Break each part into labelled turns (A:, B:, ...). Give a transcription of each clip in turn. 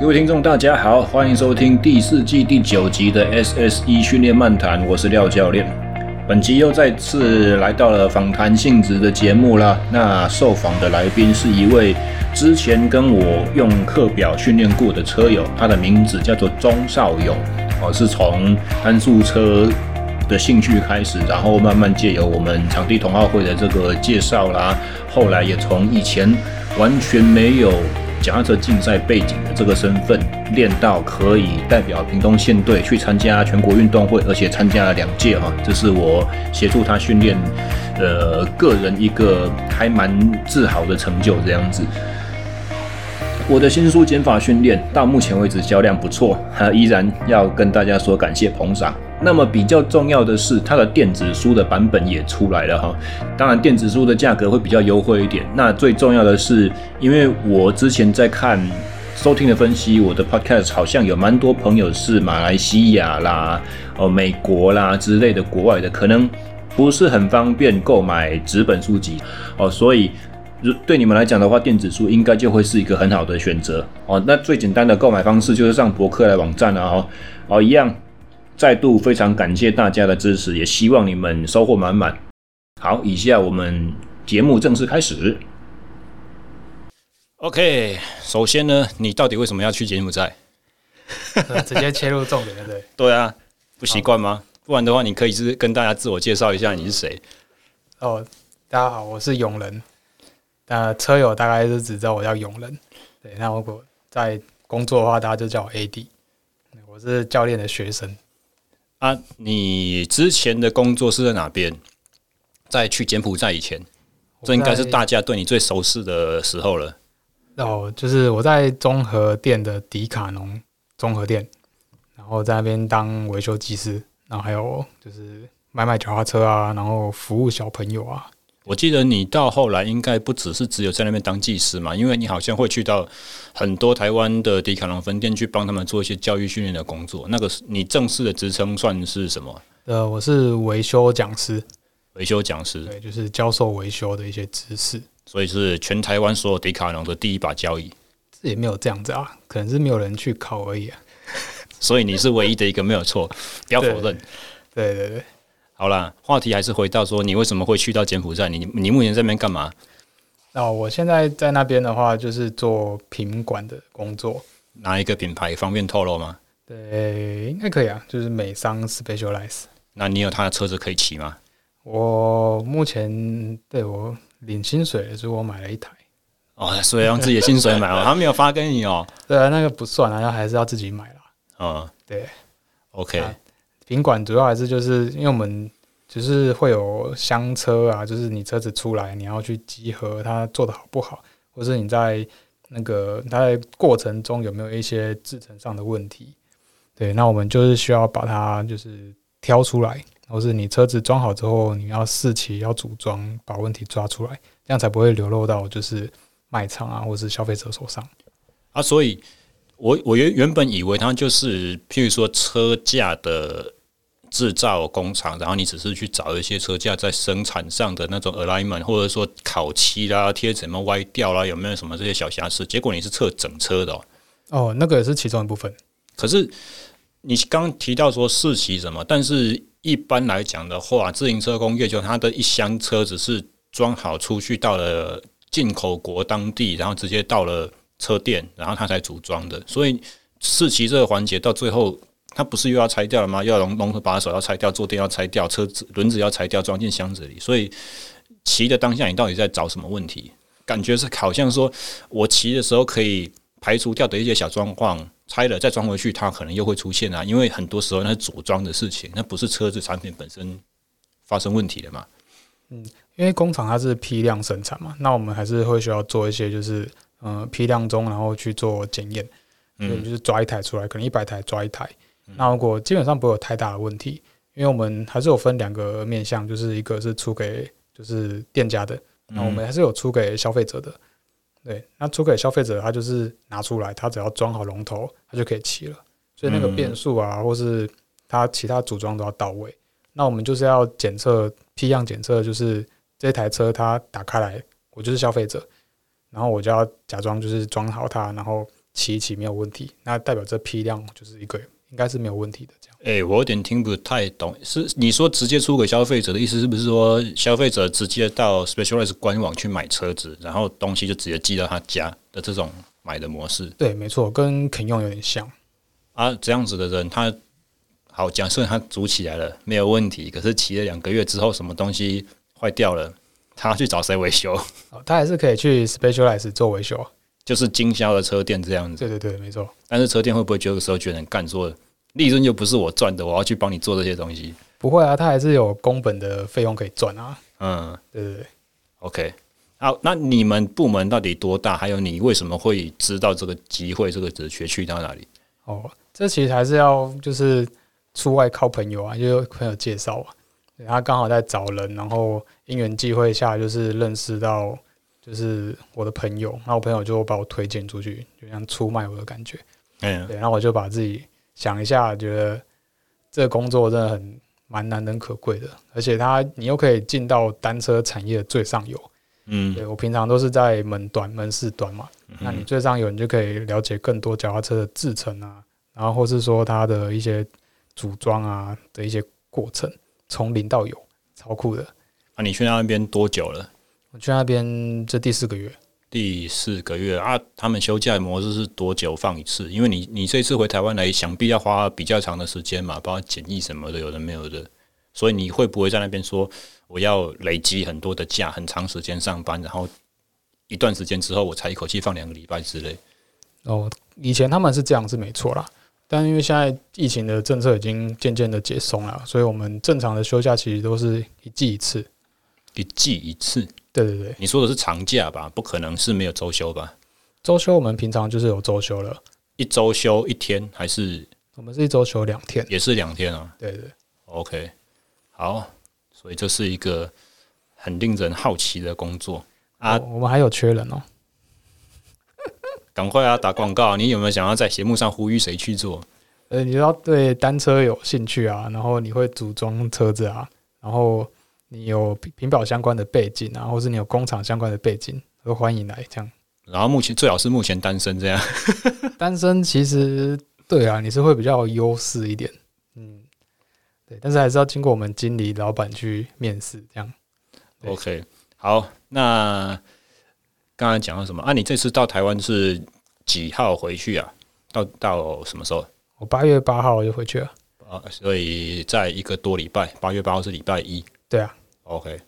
A: 各位听众，大家好，欢迎收听第四季第九集的 SSE 训练漫谈，我是廖教练。本集又再次来到了访谈性质的节目啦。那受访的来宾是一位之前跟我用课表训练过的车友，他的名字叫做钟少友，哦，是从单速车的兴趣开始，然后慢慢借由我们场地同好会的这个介绍啦，后来也从以前完全没有脚踏车竞赛背景的这个身份，练到可以代表屏东县队去参加全国运动会，而且参加了两届哈，这是我协助他训练，呃，个人一个还蛮自豪的成就这样子。我的新书减法训练到目前为止销量不错，还依然要跟大家说感谢捧场。那么比较重要的是，它的电子书的版本也出来了哈。当然，电子书的价格会比较优惠一点。那最重要的是，因为我之前在看收听的分析，我的 podcast 好像有蛮多朋友是马来西亚啦、哦美国啦之类的国外的，可能不是很方便购买纸本书籍哦，所以如对你们来讲的话，电子书应该就会是一个很好的选择哦。那最简单的购买方式就是上博客来网站啊，哦，哦一样。再度非常感谢大家的支持，也希望你们收获满满。好，以下我们节目正式开始。OK，首先呢，你到底为什么要去柬埔寨？
B: 呃直接切入重点，对不对？
A: 对啊，不习惯吗？不然的话，你可以是跟大家自我介绍一下你是谁。
B: 哦，大家好，我是永仁。那车友大概是只知道我叫永仁，对。那如果在工作的话，大家就叫我 AD。我是教练的学生。
A: 啊，你之前的工作是在哪边？在去柬埔寨以前，
B: 我
A: 这应该
B: 在
A: 是大家对你最熟悉的时候了。
B: 哦，就是我在综合店的迪卡侬综合店，然后在那边当维修技师，然后还有就是买买脚踏车啊，然后服务小朋友啊。
A: 我记得你到后来应该不只是只有在那边当技师嘛，因为你好像会去到很多台湾的迪卡侬分店去帮他们做一些教育训练的工作。那个是你正式的职称算是什么？
B: 呃，我是维修讲师，
A: 维修讲师，
B: 对，就是教授维修的一些知识。
A: 所以是全台湾所有迪卡侬的第一把交椅，
B: 这也没有这样子啊，可能是没有人去考而已啊。
A: 所以你是唯一的一个没有错，不要否认。
B: 对对对，
A: 好啦，话题还是回到说，你为什么会去到柬埔寨？你你目前在那边干嘛？
B: 那我现在在那边的话，就是做品管的工作。
A: 哪一个品牌方便透露吗？
B: 对，应该可以啊，就是美商 Specialize。
A: 那你有他的车子可以骑吗？
B: 我目前对我领薪水的时候，我买了一台。
A: 哦，所以用自己的薪水买哦，他没有发给你哦。
B: 对啊，那个不算啊，那还是要自己买啦。
A: 嗯
B: 对，
A: ，OK，
B: 啊品管主要还是就是因为我们就是会有箱车啊，就是你车子出来，你要去集合它做的好不好，或是你在那个它在过程中有没有一些制程上的问题。对，那我们就是需要把它就是挑出来，或是你车子装好之后，你要试骑、要组装，把问题抓出来，这样才不会流露到就是卖场啊，或是消费者手上。
A: 啊，所以我我原原本以为它就是，譬如说车架的制造工厂，然后你只是去找一些车架在生产上的那种 alignment，或者说烤漆啦、贴什么歪掉啦，有没有什么这些小瑕疵？结果你是测整车的、哦，
B: 哦，那个也是其中一部分。
A: 可是你刚刚提到说试骑什么，但是一般来讲的话，自行车工业就它的一箱车子是装好出去到了进口国当地，然后直接到了车店，然后它才组装的。所以试骑这个环节到最后，它不是又要拆掉了吗？要龙龙头把手要拆掉，坐垫要拆掉，车子轮子要拆掉，装进箱子里。所以骑的当下，你到底在找什么问题？感觉是好像说我骑的时候可以排除掉的一些小状况，拆了再装回去，它可能又会出现啊。因为很多时候那是组装的事情，那不是车子产品本身发生问题的嘛。
B: 因为工厂它是批量生产嘛，那我们还是会需要做一些就是嗯、呃批量中，然后去做检验，所
C: 嗯
A: 嗯
B: 以就是抓一台出来，可能一百台抓一台。那如果基本上不会有太大的问题，因为我们还是有分两个面向，就是一个是出给就是店家的，那我们还是有出给消费者的。对，那出给消费者，他就是拿出来，他只要装好龙头，他就可以骑了。所以那个
A: 嗯
B: 变速啊，或是它其他组装都要到位。那我们就是要检测批样检测，就是这台车它打开来，我就是消费者，然后我就要假装就是装好它，然后骑一骑没有问题，那代表这批量就是一个应该是没有问题的这样。
A: 哎、我有点听不太懂，是你说直接出给消费者的意思，是不是说消费者直接到 Specialized 官网去买车子，然后东西就直接寄到他家的这种买的模式
B: 对，没错，跟肯用有点像。
A: 啊？这样子的人，他好，假设他组起来了没有问题，可是骑了两个月之后，什么东西坏掉了，他去找谁维修？
B: 哦，它还是可以去 Specialized 做维修。啊
A: 就是经销的车店这样子。
B: 对对对，没错，
A: 但是车店会不会觉得有时候觉得干做利润又不是我赚的，我要去帮你做这些东西？
B: 不会啊，它还是有工本的费用可以赚啊。
A: 嗯
B: 对对对，
A: ，OK。好，那你们部门到底多大？还有你为什么会知道这个机会、这个职缺去到哪里？
B: 哦，这其实还是要就是出外靠朋友啊，就有朋友介绍啊，对他刚好在找人，然后因缘际会下就是认识到就是我的朋友，那我朋友就把我推荐出去，就像出卖我的感觉。
A: 嗯，
B: 对，然后我就把自己想一下，觉得这个工作真的很蛮难能可贵的，而且它你又可以进到单车产业的最上游。
A: 嗯，
B: 对我平常都是在门端、门市端嘛，那你
A: 嗯
B: 最上游你就可以了解更多脚踏车的制成啊，然后或是说它的一些组装啊的一些过程，从零到有，超酷的。
A: 啊，你去那边多久了？
B: 我去那边这第四个月，
A: 第四个月啊，他们休假模式是多久放一次？因为你你这次回台湾来，想必要花比较长的时间嘛，包括检疫什么的，有的没有的，所以你会不会在那边说我要累积很多的假，很长时间上班，然后一段时间之后我才一口气放两个礼拜之类？
B: 哦，以前他们是这样是没错啦，但因为现在疫情的政策已经渐渐的解松了，所以我们正常的休假其实都是一季一次。
A: 一季一次？
B: 对对对，
A: 你说的是长假吧？不可能是没有周休吧？
B: 周休我们平常就是有周休了，
A: 一周休一天还是
B: 我们是一周休两天。
A: 也是两天啊
B: 对对对
A: ？OK，好，所以这是一个很令人好奇的工作啊。
B: 哦我们还有缺人哦。
A: 赶快啊，打广告！你有没有想要在节目上呼吁谁去做？
B: 呃，你要对单车有兴趣啊，然后你会组装车子啊，然后你有平平保相关的背景啊，或是你有工厂相关的背景，都欢迎来这样。
A: 然后目前最好是目前单身这样，
B: 单身其实对啊，你是会比较有优势一点，嗯，对，但是还是要经过我们经理、老板去面试，这样。对
A: OK，好，那刚才讲到什么啊？你这次到台湾是几号回去啊？到到什么时候？
B: 我八月八号就回去了，
A: 啊，所以在一个多礼拜，八月八号是礼拜一。
B: 对啊，
A: OK，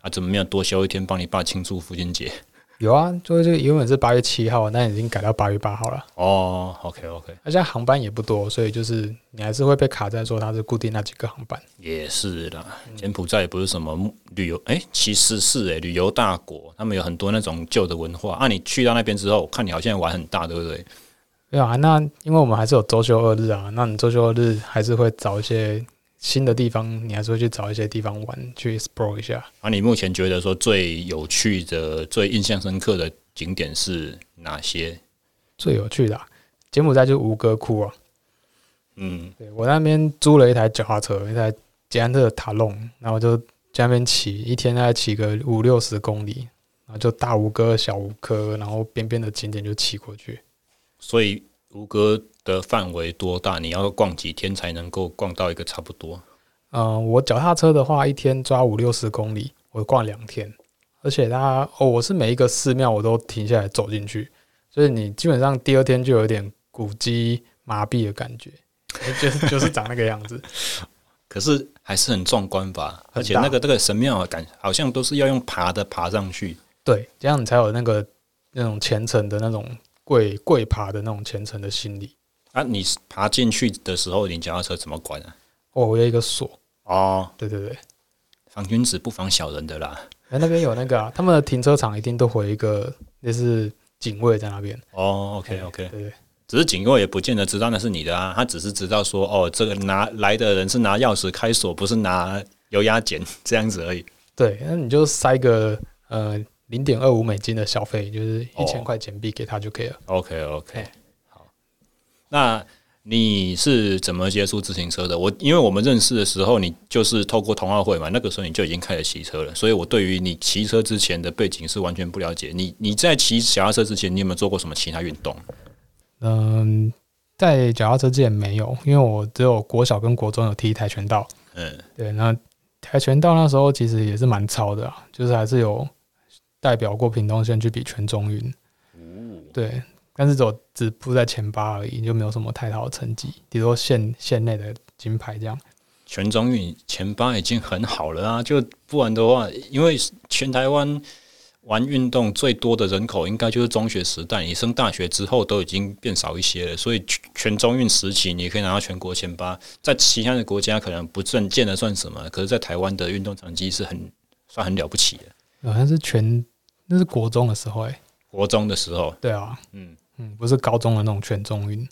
A: 啊，怎么没有多休一天帮你爸庆祝父亲节？
B: 有啊，就是原本是八月七号，但已经改到八月八号了。
A: 哦，OK OK，
B: 而且航班也不多，所以就是你还是会被卡在说它是固定那几个航班。
A: 也是啦，嗯柬埔寨也不是什么旅游，哎、其实是哎、旅游大国，他们有很多那种旧的文化。啊，你去到那边之后，我看你好像玩很大，对不对？
B: 没有啊，那因为我们还是有周休二日啊，那你周休二日还是会找一些新的地方，你还是会去找一些地方玩，去 explore 一下。
A: 啊，你目前觉得说最有趣的、最印象深刻的景点是哪些？
B: 最有趣的、啊，柬埔寨就是吴哥窟啊，
A: 嗯，
B: 对我那边租了一台脚踏车，一台捷安特的塔隆，然后我就在那边骑，一天大概骑个五六十公里，然后就大吴哥、小吴哥，然后边边的景点就骑过去。
A: 所以吴哥的范围多大？你要逛几天才能够逛到一个差不多？
B: 嗯，我脚踏车的话，一天抓五六十公里，我逛两天，而且它哦，我是每一个寺庙我都停下来走进去，所以你基本上第二天就有点古迹麻痹的感觉，就是就是长那个样子。
A: 可是还是很壮观吧，
B: 很大
A: 而且那个那个神庙啊感好像都是要用爬的爬上去。
B: 对，这样你才有那个那种虔诚的那种跪跪爬的那种虔诚的心理。
A: 啊，你爬进去的时候，你脚踏车怎么管啊？
B: 哦，我有一个锁，
A: 哦，
B: 对对对，
A: 防君子不防小人的啦。
B: 哎，那边有那个、啊，他们的停车场一定都会有一个类似警卫在那边。
A: 哦，OK OK，
B: 对对。
A: 只是警卫也不见得知道那是你的啊，他只是知道说，哦，这个拿来的人是拿钥匙开锁，不是拿油压剪这样子而已。
B: 对，那你就塞个呃零点二五美金的小费，就是
A: 哦
B: 一千块钱币给他就可以了。
A: OK OK，
B: 哎
A: 好，那。你是怎么接触自行车的？我因为我们认识的时候，你就是透过同好会嘛，那个时候你就已经开始骑车了，所以我对于你骑车之前的背景是完全不了解。你你在骑脚踏车之前，你有没有做过什么其他运动？
B: 嗯、在脚踏车之前没有，因为我只有国小跟国中有踢跆拳道。
A: 嗯，
B: 对，那跆拳道那时候其实也是蛮超的、啊，就是还是有代表过屏东县去比全中运。
A: 哦
B: 对，但是只有只扑在前八而已，就没有什么太好的成绩，顶多县县内的金牌这样。
A: 全中运前八已经很好了啊，就不然的话，因为全台湾玩运动最多的人口应该就是中学时代，你升大学之后都已经变少一些了，所以全全中运时期你可以拿到全国前八，在其他的国家可能不正见得算什么，可是，在台湾的运动成绩是很算很了不起的。
B: 好像呃是全那是国中的时候、欸，哎，
A: 国中的时候，
B: 对啊，
A: 嗯，
B: 嗯，不是高中的那种全中运。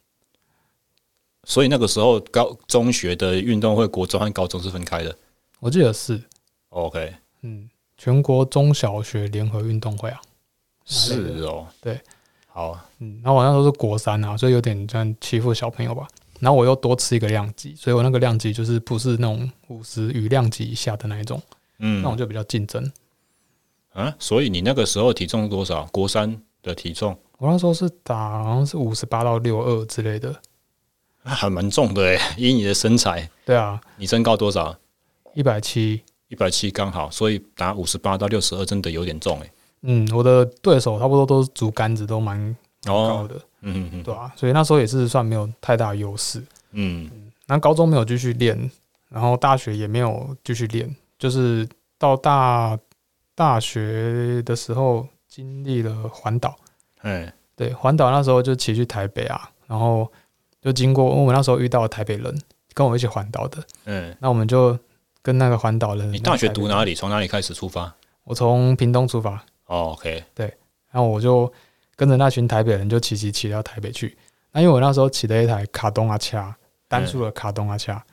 A: 所以那个时候高中学的运动会，国中和高中是分开的。
B: 我记得是，
A: OK，
B: 嗯，全国中小学联合运动会啊，哪类的
A: 是哦，
B: 对，
A: 好，
B: 嗯，然后我那时候是国三啊，所以有点这样欺负小朋友吧。然后我又多吃一个量级，所以我那个量级就是不是那种五十余量级以下的那一种，
A: 嗯，
B: 那种就比较竞争。
A: 啊，所以你那个时候体重多少？国三的体重、
B: 我那时候是打好像是五十八到六二之类的，
A: 啊、还蛮重的诶，以你的身材，
B: 对啊，
A: 你身高多少？
B: 一百七。
A: 一百七刚好，所以打五十八到六十二真的有点重欸诶。
B: 嗯，我的对手差不多都是竹竿子，都蛮高
A: 哦，
B: 的，
A: 嗯嗯
B: 对啊，所以那时候也是算没有太大优势。
A: 嗯嗯，
B: 然后高中没有继续练，然后大学也没有继续练，就是到大大学的时候经历了环岛，
A: 哎，
B: 对，环岛那时候就骑去台北啊，然后就经过我那时候遇到台北人跟我一起环岛的，
A: 嗯，
B: 那我们就跟那个环岛人，
A: 你大学读？哪里？从哪里开始出发、
B: 我从屏东出发，
A: 哦、？OK，
B: 然后我就跟着那群台北人就骑骑骑到台北去。那因为我那时候骑的一台卡东阿恰，
A: 嗯
B: 单数的卡东阿恰，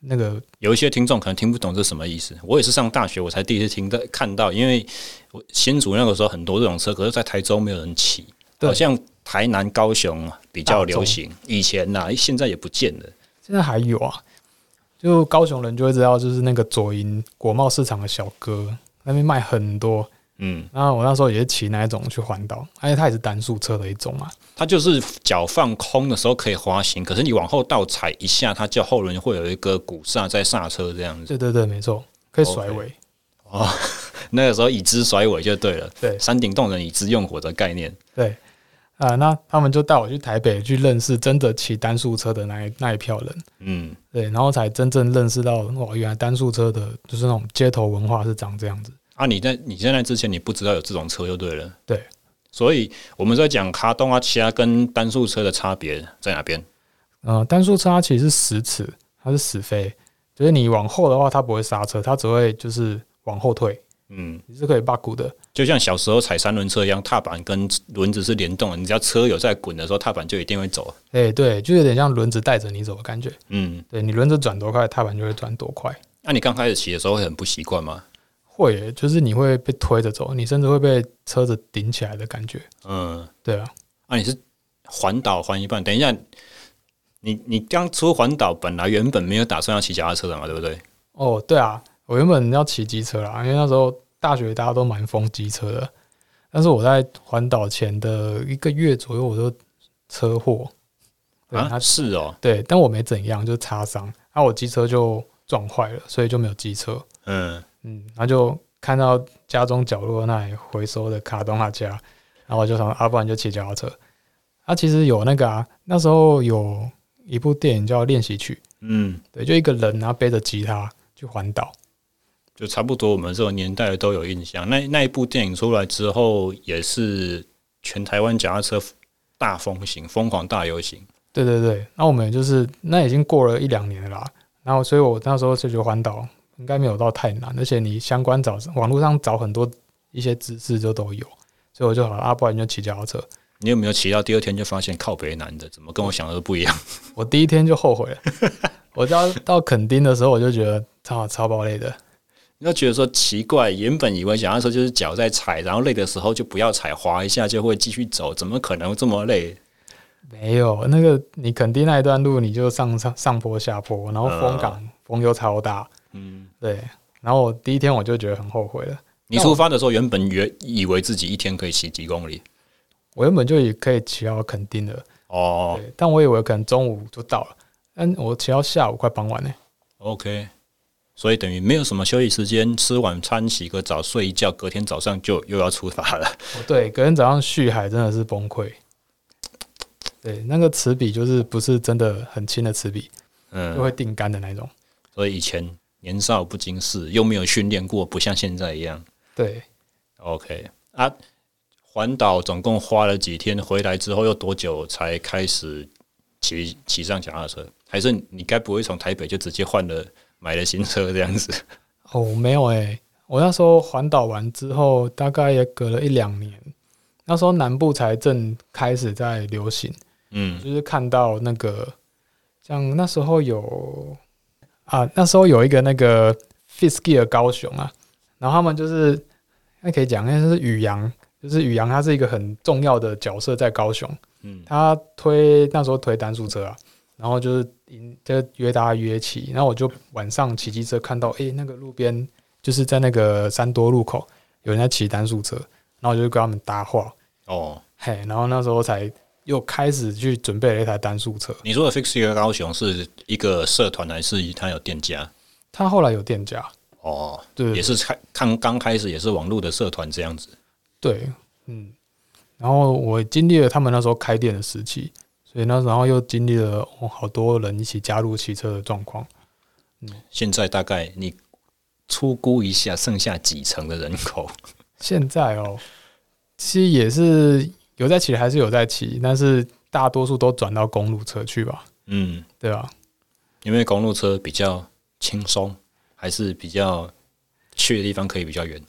B: 那个
A: 有一些听众可能听不懂这是什么意思。我也是上大学我才第一次听到看到，因为我新竹那个时候很多这种车，可是在台州没有人骑，
B: 对
A: 好像台南、高雄比较
B: 大众
A: 流行，以前呐、现在也不见了。
B: 现在还有啊，就高雄人就会知道，就是那个左营国贸市场的小哥那边卖很多。
A: 嗯，
B: 然后我那时候也是骑那一种去环岛，而且它也是单数车的一种嘛。
A: 它就是脚放空的时候可以滑行，可是你往后倒踩一下，它就后轮会有一个鼓刹在刹车这样子。
B: 对对对，没错，可以甩尾。
A: 那个时候以之甩尾就对了，
B: 对
A: 山顶洞人以之用火的概念。
B: 对，啊、那他们就带我去台北去认识真的骑单数车的那一那一票人。
A: 嗯，
B: 对，然后才真正认识到哇，原来单速车的就是那种街头文化是长这样子。
A: 啊，你在你现在之前你不知道有这种车就对了。
B: 对，
A: 所以我们在讲卡动啊、其他跟单速车的差别在哪边？
B: 呃，单速车它其实是死齿，它是死飞，就是你往后的话，它不会刹车，它只会就是往后退，
A: 嗯，
B: 你是可以 bug 的。
A: 就像小时候踩三轮车一样，踏板跟轮子是联动的，你只要车有在滚的时候，踏板就一定会走。
B: 哎、对，就有点像轮子带着你走的感觉。
A: 嗯，
B: 对你轮子转多快，踏板就会转多快。
A: 那、你刚开始骑的时候会很不习惯吗？
B: 会耶，就是你会被推着走，你甚至会被车子顶起来的感觉。
A: 嗯，
B: 对啊，
A: 啊，你是环岛环一半？等一下，你你刚出环岛，本来原本没有打算要骑脚踏车的嘛，对不对？
B: 哦，对啊，我原本要骑机车啦，因为那时候大学大家都蛮疯机车的，但是我在环岛前的一个月左右，我就车祸，对，
A: 啊，
B: 他
A: 是哦，
B: 对，但我没怎样，就擦伤，那、我机车就撞坏了，所以就没有机车，
A: 嗯，
B: 嗯，然后就看到家中角落那里回收的卡东阿家，然后我就想，啊，不然就骑脚踏车，啊，其实有那个啊，那时候有一部电影叫《练习曲》，
A: 嗯，
B: 对，就一个人然后背着吉他去环岛。
A: 就差不多我们这个年代都有印象。那那一部电影出来之后，也是全台湾脚踏车大风行，疯狂大游行。
B: 对对对，那我们就是那已经过了一两年了啦，然后所以我那时候就觉得环岛应该没有到太难，而且你相关找网络上找很多一些知识就都有，所以我就好了，啊，不然就骑脚踏车。
A: 你有没有骑到第二天就发现靠北南的怎么跟我想的都不一样？
B: 我第一天就后悔了， 我到到垦丁的时候我就觉得超超爆累的，
A: 你要觉得说奇怪，原本以为脚踏车就是脚在踩，然后累的时候就不要踩，滑一下就会继续走，怎么可能这么累？
B: 没有那个你垦丁那一段路你就上上上坡下坡，然后风
A: 嗯
B: 港、风又超大，
A: 嗯。
B: 对，然后我第一天我就觉得很后悔了。
A: 你出发的时候，原本原以为自己一天可以骑几公里，
B: 我原本就也可以骑到垦丁了，
A: 哦
B: 对，但我以为可能中午就到了，但我骑到下午快傍晚呢、
A: ，OK，所以等于没有什么休息时间，吃晚餐、洗个澡、睡一觉，隔天早上就又要出发了。
B: 哦，对，隔天早上续海真的是崩溃。对，那个齿笔就是不是真的很轻的齿笔，就
A: 嗯，
B: 会定杆的那种。
A: 所以以前年少不经事，又没有训练过，不像现在一样。
B: 对，
A: OK 啊，环岛总共花了几天？回来之后又多久才开始骑骑上脚踏车？还是你该不会从台北就直接换了买了新车这样子？
B: 哦，没有诶、我那时候环岛完之后，大概也隔了一两年，那时候南部才正开始在流行，
A: 嗯
B: 就是看到那个，像那时候有啊，那时候有一个那个 Fiskier 高雄啊，然后他们就是那可以讲，那就是宇阳，就是宇阳，他是一个很重要的角色在高雄，
A: 嗯
B: 他推那时候推单速车啊，然后就是引就约大家约骑，然后我就晚上骑机车看到，诶、那个路边就是在那个三多路口有人在骑单速车，然后我就跟他们搭话，
A: 哦，
B: 嘿，然后那时候才又开始去准备了一台单速车。
A: 你说的 Fixer 高雄是一个社团还是它有店家？
B: 他后来有店家，
A: 哦，
B: 对
A: 也是开看刚开始也是网络的社团这样子。
B: 对，嗯。然后我经历了他们那时候开店的时期，所以那然后又经历了、哦好多人一起加入骑车的状况。
A: 现在大概你粗估一下，剩下几成的人口？
B: 现在哦，其实也是有在骑，还是有在骑，但是大多数都转到公路车去吧，
A: 嗯，
B: 对吧？
A: 因为公路车比较轻松，还是比较去的地方可以比较远。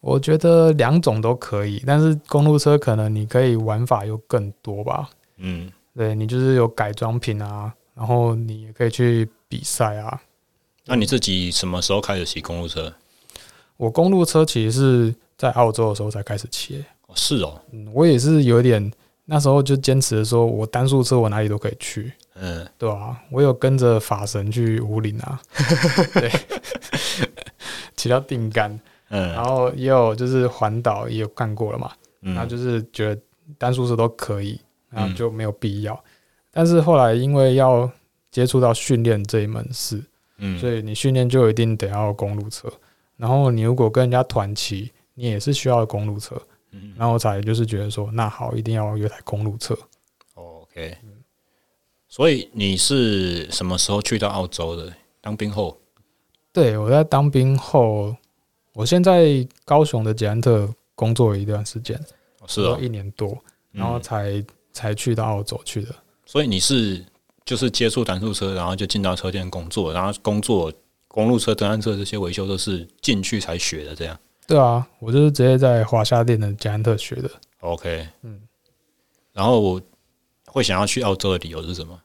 B: 我觉得两种都可以，但是公路车可能你可以玩法又更多吧，
A: 嗯，
B: 对你就是有改装品啊，然后你也可以去比赛啊。
A: 那你自己什么时候开始骑公路车？
B: 我公路车其实是在澳洲的时候才开始骑、
A: 哦是哦，
B: 嗯，我也是有点那时候就坚持说，我单速车我哪里都可以去，
A: 嗯，
B: 对啊，我有跟着法神去五 岭啊，对，骑到定干，然
A: 嗯
B: 后也有就是环岛也有干过了嘛，然后
A: 嗯，
B: 就是觉得单速车都可以，
A: 嗯
B: 然后就没有必要。但是后来因为要接触到训练这一门事，所
A: 嗯，
B: 以你训练就一定得要有公路车，然后你如果跟人家团骑，你也是需要有公路车，
A: 嗯
B: 然后我才就是觉得说，那好，一定要有台公路车。
A: ，OK。所以你是什么时候去到澳洲的？当兵后？
B: 对，我在当兵后，我现在高雄的捷安特工作了一段时间，
A: 哦是哦
B: 有，一年多，
A: 嗯
B: 然后才、才去到澳洲去的。
A: 所以你是就是接触短速车，然后就进到车店工作，然后工作公路车、登山车这些维修都是进去才学的，这样。
B: 对啊，我就是直接在华夏店的捷安特学的。
A: OK，
B: 嗯，
A: 然后我会想要去澳洲的理由是什么？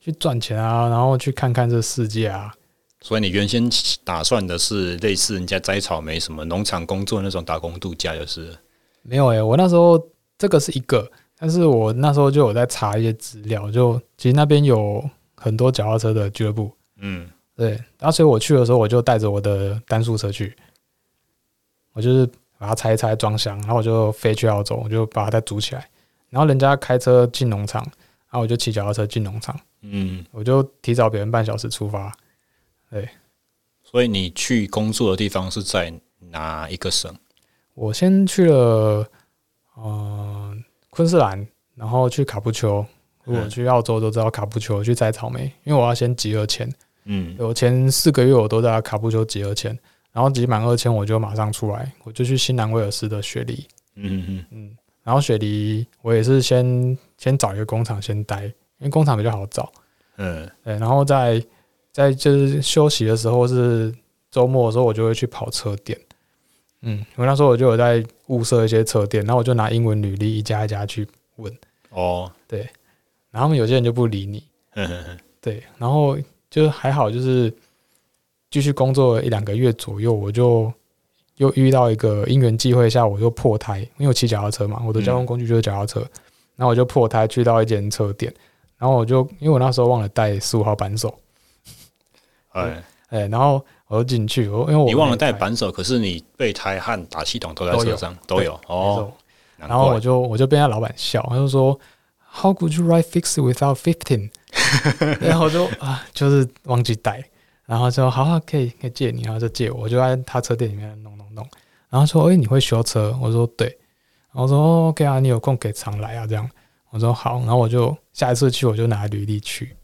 B: 去赚钱啊，然后去看看这世界啊。
A: 所以你原先打算的是类似人家摘草莓、什么农场工作那种打工度假，就是了
B: 没有诶、欸我那时候这个是一个，但是我那时候就有在查一些资料，就其实那边有很多脚踏车的俱乐部，
A: 嗯，
B: 对，然后所以我去的时候，我就带着我的单速车去，我就是把它拆一拆装箱，然后我就飞去澳洲，我就把它再组起来，然后人家开车进农场，然后我就骑脚踏车进农场，
A: 嗯，
B: 我就提早别人半小时出发。
A: 所以你去工作的地方是在哪一个省？
B: 我先去了，嗯，昆士兰，然后去卡布丘。如果
A: 嗯
B: 去澳洲都知道卡布丘去摘草莓，因为我要先集二千，
A: 嗯，
B: 我前四个月我都在卡布丘集二千，然后集满二千我就马上出来，我就去新南威尔士的雪梨。
A: 嗯嗯
B: 嗯，然后雪梨我也是先先找一个工厂先待，因为工厂比较好找。
A: 嗯
B: 对，然后在在就是休息的时候是周末的时候，我就会去跑车店。嗯，我那时候我就有在物色一些车店，然后我就拿英文履历一家一家去，
A: 哦，
B: 然后他们有些人就不理你，
A: 嗯嗯嗯
B: 对，然后就是还好，就是继续工作一两个月左右，我就又遇到一个因缘际会下，我就破胎，因为我骑脚踏车嘛，我的交通工具就是脚踏车，然后我就破胎去到一间车店，然后我就因为我那时候忘了带十五号扳手，
A: 哎，
B: 哎、然后我就进去，我因为我
A: 你忘了
B: 没
A: 带
B: 开
A: 扳手，可是你备胎和打气筒都在
B: 都有
A: 车上，都有
B: 没
A: 哦。
B: 错
A: 难
B: 然后我
A: 怪
B: 就我就被那老板笑，他就说 How could you write fix it without fifteen？然后我就啊，就是忘记带，然后就好好可以可以借你，然后就借我，我就在他车店里面弄弄弄，然后说哎、你会修车？我说对，然后说、哦 OK 啊，你有空可以常来啊这样，我说好，然后我就下一次去我就拿履历去，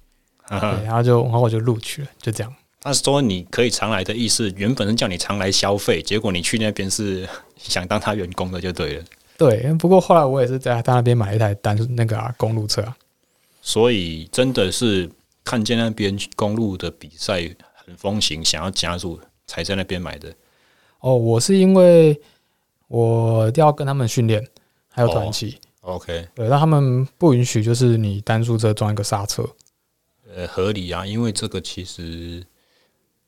A: 哈
B: 对
A: 哈，
B: 然后就然后我就录取了，就这样。
C: 他说你可以常来的意思，原本是叫你常来消费，结果你去那边是 想当他员工的就对了。
B: 对，不过后来我也是在他那边买一台单那个啊公路车啊，
C: 所以真的是看见那边公路的比赛很风行，想要加入才在那边买的。
B: 哦，我是因为我要跟他们训练，还有
C: 哦
B: 团骑，
C: OK，
B: 对，那他们不允许就是你单速车装一个刹车，
C: 呃，合理啊，因为这个其实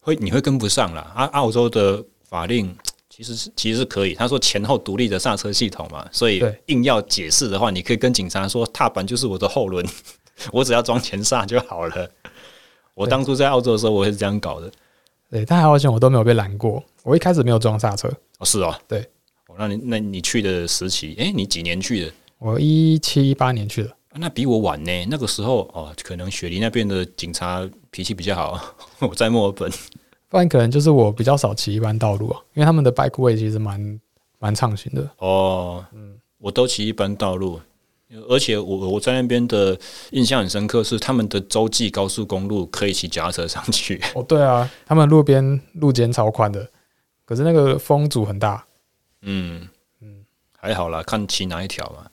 C: 会你会跟不上啦。啊，澳洲的法令其实是其实是可以，他说前后独立的刹车系统嘛，所以
B: 对
C: 硬要解释的话，你可以跟警察说踏板就是我的后轮， 我只要装前刹就好了。我
B: 对
C: 当初在澳洲的时候，我也是这样搞的。
B: 对，但还好险我都没有被拦过，我一开始没有装刹车，
C: 哦，是哦，
B: 对。
C: 哦，那你那你去的时期，诶，你几年去的？
B: 我一七一八年去的，
C: 啊那比我晚呢。那个时候哦，可能雪梨那边的警察脾气比较好。 我在墨尔本，
B: 不然可能就是我比较少骑一般道路啊，因为他们的 bike way 其实蛮蛮畅行的，
C: 哦，我都骑一般道路，而且我我在那边的印象很深刻是他们的洲际高速公路可以骑脚踏车上去，
B: 哦，对啊，他们路边路肩超宽的，可是那个风阻很大，
C: 嗯，还好啦，看骑哪一条嘛。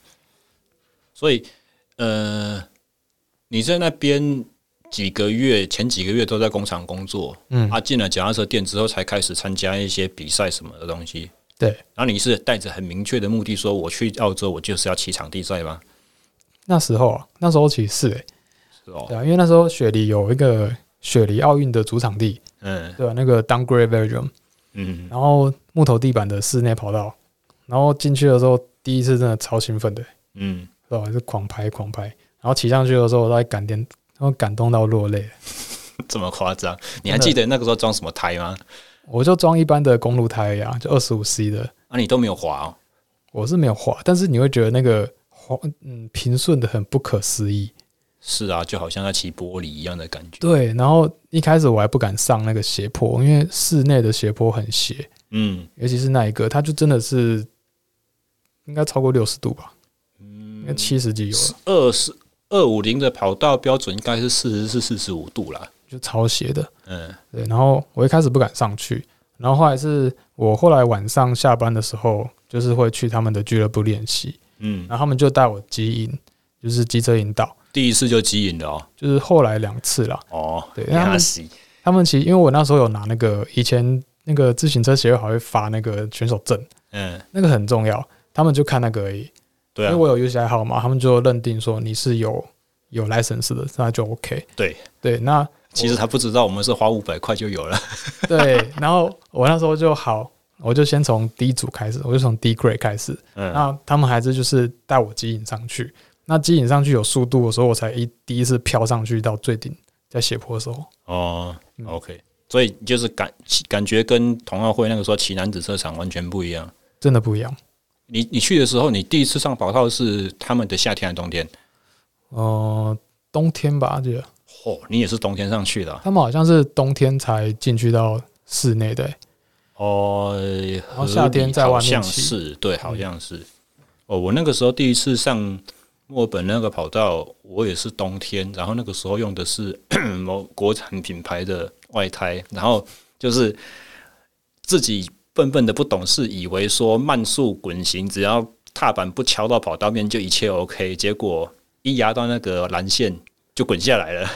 C: 所以，呃，你在那边几个月，前几个月都在工厂工作，
B: 嗯
C: 啊，进了脚踏车店之后，才开始参加一些比赛什么的东西。
B: 对，
C: 然后你是带着很明确的目的，说我去澳洲，我就是要骑场地赛吗？
B: 那时候啊，那时候其实是、欸、
C: 是哦，
B: 对啊，因为那时候雪梨有一个雪梨奥运的主场地，
C: 嗯
B: 对吧、啊那个 Downgrade Velodrome，
C: 嗯，
B: 然后木头地板的室内跑道，然后进去的时候第一次真的超兴奋的，
C: 嗯，
B: 对吧？就狂拍狂拍，然后骑上去的时候我在感电，然后感动到落泪。
C: 这么夸张？你还记得那个时候装什么胎吗？
B: 我就装一般的公路胎呀、啊就二十五 C 的，
C: 啊，你都没有滑哦。
B: 我是没有滑，但是你会觉得那个滑，嗯，平顺的很不可思议。
C: 是啊，就好像在骑玻璃一样的感觉。
B: 对，然后一开始我还不敢上那个斜坡，因为室内的斜坡很斜，
C: 嗯
B: 尤其是那一个，它就真的是应该超过六十度吧，应该
C: 嗯，
B: 七十几有了，
C: 二十二五零的跑道标准应该是四十至四十五度啦。
B: 就超斜的。
C: 嗯，
B: 对，然后我一开始不敢上去，然后后来是我后来晚上下班的时候，就是会去他们的俱乐部练习，
C: 嗯，
B: 然后他们就带我机营，就是机车引导，
C: 第一次就吸引了哦。
B: 就是后来两次啦。
C: 哦，
B: 对那他
C: 压
B: 们
C: 死
B: 他们其实因为我那时候有拿那个以前那个自行车协会还会发那个选手证，
C: 嗯，
B: 那个很重要，他们就看那个而已，
C: 对
B: 因
C: 啊
B: 为，我有 UCI 号码，他们就认定说你是有有 license 的，那就 OK。
C: 对
B: 对，那
C: 其实他不知道我们是花五百块就有了。
B: 对，然后我那时候就好，我就先从第一组开始，我就从 D grade 开始。
C: 嗯，
B: 那他们还是就是带我机引上去，那机引上去有速度的时候，我才一第一次飘上去到最顶，在斜坡的时候。
C: 哦
B: 嗯
C: ，OK，所以就是感感觉跟同奥会那个时候骑男子车场完全不一样。
B: 真的不一样，
C: 你你去的时候，你第一次上跑道是他们的夏天还是冬天？
B: 呃，冬天吧，记得
C: 哦，你也是冬天上去的啊、
B: 他们好像是冬天才进去到室内的、
C: 哦，然
B: 后夏天在
C: 好
B: 外面
C: 像
B: 骑
C: 是对，
A: 嗯
C: 好像是。哦，我那个时候第一次上墨尔本那个跑道，我也是冬天，然后那个时候用的是 某国产品牌的外胎，然后就是自己笨笨的不懂事，以为说慢速滚行，只要踏板不敲到跑道面就一切 OK，结果一压到那个蓝线就滚下来了。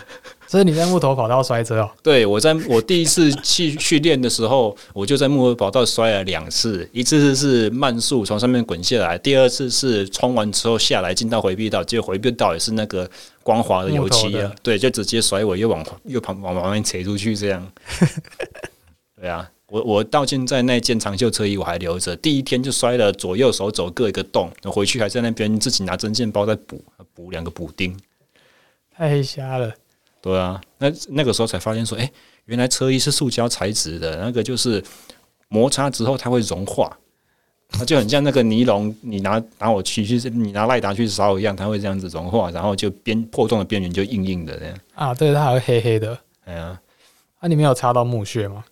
B: 所以你在木头跑道摔车哦，
C: 对我在我第一次去去练的时候，我就在木头跑道摔了两次，一次是慢速从上面滚下来，第二次是冲完之后下来进到回避道，结果回避道也是那个光滑的油
B: 木
C: 漆
B: 头
C: 啊
B: 的，
C: 对，就直接甩尾又往又旁往旁边扯出去这样。 对啊，我我到现在那件长袖车衣我还留着，第一天就摔了左右手肘各一个洞，回去还在那边自己拿针线包再补补两个补丁。
B: 太黑瞎了。
C: 对啊，那那个时候才发现说，哎、原来车衣是塑胶材质的，那个就是摩擦之后它会融化，它就很像那个尼龙，你拿拿我去去你拿赖达去烧一样，它会这样子融化，然后就边破洞的边缘就硬硬的这样。
B: 啊，对，它还会黑黑的。
C: 哎呀，
B: 啊，你没有擦到木屑吗？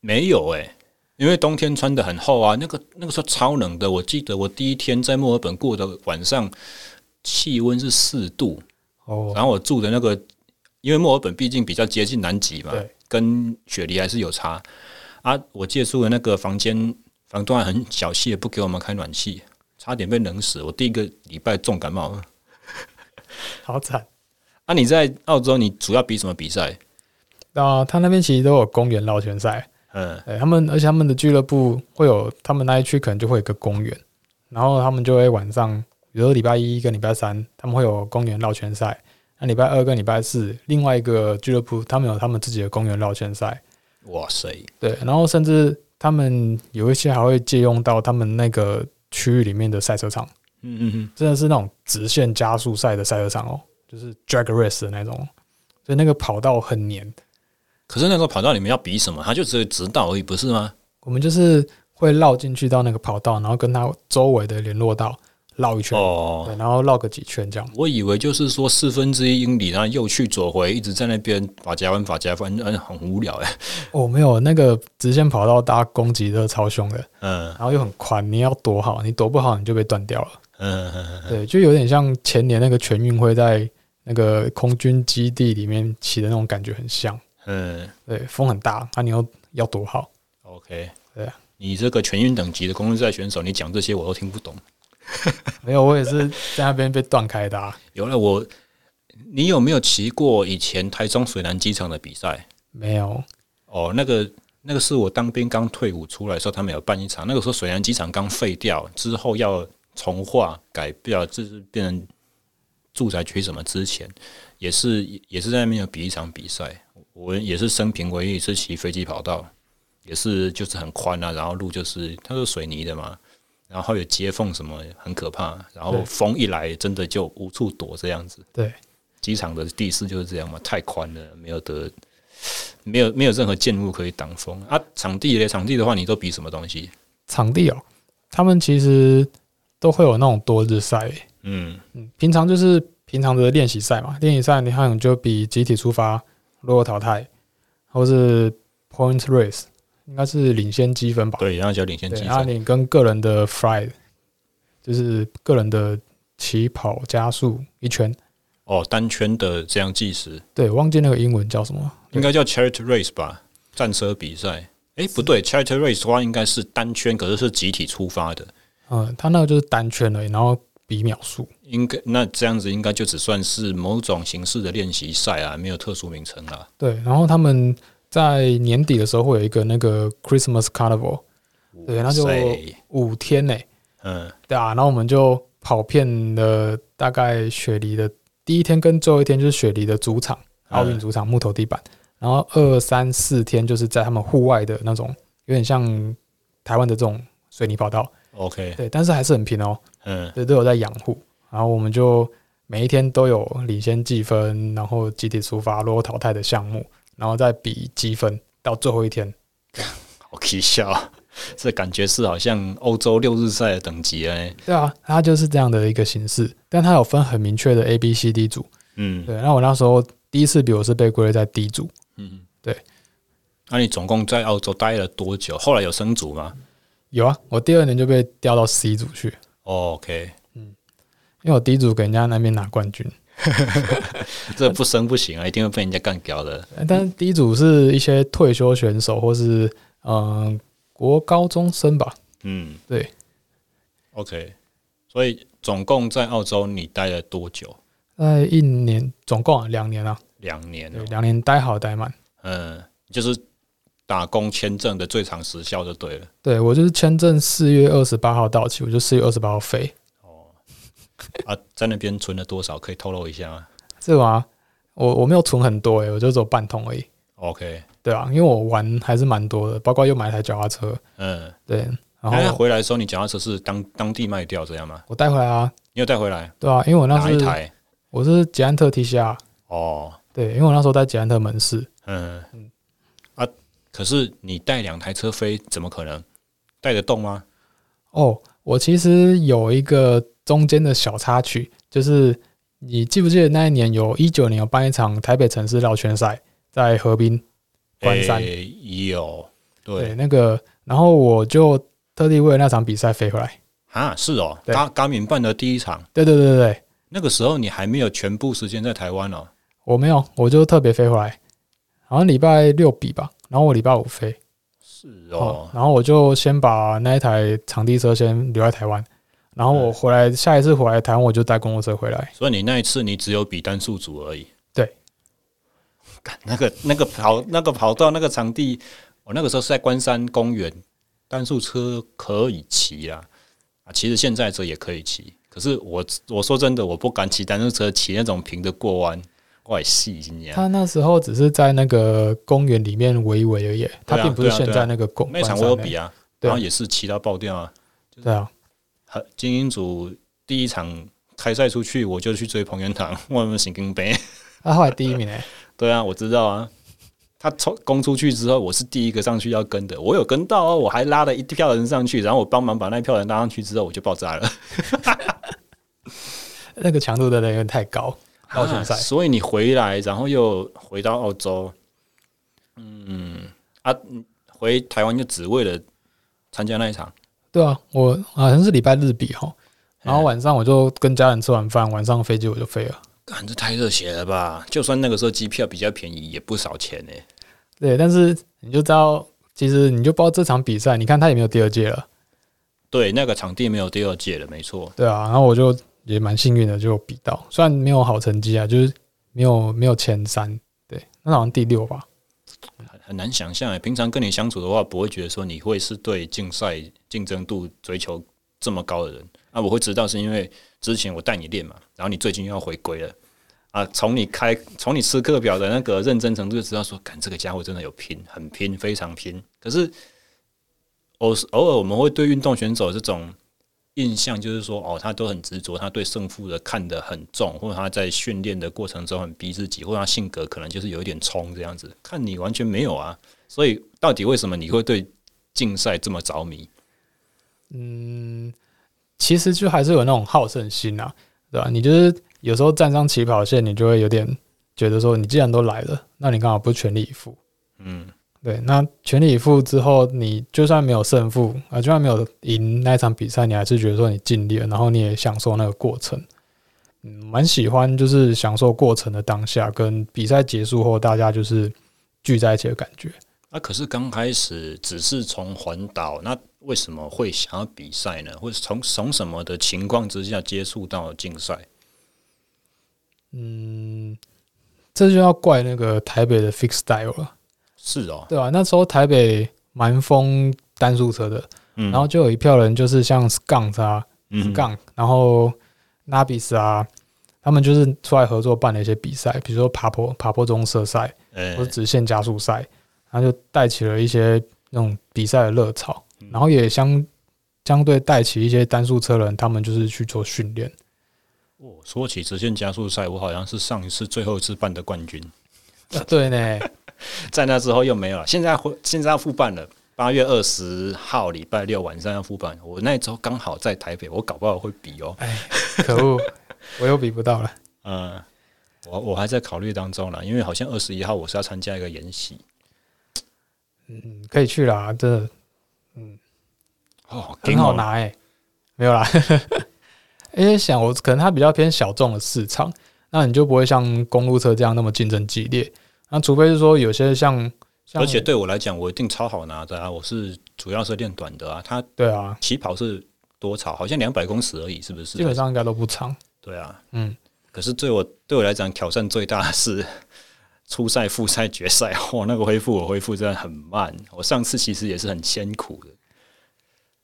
C: 没有哎、因为冬天穿的很厚啊，那个那个时候超冷的。我记得我第一天在墨尔本过的晚上，气温是四度，
B: 哦，
C: 然后我住的那个，因为墨尔本毕竟比较接近南极嘛
B: 对，
C: 跟雪梨还是有差啊。我借住的那个房间，房东还很小气，不给我们开暖气，差点被冷死。我第一个礼拜重感冒了。
B: 好惨。
C: 啊，你在澳洲，你主要比什么比赛？
B: 啊，他那边其实都有公园绕圈赛，
C: 嗯，
B: 对他们，而且他们的俱乐部会有，他们那一区可能就会有一个公园，然后他们就会晚上，比如说礼拜一跟礼拜三，他们会有公园绕圈赛。那礼拜二跟礼拜四，另外一个俱乐部他们有他们自己的公园绕圈赛，
C: 哇塞，
B: 对，然后甚至他们有一些还会借用到他们那个区域里面的赛车场，
C: 嗯嗯嗯，
B: 真的是那种直线加速赛的赛车场哦，就是 drag race 的那种哦，所以那个跑道很黏，
C: 可是那个跑道你们要比什么？他就只有指导而已，不是吗？
B: 我们就是会绕进去到那个跑道，然后跟它周围的联络道绕一圈，
C: 哦，
B: 对，然后绕个几圈这样。
C: 我以为就是说四分之一英里，然后右去左回，一直在那边法夹弯法夹弯，嗯，很无聊哎。
B: 哦，没有那个直线跑道，大家攻击都超凶的，
C: 嗯
B: 然后又很宽，你要躲好，你躲不好你就被断掉了。
C: 嗯嗯嗯，
B: 对，就有点像前年那个全运会在那个空军基地里面骑的那种感觉很像。
C: 嗯
B: 对，风很大，那、你又要躲好。
C: ，OK，
B: 对啊
C: 你这个全运等级的公路赛选手，你讲这些我都听不懂。
B: 没有，我也是在那边被断开的、啊。
C: 有了我，你有没有骑过以前台中水南机场的比赛？
B: 没有，
C: 哦，那个那个是我当兵刚退伍出来的时候，他们有办一场。那个时候水南机场刚废掉，之后要重化改掉，就是变成住宅区什么之前，也是也是在那边有比一场比赛。我也是生平唯一一次骑飞机跑道，也是就是很宽啊，然后路就是它是水泥的嘛，然后有接缝什么很可怕，然后
B: 对
C: 风一来真的就无处躲这样子。
B: 对，
C: 机场的地势就是这样嘛，太宽了，没有得，没有没有任何建物可以挡风啊。场地嘞，场地的话，你都比什么东西？
B: 场地哦，他们其实都会有那种多日赛，
C: 嗯
B: 嗯，平常就是平常的练习赛嘛，练习赛你可能就比集体出发、落后淘汰，或是 point race，应该是领先积分吧？
C: 对，然后叫领先
B: 对，啊
C: 积
B: 然后
C: 分。
B: 你跟个人的 fly，就是个人的起跑加速一圈，
C: 哦，单圈的这样计时，
B: 对，忘记那个英文叫什么，
C: 应该叫 charity race 吧？战车比赛？诶，不对，charity race 的话应该是单圈，可是是集体出发的。
B: 嗯，他那个就是单圈而已，然后比秒数，
C: 应该那这样子应该就只算是某种形式的练习赛啊，没有特殊名称啦。
B: 对，然后他们在年底的时候会有一个那个 Christmas Carnival，对那就
C: 哇塞
B: 五天呢、
C: 嗯
B: 对啊，然后我们就跑遍了大概雪梨的第一天跟最后一天，就是雪梨的主场，
C: 嗯
B: 奥运主场木头地板，然后二三四天就是在他们户外的那种，有点像台湾的这种水泥跑道，
C: ，OK，
B: 对，但是还是很平哦，
C: 嗯
B: 对，都有在养护，然后我们就每一天都有领先积分，然后集体出发、落后淘汰的项目，然后再比积分到最后一天，
C: 好搞笑，这感觉是好像欧洲六日赛的等级哎。
B: 对啊，它就是这样的一个形式，但它有分很明确的 A、B、C、D 组。
C: 嗯
B: 对，那我那时候第一次比我是被归类在 D 组，
C: 嗯，
B: 对。
C: 那、你总共在澳洲待了多久？后来有升组吗、
B: 有啊，我第二年就被调到 C 组去，
C: o k
B: 因为我 D 组给人家那边拿冠军，
C: 这不升不行啊，一定会被人家干掉的。
B: 呃但是 D 组是一些退休选手或是嗯、呃国高中生吧，
C: 嗯
B: 对，
C: ，OK。所以总共在澳洲你待了多久？
B: 在一年总共啊两年啊，
C: 两年哦、
B: 对，两年待好待满。
C: 嗯，就是打工签证的最长时效就对了。
B: 对我就是签证四月二十八号到期，我就四月二十八号飞，
C: 哦，啊，在那边存了多少？可以透露一下吗
B: 这个啊，我我没有存很多诶、我就只有半桶而已，
C: ？OK，
B: 对啊，因为我玩还是蛮多的，包括又买一台脚踏车，
C: 嗯，
B: 对，然
C: 那
B: 后
C: 回来的时候，你脚踏车是当当地卖掉这样吗？
B: 我带回来啊，
C: 你有带回来？
B: 对啊，因为我那
C: 哪一
B: 是
C: 台？
B: 我是捷安特 T 下，
C: 哦，
B: 对，因为我那时候在捷安特门市，
C: 嗯啊，可是你带两台车飞，怎么可能带得动吗？
B: 哦，我其实有一个中间的小插曲，就是你记不记得那一年有一九年有办一场台北城市绕圈赛，在河滨关山，
C: 诶有
B: 对
C: 哎对
B: 那个，然后我就特地为了那场比赛飞回来。
C: 啊，是哦，
B: 对
C: 嘎嘎敏办的第一场，
B: 对对对对对，
C: 那个时候你还没有全部时间在台湾哦。
B: 我没有，我就特别飞回来，好像礼拜六比吧，然后我礼拜五飞，
C: 是
B: 哦
C: 哦，，
B: 然后我就先把那一台场地车先留在台湾，然后我回来下一次回来台湾我就带公路车回来。
C: 所以你那一次你只有比单数组而已。
B: 对，
C: 干那个那个跑那个跑道那个场地，我那个时候是在关山公园，单速车可以骑啦，啊，其实现在这也可以骑，可是我我说真的，我不敢骑单速车，骑那种平的过弯，怪细你啊！
B: 他那时候只是在那个公园里面围一围而已，他
C: 对啊
B: 并不是
C: 对啊
B: 现
C: 对啊
B: 在那个公
C: 那场我有比啊，
B: 啊，对
C: 然后也是骑到爆掉啊。
B: 对啊，
C: 和精英组第一场开赛出去，我就去追彭元堂，我们行跟杯。
B: 他后来第一名哎，
C: 对啊，我知道啊。他从攻出去之后，我是第一个上去要跟的，我有跟到哦，我还拉了一票人上去，然后我帮忙把那一票人拉上去之后，我就爆炸了。
B: 那个强度真的有点太高，绕圈赛
C: 啊 所以你回来，然后又回到澳洲，嗯啊，回台湾就只为了参加那一场。
B: 对啊，我好像是礼拜日比哈，然后晚上我就跟家人吃完饭，晚上飞机我就飞了。
C: 干，这太热血了吧！就算那个时候机票比较便宜，也不少钱呢、
B: 对，但是你就知道，其实你就不知道这场比赛，你看他也没有第二届了，
C: 对，那个场地没有第二届了，没错。
B: 对啊，然后我就也蛮幸运的，就比到，虽然没有好成绩啊，就是没有没有前三，对，那好像第六吧，
C: 很难想象诶，欸平常跟你相处的话，不会觉得说你会是对竞赛竞争度追求这么高的人。啊，我会知道是因为之前我带你练嘛，然后你最近又要回归了。啊，从你开从你吃课表的那个认真程度就知道说，干这个家伙真的有拼，很拼，非常拼。可是偶偶尔我们会对运动选手这种印象，就是说哦，他都很执着，他对胜负的看得很重，或者他在训练的过程中很逼自己，或者他性格可能就是有一点冲这样子。看你完全没有啊，所以到底为什么你会对竞赛这么着迷？
B: 嗯，其实就还是有那种好胜心啊，对吧、你就是有时候站上起跑线，你就会有点觉得说，你既然都来了，那你干嘛不全力以赴？
C: 嗯，
B: 对，那全力以赴之后，你就算没有胜负啊，就算没有赢那一场比赛，你还是觉得说你尽力了，然后你也享受那个过程。嗯，蛮喜欢就是享受过程的当下，跟比赛结束后大家就是聚在一起的感觉。
C: 啊，可是刚开始只是从环岛，那为什么会想要比赛呢？或是从从什么的情况之下接触到竞赛？
B: 嗯，这就要怪那个台北的 Fix Style 了，
C: 是哦，
B: 对吧、啊那时候台北蛮疯单速车的，
C: 嗯，
B: 然后就有一票人就是像 Skunk 啊，
C: 嗯
B: 杠，然后 Nabis 啊，他们就是出来合作办了一些比赛，比如说爬坡爬坡中社赛
C: 哎
B: 或者直线加速赛，然后就带起了一些那种比赛的热潮，
C: 嗯
B: 然后也相相对带起一些单速车人，他们就是去做训练。
C: 我说起直线加速赛，我好像是上一次最后一次办的冠军，
B: 对呢，
C: 在那之后又没有了。现在会现在要复办了，八月二十号礼拜六晚上要复办。我那周刚好在台北，我搞不好会比哦。
B: 可恶，我又比不到了。
C: 嗯，我我还在考虑当中啦，因为好像二十一号我是要参加一个演习。
B: 嗯，可以去啦，真的
C: 哦，
B: 很好拿哎、没有啦。 因为想我可能它比较偏小众的市场，那你就不会像公路车这样那么竞争激烈。那除非是说有些像，像
C: 而且对我来讲，我一定超好拿的啊！我是主要是练短的啊，它
B: 对啊，
C: 起跑是多长？好像两百公尺而已，是不
B: 基
C: 是？
B: 本上应该都不长。
C: 对啊，
B: 嗯，
C: 可是对我对我来讲，挑战最大的是初赛、复赛、决赛。哇，那个恢复我恢复真的很慢。我上次其实也是很艰苦的。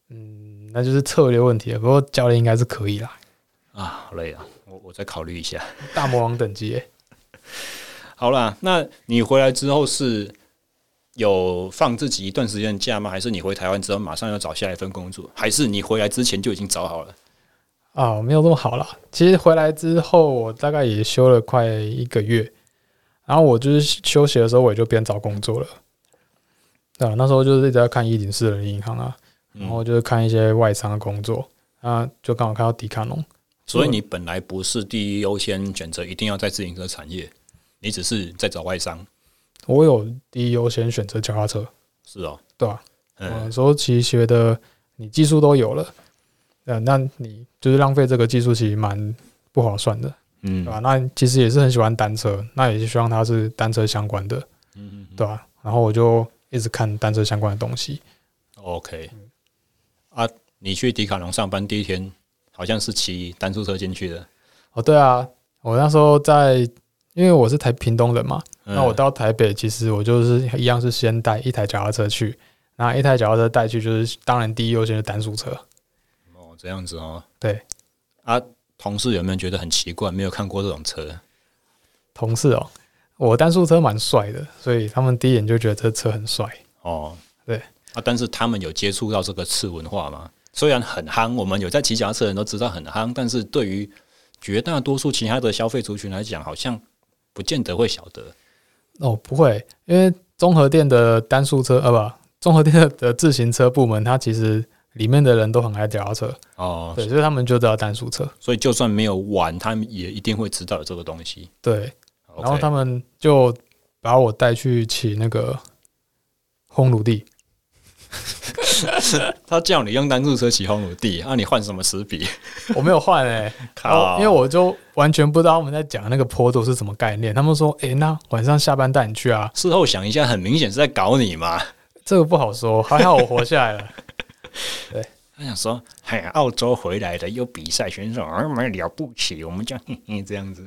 B: 嗯那就是策略问题了。不过教练应该是可以啦，
C: 啊，好累啊！我我再考虑一下。
B: 大魔王等级、欸。
C: 好啦，那你回来之后是有放自己一段时间的假吗？还是你回台湾之后马上要找下一份工作？还是你回来之前就已经找好了？
B: 啊，没有那么好啦。其实回来之后，我大概也休了快一个月，然后我就是休息的时候，我也就边找工作了。对啊，那时候就是一直在看一零四人力银行啊，然后就是看一些外商的工作，啊，就刚好看到迪卡侬，
C: 所以你本来不是第一优先选择，一定要在自行车产业，你只是在找外商，
B: 我有第一优先选择脚踏车，
C: 是哦，
B: 对吧、
C: 嗯
B: 我说其实觉得你技术都有了，呃，那你就是浪费这个技术，其实蛮不划算的，
C: 嗯
B: 对吧、那其实也是很喜欢单车，那也是希望它是单车相关的，
C: 嗯
B: 对吧、然后我就一直看单车相关的东西，
C: ，OK，啊，你去迪卡侬上班第一天好像是骑单速车进去的，
B: 哦，对啊，我那时候在，因为我是台屏东人嘛，
C: 嗯
B: 那我到台北，其实我就是一样是先带一台脚踏车去，那一台脚踏车带去就是当然第一优先是单速车，
C: 哦这样子哦，
B: 对，
C: 啊，同事有没有觉得很奇怪，没有看过这种车？
B: 同事哦，我单速车蛮帅的，所以他们第一眼就觉得这车很帅。
C: 哦，
B: 对
C: 啊，但是他们有接触到这个次文化吗？虽然很夯，我们有在骑脚踏车的人都知道很夯，但是对于绝大多数其他的消费族群来讲，好像不见得会晓得。
B: 哦，不会，因为综合店的单速车，呃，不，综合店的自行车部门，它其实里面的人都很爱脚踏车，
C: 哦，
B: 对，所以他们就知道单速车，
C: 所以就算没有玩，他们也一定会知道有这个东西。
B: 对，然后
C: OK
B: 他们就把我带去骑那个烘炉 地，
C: 他叫你用单速车骑红土地，啊那、你换什么齿 比？哦
B: 我没有换哎、
C: 靠
B: 因为我就完全不知道他们在讲那个坡度是什么概念。他们说，诶，那晚上下班带你去啊，
C: 事后想一下，很明显是在搞你嘛。
B: 这个不好说，还好我活下来了。
C: 他想说，嘿，澳洲回来的有比赛选手，啊，蛮了不起，我们叫嘿嘿这样子。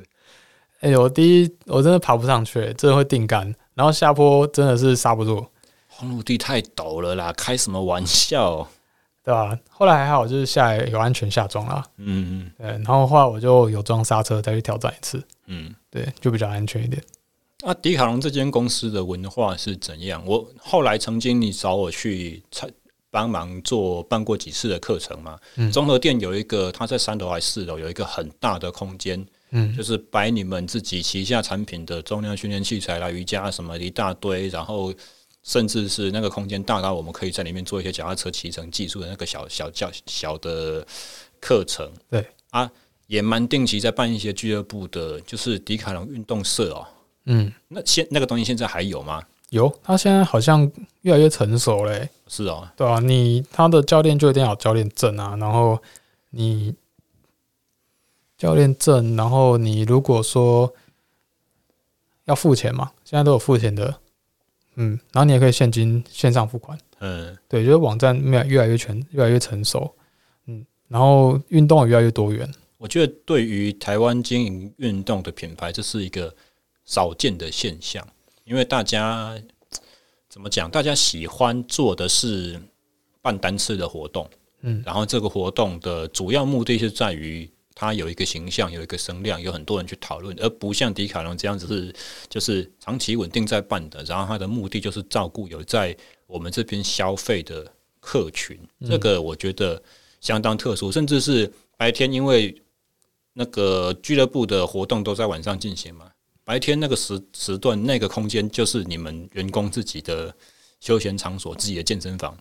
B: 哎、我第一我真的爬不上去，真的会定杆，然后下坡真的是刹不住，
C: 红土地太陡了啦，开什么玩笑？
B: 对吧、后来还好，就是下来有安全下装啦，
C: 嗯
B: 对，然后后来我就有装刹车再去挑战一次，
C: 嗯，
B: 对，就比较安全一点。
C: 那、迪卡侬这间公司的文化是怎样？我后来曾经你找我去参帮忙做办过几次的课程嘛。
B: 嗯
C: 综合店有一个，它在三楼还是四楼有一个很大的空间，
B: 嗯
C: 就是摆你们自己旗下产品的重量训练器材啦、瑜伽什么的一大堆，然后甚至是那个空间大到我们可以在里面做一些脚踏车骑乘技术的那个小小教小的课程。
B: 对
C: 啊，也蛮定期在办一些俱乐部的，就是迪卡侬运动社哦。
B: 嗯，
C: 那现那个东西现在还有吗？
B: 有，他现在好像越来越成熟嘞、
C: 是哦，
B: 对啊，你他的教练就一定要有教练证啊，然后你教练证，然后你如果说要付钱嘛，现在都有付钱的，嗯，然后你也可以现金线上付款，
C: 嗯，
B: 对，就是网站越来越来越全，越来越成熟，嗯，然后运动也越来越多元，
C: 我觉得对于台湾经营运动的品牌，这是一个少见的现象，因为大家怎么讲，大家喜欢做的是办单次的活动，
B: 嗯
C: 然后这个活动的主要目的是在于它有一个形象，有一个声量，有很多人去讨论，而不像迪卡侬这样子是就是长期稳定在办的，然后它的目的就是照顾有在我们这边消费的客群，这个我觉得相当特殊，甚至是白天因为那个俱乐部的活动都在晚上进行嘛，白天那个时时段那个空间就是你们员工自己的休闲场所、自己的健身房。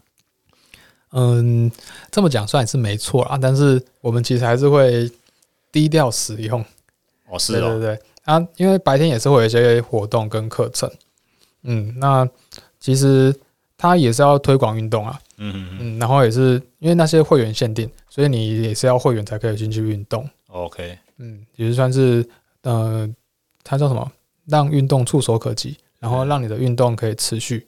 B: 嗯，这么讲算是没错啊，但是我们其实还是会低调使用。
C: 哦，是
B: 对
C: 哦，
B: 对对啊，因为白天也是会有一些活动跟课程，嗯，那其实它也是要推广运动啊，
C: 嗯嗯嗯
B: 嗯，然后也是因为那些会员限定，所以你也是要会员才可以进去运动，
C: ，OK，
B: 嗯，也是算是呃，它叫什么？让运动触手可及，然后让你的运动可以持续。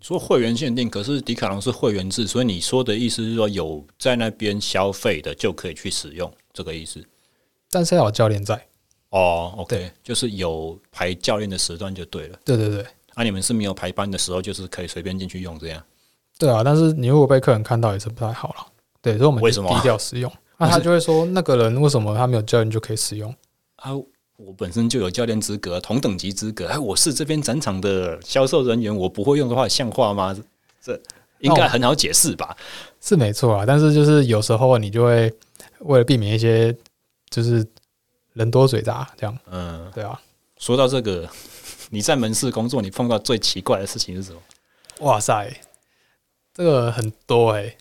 C: 说会员限定，可是迪卡侬是会员制，所以你说的意思是说有在那边消费的就可以去使用，这个意思。
B: 但是要有教练在，
C: 哦，OK，就是有排教练的时段就对了。
B: 对对对，
C: 啊，你们是没有排班的时候，就是可以随便进去用这样。
B: 对啊。但是你如果被客人看到也是不太好了，对，所以我们
C: 为
B: 就
C: 什么
B: 低调使 用。那
C: 我
B: 他
C: 是
B: 就会说，那个人为什么他没有教练就可以使用？
C: 啊，我本身就有教练资格，同等级资格。哎、我是这边展场的销售人员，我不会用的话，像话吗？这应该很好解释吧？
B: 是没错啊，但是就是有时候你就会为了避免一些就是人多嘴杂这样，
C: 嗯，
B: 对啊。
C: 说到这个，你在门市工作，你碰到最奇怪的事情是什么？
B: 哇塞，这个很多哎、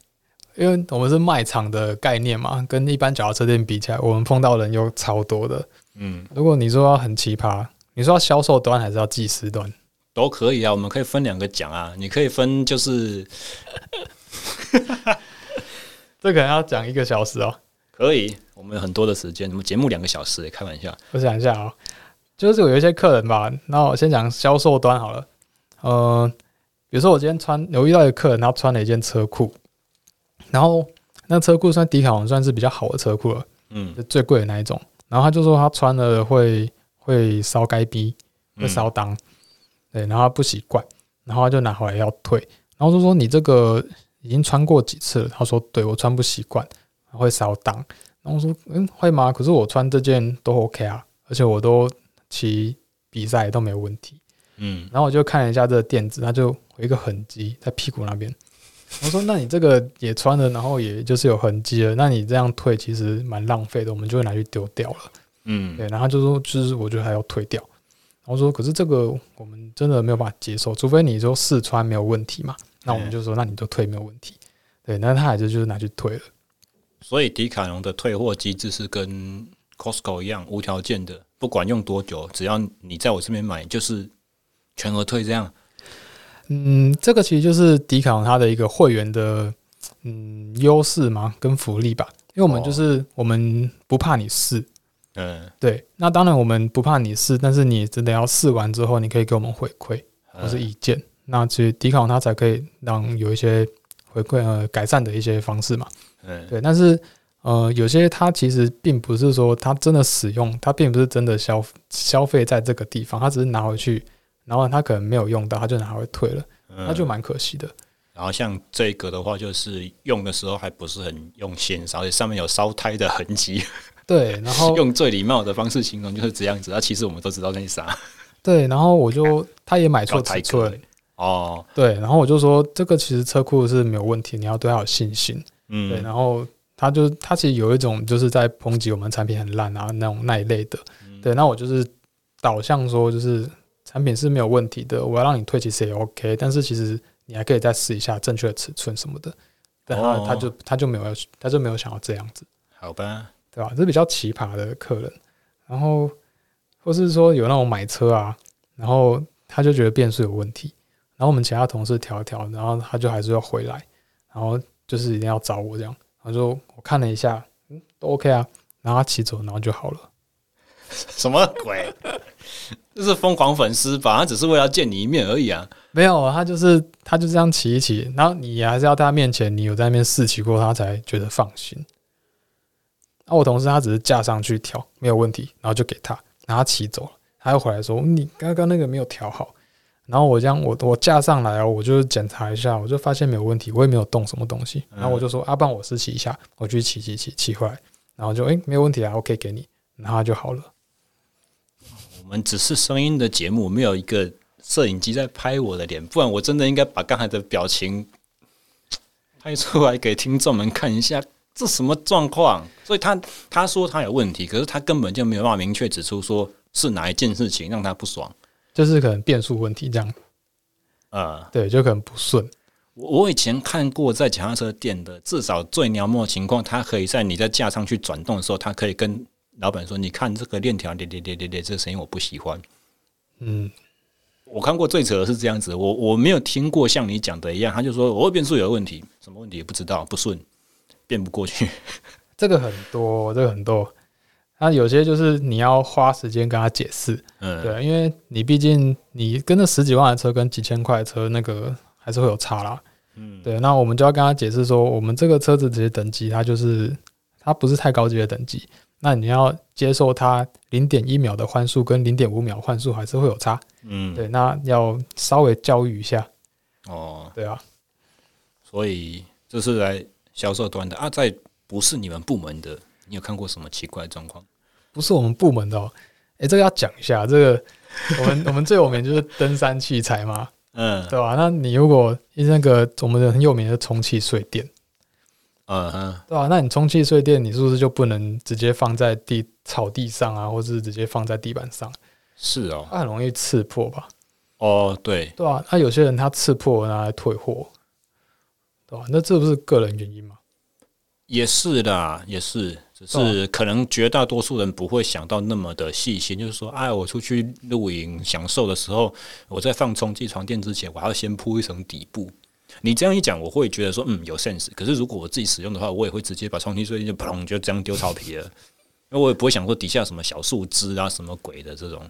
B: 因为我们是卖场的概念嘛，跟一般脚踏车店比起来，我们碰到人又超多的。
C: 嗯，
B: 如果你说要很奇葩，你说要销售端还是要技师端？
C: 都可以啊，我们可以分两个讲啊，你可以分就是
B: 这可能要讲一个小时哦。
C: 可以，我们有很多的时间，我们节目两个小时，开玩笑，
B: 我想一下哦，就是有一些客人吧，那我先讲销售端好了。呃，比如说我今天穿，有遇到一个客人，他穿了一件车裤，然后那车裤算迪卡侬算是比较好的车裤了，
C: 嗯
B: 就最贵的那一种。然后他就说他穿了会会烧该逼，会
C: 嗯
B: 烧裆，对，然后他不习惯，然后他就拿回来要退，然后就说你这个已经穿过几次了，他说对我穿不习惯，会烧裆，然后我说嗯会吗？可是我穿这件都 OK 啊，而且我都骑比赛都没有问题，
C: 嗯，
B: 然后我就看了一下这个垫子，它就有一个痕迹在屁股那边。我说：“那你这个也穿了，然后也就是有痕迹了，那你这样退其实蛮浪费的，我们就会拿去丢掉了。”
C: 嗯，
B: 对，然后他就说，就是我觉得还要退掉。然后说，可是这个我们真的没有办法接受，除非你说试穿没有问题嘛，那我们就说，那你就退没有问题。对，那他还是就是拿去退了。
C: 所以迪卡侬的退货机制是跟 Costco 一样无条件的，不管用多久，只要你在我这边买，就是全额退这样。
B: 嗯，这个其实就是迪卡侬它的一个会员的嗯优势嘛，跟福利吧。因为我们就是、我们不怕你试，
C: 嗯，
B: 对，那当然我们不怕你试，但是你真的要试完之后，你可以给我们回馈或是
C: 嗯
B: 意见。那其实迪卡侬它才可以让有一些回馈呃改善的一些方式嘛。
C: 嗯
B: 对，但是呃，有些它其实并不是说它真的使用，它并不是真的消消费在这个地方，它只是拿回去，然后它可能没有用到，它就拿回退了，
C: 嗯
B: 那就蛮可惜的。
C: 然后像这个的话，就是用的时候还不是很用心，而且上面有烧胎的痕迹。
B: 对，然 后
C: 用最礼貌的方式形容就是这样子。那、其实我们都知道那是啥
B: 对，然后我就他也买错
C: 搞台
B: 尺
C: 客
B: 寸
C: 欸，哦，
B: 对，然后我就说这个其实车库是没有问题，你要对它有信心。对，
C: 嗯，
B: 然后他就他其实有一种就是在抨击我们产品很烂啊那种那一类的，
C: 嗯
B: 对，那我就是导向说就是产品是没有问题的，我要让你退其实也 OK，但是其实你还可以再试一下正确的尺寸什么的，但他、
C: 哦
B: 他就他就没有要他就没有想要这样子，
C: 好吧，
B: 对吧？这是比较奇葩的客人，然后或是说有那种买车啊，然后他就觉得变速有问题，然后我们其他同事调一调，然后他就还是要回来，然后就是一定要找我这样，他说我看了一下，嗯，都 OK 啊，然后他骑走，然后就好了。
C: 什么鬼？这是疯狂粉丝吧？他只是为了见你一面而已啊。
B: 没有啊，他就是他就这样骑一骑，然后你还是要在他面前，你有在那边试骑过，他才觉得放心。那、我同事他只是架上去调没有问题，然后就给他，然后他骑走了，他又回来说你刚刚那个没有调好。然后我这样我我架上来哦，我就检查一下，我就发现没有问题，我也没有动什么东西。然后我就说阿棒，不然我试骑一下，我去骑骑骑骑回来，然后就诶、没有问题啊，OK 给你，然后他就好了。
C: 我们只是声音的节目，没有一个摄影机在拍我的脸，不然我真的应该把刚才的表情拍出来给听众们看一下，这什么状况？所以他他说他有问题，可是他根本就没有办法明确指出说是哪一件事情让他不爽。
B: 就是可能变速问题这样，
C: 呃，
B: 对，就可能不顺。
C: 我我以前看过在脚踏车店的，至少最鸟末的情况，它可以在你在架上去转动的时候，它可以跟老板说：“你看这个链条，咧咧咧咧咧，这个声音我不喜欢。
B: 嗯，”
C: 我看过最扯的是这样子，我我没有听过像你讲的一样，他就说我会变速有问题，什么问题也不知道，不顺，变不过去。
B: 这个很多，这个很多。那有些就是你要花时间跟他解释，
C: 嗯，
B: 对，因为你毕竟你跟那十几万的车跟几千块的车那个还是会有差啦。
C: 嗯，
B: 对，那我们就要跟他解释说，我们这个车子这些等级它就是它不是太高级的等级，那你要接受它零点一秒的换速跟零点五秒换速还是会有差。
C: 嗯，
B: 对，那要稍微教育一下，
C: 哦，
B: 对啊，
C: 所以这是来销售端的啊，在不是你们部门的，你有看过什么奇怪的状况？
B: 不是我们部门的、哦。诶，这个要讲一下，这个我们 我们最有名就是登山器材嘛，
C: 嗯
B: 对吧、那你如果那个我们的很有名的充气睡垫，
C: 嗯哼
B: 对吧、那你充气睡垫，你是不是就不能直接放在地草地上啊，或是直接放在地板上？
C: 是哦，
B: 它很容易刺破吧？
C: 哦对，
B: 对吧、那有些人他刺破拿来退货，对吧、那这不是个人原因吗？
C: 也是啦，也是，只是可能绝大多数人不会想到那么的细心，就是说，哎，我出去露营享受的时候，我在放充气床垫之前，我还要先铺一层底布。你这样一讲，我会觉得说，嗯，有 sense。可是如果我自己使用的话，我也会直接把充气睡垫就砰就这样丢草皮了， 因为我也不会想说底下什么小树枝啊、什么鬼的这种。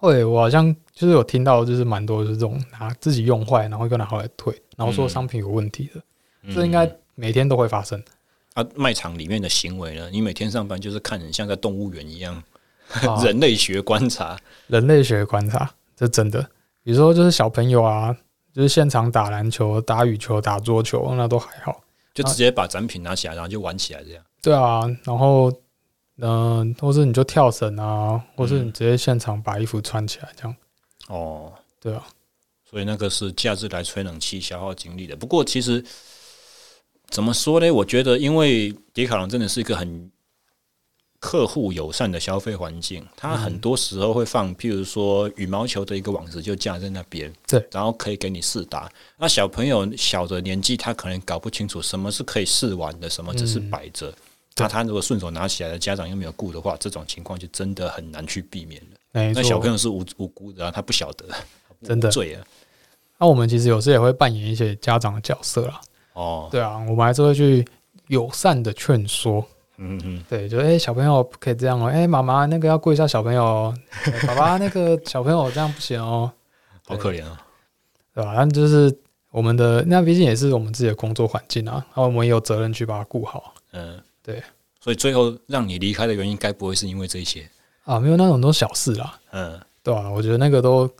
B: 会，我好像就是有听到，就是蛮多就是这种拿自己用坏，然后又拿回来退，然后说
C: 嗯
B: 商品有问题的，
C: 嗯
B: 这应该每天都会发生。
C: 啊，卖场里面的行为呢？你每天上班就是看很像在动物园一样，
B: 啊
C: 人类学观察。
B: 人类学观察，这真的。比如说，就是小朋友啊，就是现场打篮球、打羽球、打桌球，那都还好。
C: 就直接把展品拿起来，然后就玩起来这样。
B: 对啊，然后嗯、或是你就跳绳啊，或是你直接现场把衣服穿起来，这样
C: 哦，
B: 对啊。
C: 所以那个是假日来吹冷气消耗精力的。不过其实怎么说呢？我觉得因为迪卡侬真的是一个很客户友善的消费环境，它很多时候会放，譬如说羽毛球的一个网子就架在那边，
B: 对，
C: 然后可以给你试打。那小朋友小的年纪，他可能搞不清楚什么是可以试玩的，什么只是
B: 嗯
C: 摆着。
B: 对
C: 那他如果顺手拿起来的，家长又没有顾的话，这种情况就真的很难去避免了。
B: 没
C: 那小朋
B: 错。
C: 友是无无辜的啊，他不晓得，
B: 真的
C: 无罪啊。
B: 那、我们其实有时也会扮演一些家长的角色啦。
C: 哦，
B: 对啊，我们还是会去友善的劝说。
C: 嗯嗯，
B: 对，就哎、诶小朋友不可以这样哦、诶哎、妈妈那个要顾一下小朋友、哦，诶爸爸那个小朋友这样不行哦、
C: 好可怜啊。
B: 对吧、但就是我们的那毕竟也是我们自己的工作环境啊，然后我们也有责任去把它顾好
C: 嗯，
B: 对。
C: 所以最后让你离开的原因，该不会是因为这一些？
B: 啊，没有那种都小事啦，
C: 嗯
B: 对吧、我觉得那个都，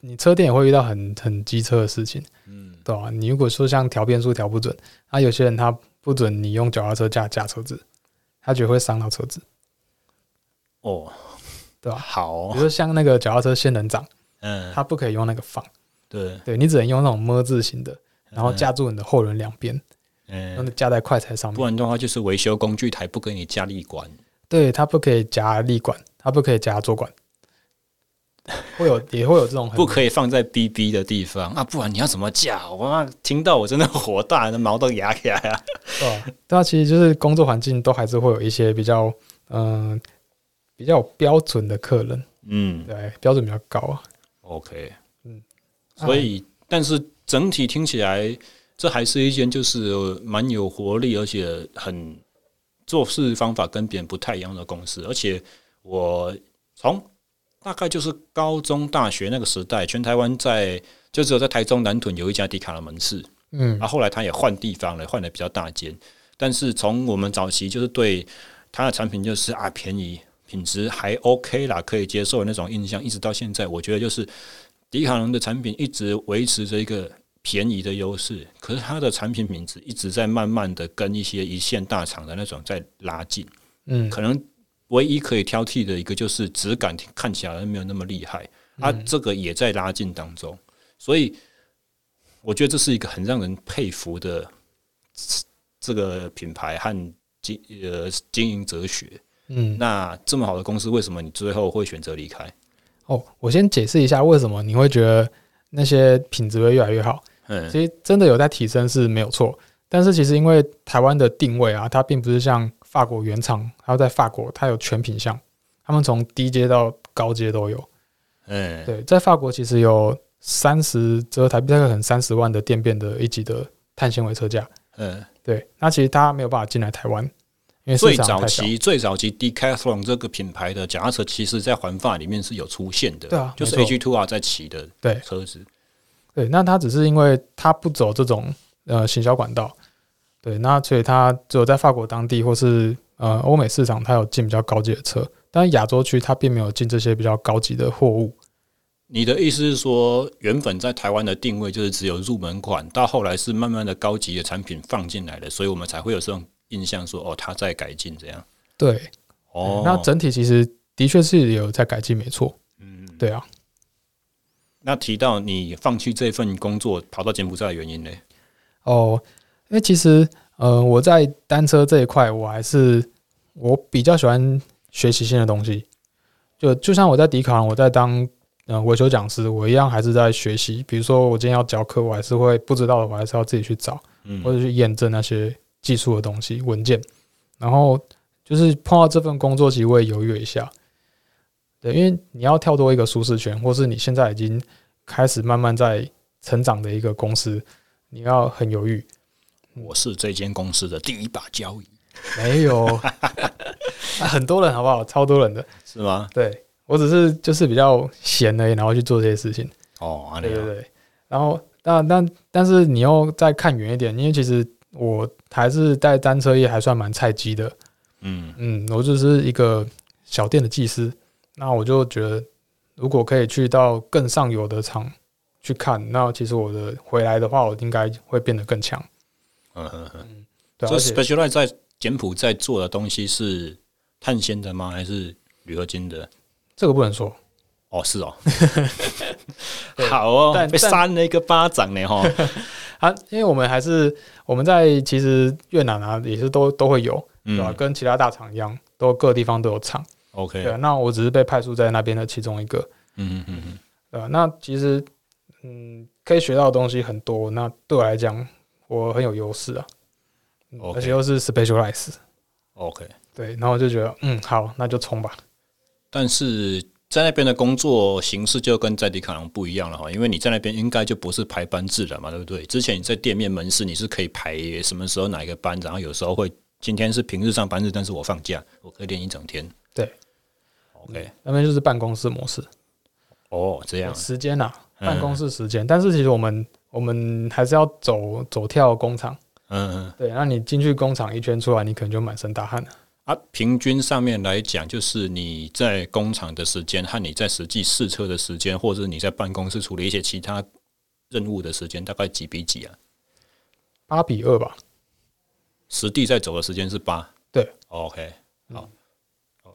B: 你车店也会遇到很很机车的事情，
C: 嗯，
B: 对吧、你如果说像调变速调不准，啊，有些人他不准你用脚踏车架架车子，他觉得会伤到车子，
C: 哦，
B: 对啊吧、
C: 好哦，
B: 比如说像那个脚踏车仙人掌，
C: 嗯，
B: 它不可以用那个放，
C: 对，
B: 对你只能用那种么字形的，然后
C: 嗯
B: 架住你的后轮两边，然后
C: 嗯，
B: 架在快拆上面
C: 不。然的话就是维修工具台不给你加力管。
B: 对，它不可以夹立管，它不可以 夹坐管，会有也会有这种很
C: 不可以放在 BB 的地方啊，不然你要怎么架？我妈听到我真的火大，那毛都牙起来啊。
B: 对吧、对啊，其实就是工作环境都还是会有一些比较嗯、呃比较有标准的客人，
C: 嗯
B: 对，标准比较高啊。
C: ，OK，
B: 嗯
C: 所以，但是整体听起来，这还是一间就是呃蛮有活力，而且很做事方法跟别人不太一样的公司。而且我从大概就是高中、大学那个时代，全台湾在就只有在台中南屯有一家迪卡的门市，
B: 嗯
C: 啊，后来他也换地方了，换的比较大间。但是从我们早期就是对它的产品就是啊便宜，品质还 OK 啦，可以接受的那种印象，一直到现在，我觉得就是迪卡侬的产品一直维持着一个便宜的优势，可是它的产品品质一直在慢慢的跟一些一线大厂的那种在拉近。
B: 嗯，
C: 可能唯一可以挑剔的一个就是质感看起来没有那么厉害，
B: 嗯
C: 啊，这个也在拉近当中，所以我觉得这是一个很让人佩服的这个品牌和经呃经营哲学。
B: 嗯，
C: 那这么好的公司，为什么你最后会选择离开？
B: 哦，我先解释一下为什么你会觉得那些品质会越来越好。
C: 嗯
B: 其实真的有在提升是没有错，但是其实因为台湾的定位啊，它并不是像法国原厂，还有在法国它有全品项，他们从低阶到高阶都有。
C: 嗯，
B: 对，在法国其实有三十折合台币大概可能三十万的电变的一级的碳纤维车架。
C: 嗯，
B: 对，那其实它没有办法进来台湾，因为市
C: 最
B: 场
C: 早
B: 太小。
C: 期最早期 Decathlon 这个品牌的脚踏车，其实在环法里面是有出现的，
B: 对啊
C: 就是
B: 没错
C: H Two R 在骑的
B: 对
C: 车子，
B: 对，那它只是因为它不走这种呃行销管道，对，那所以它只有在法国当地或是呃欧美市场，它有进比较高级的车，但亚洲区它并没有进这些比较高级的货物。
C: 你的意思是说，原本在台湾的定位就是只有入门款，到后来是慢慢的高级的产品放进来了，所以我们才会有这种印象说，哦，它在改进这样。
B: 对，
C: 哦，
B: 那整体其实的确是有在改进，没错。
C: 嗯，
B: 对啊，
C: 那提到你放弃这份工作跑到柬埔寨的原因呢？
B: 哦，因为其实呃我在单车这一块，我还是我比较喜欢学习新的东西，就就像我在迪卡侬，我在当嗯维修讲师，我一样还是在学习。比如说我今天要教课，我还是会不知道的，我还是要自己去找
C: 嗯
B: 或者去验证那些技术的东西文件，然后就是碰到这份工作，其实我也犹豫了一下，对，因为你要跳脱一个舒适圈，或是你现在已经开始慢慢在成长的一个公司，你要很犹豫，
C: 我是这间公司的第一把交椅，
B: 没有， 啊很多人好不好？超多人的，
C: 是吗？
B: 对我只是就是比较闲而已，然后去做这些事情。
C: 哦，啊，
B: 对对对。然后，但但但是你又再看远一点，因为其实我还是在单车业还算蛮菜鸡的。
C: 嗯，
B: 嗯，我就是一个小店的技师。那我就觉得，如果可以去到更上游的厂去看，那其实我的回来的话，我应该会变得更强。
C: 嗯嗯嗯，
B: 对啊，
C: 这
B: 而且
C: Specialized 在柬埔寨做的东西是碳纤的吗？还是铝合金的？
B: 这个不能说，
C: 哦，是 哦
B: 对，
C: 好哦
B: 但，
C: 被
B: 但
C: 扇了一个巴掌呢， 哈，
B: 啊，因为我们还是我们在其实越南啊，也是都都会有，对吧、
C: 嗯
B: 跟其他大厂一样，都各地方都有厂。对啊、
C: ，OK，
B: 那我只是被派驻在那边的其中一个，
C: 嗯嗯嗯
B: 对吧、那其实，嗯，可以学到的东西很多。那对我来讲，我很有优势啊，嗯
C: OK
B: 而且又是 specialize。
C: ，OK，
B: 对，然后我就觉得，嗯，好，那就冲吧。
C: 但是在那边的工作形式就跟在迪卡侬不一样了哈，因为你在那边应该就不是排班制了嘛，对不对？之前你在店面门市你是可以排什么时候哪一个班，然后有时候会今天是平日上班日，但是我放假，我可以练一整天。
B: 对
C: ，OK，
B: 那边就是办公室模式，
C: 哦，这样
B: 时间啊，
C: 嗯
B: 办公室时间。但是其实我们我们还是要走走跳工厂。
C: 嗯，嗯
B: 对，那你进去工厂一圈出来，你可能就满身大汗了。
C: 啊，平均上面来讲，就是你在工厂的时间和你在实际试车的时间，或者你在办公室处理一些其他任务的时间，大概几比几啊？
B: 八比二吧，
C: 实地在走的时间是八，
B: 对
C: ，OK，好，好，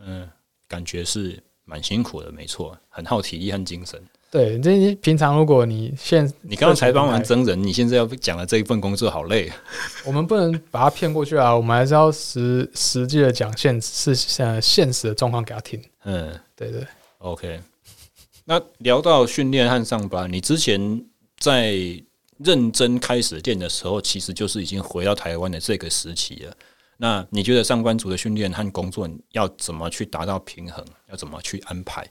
C: 嗯，感觉是蛮辛苦的，没错，很耗体力和精神。
B: 对，这你平常如果你现
C: 你刚刚才帮完
B: 这，
C: 真人，你现在要讲的这一份工作好累啊，
B: 我们不能把他骗过去啊，我们还是要实实际的讲现是呃现实的状况给他听。
C: 嗯。
B: 对对，
C: OK，那聊到训练和上班，你之前在认真开始练的时候，其实就是已经回到台湾的这个时期了。那你觉得上班族的训练和工作要怎么去达到平衡？要怎么去安排？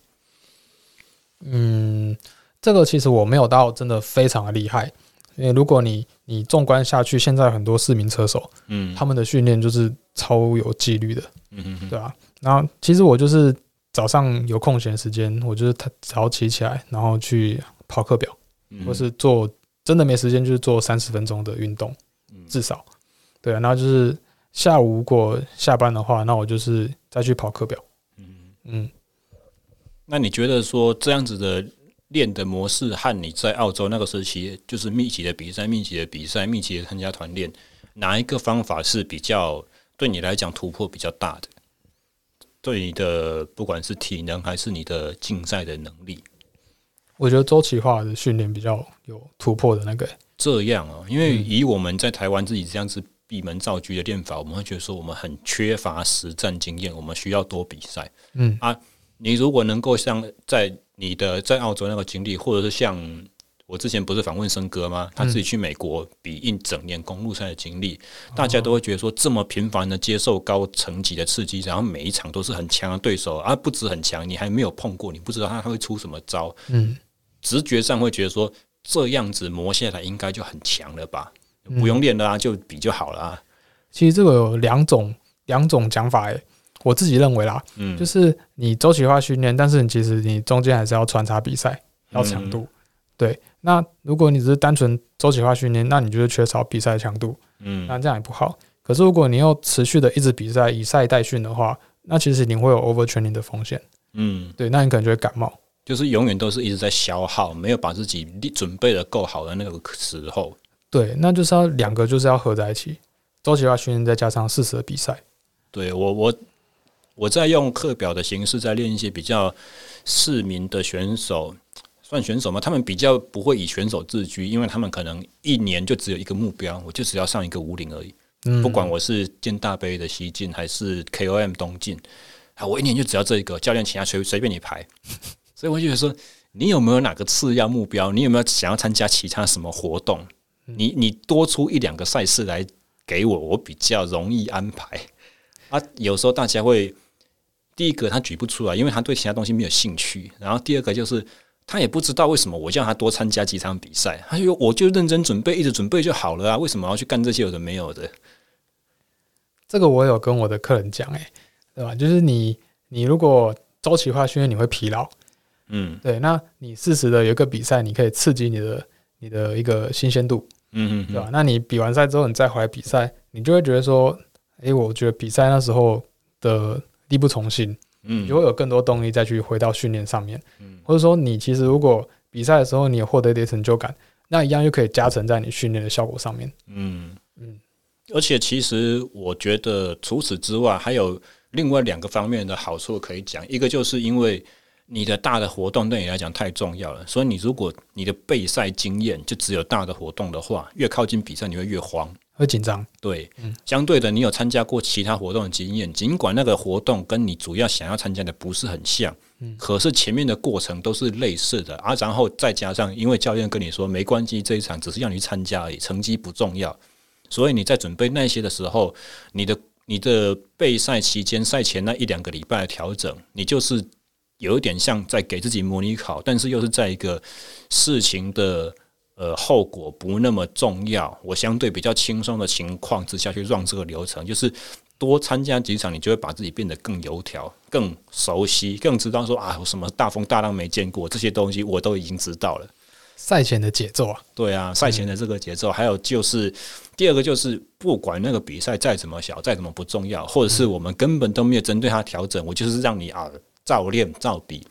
B: 嗯，这个其实我没有到真的非常的厉害，因为如果你你纵观下去，现在很多市民车手
C: 嗯，
B: 他们的训练就是超有纪律的，
C: 嗯嗯
B: 对啊，然后其实我就是早上有空闲时间，我就是早起起来，然后去跑课表。
C: 嗯
B: 或是做真的没时间，就是做三十分钟的运动，
C: 嗯
B: 至少。对啊，然后就是下午如果下班的话，那我就是再去跑课表。
C: 嗯，
B: 嗯，
C: 那你觉得说这样子的练的模式和你在澳洲那个时期就是密集的比赛、密集的比赛、密集的参加团练，哪一个方法是比较对你来讲突破比较大的？对你的不管是体能还是你的竞赛的能力，
B: 我觉得周期化的训练比较有突破的那个、
C: 这样哦，因
B: 嗯
C: 为以我们在台湾自己这样子闭门造车的练法，我们会觉得说我们很缺乏实战经验，我们需要多比赛。
B: 嗯
C: 啊，你如果能够像在你的在澳洲那个经历，或者是像我之前不是访问森哥
B: 嗯
C: 吗？他自己去美国比一整年公路赛的经历，大家都会觉得说这么频繁的接受高层级的刺激，然后每一场都是很强的对手啊，不止很强，你还没有碰过，你不知道他他会出什么招，
B: 嗯，
C: 直觉上会觉得说这样子磨下来应该就很强了吧，
B: 嗯
C: 不用练了啊，就比就好了啊。
B: 其实这个有两种两种讲法诶、欸我自己认为啦，
C: 嗯，
B: 就是你周期化训练，但是你其实你中间还是要穿插比赛，
C: 嗯
B: 要强度。对，那如果你只是单纯周期化训练，那你就是缺少比赛强度。
C: 嗯
B: 那这样也不好。可是如果你又持续的一直比赛，以赛代训的话，那其实你会有 overtraining 的风险，
C: 嗯，
B: 对，那你可能就会感冒。
C: 就是永远都是一直在消耗，没有把自己力准备的够好的那个时候。
B: 对，那就是要两个就是要合在一起，周期化训练再加上适时的比赛。
C: 对我，我我在用课表的形式在练一些比较市民的选手，算选手吗？他们比较不会以选手自居，因为他们可能一年就只有一个目标，我就只要上一个五岭而已。
B: 嗯，
C: 不管我是建大杯的西进还是 KOM 东进，啊，我一年就只要这一个，教练请他随随便你排。所以我就觉得说，你有没有哪个次要目标？你有没有想要参加其他什么活动？你你多出一两个赛事来给我，我比较容易安排。啊，有时候大家会，第一个他举不出来，因为他对其他东西没有兴趣；然后第二个就是他也不知道为什么我叫他多参加几场比赛，他就我就认真准备，一直准备就好了啊，为什么要去干这些有的没有的？
B: 这个我有跟我的客人讲，哎，对吧？就是你你如果周期化训练，你会疲劳，
C: 嗯
B: 对，那你适时的有一个比赛，你可以刺激你的你的一个新鲜度，
C: 嗯嗯
B: 对吧？
C: 嗯，
B: 那你比完赛之后，你再回来比赛，你就会觉得说，诶，我觉得比赛那时候的力不从心，
C: 嗯
B: 你就会有更多动力再去回到训练上面。
C: 嗯
B: 或者说，你其实如果比赛的时候你有获得一点成就感，那一样又可以加成在你训练的效果上面。
C: 嗯，嗯
B: 嗯，
C: 而且其实我觉得除此之外，还有另外两个方面的好处可以讲，一个就是因为你的大的活动对你来讲太重要了，所以你如果你的备赛经验就只有大的活动的话，越靠近比赛你会越慌。
B: 会紧张，
C: 对，相对的，你有参加过其他活动的经验，尽管那个活动跟你主要想要参加的不是很像，可是前面的过程都是类似的啊。然后再加上，因为教练跟你说没关系，这一场只是让你参加而已，成绩不重要，所以你在准备那些的时候，你的你的备赛期间，赛前那一两个礼拜的调整，你就是有一点像在给自己模拟考，但是又是在一个事情的呃后果不那么重要，我相对比较轻松的情况之下去让这个流程，就是多参加几场，你就会把自己变得更油条、更熟悉、更知道说啊，我什么大风大浪没见过，这些东西我都已经知道了。
B: 赛前的节奏啊，
C: 对啊，赛前的这个节奏，还有就是第二个就是，不管那个比赛再怎么小，再怎么不重要，或者是我们根本都没有针对它调整，我就是让你啊照练照比。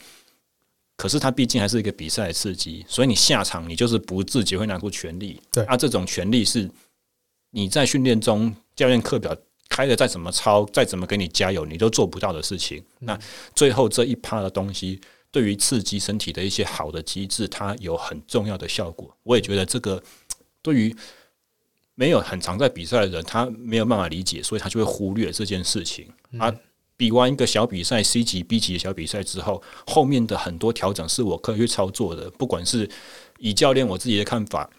C: 可是它毕竟还是一个比赛的刺激，所以你下场你就是不自觉会拿出全力。
B: 对
C: 啊，这种全力是你在训练中教练课表开的再怎么超，再怎么给你加油，你都做不到的事情。那最后这一趴的东西，对于刺激身体的一些好的机制，它有很重要的效果。我也觉得这个对于没有很常在比赛的人，他没有办法理解，所以他就会忽略这件事情。啊，比完一个小比赛 C 级、B 级的小比赛之后，后面的很多调整是我可以去操作的，不管是以教练我自己的看法，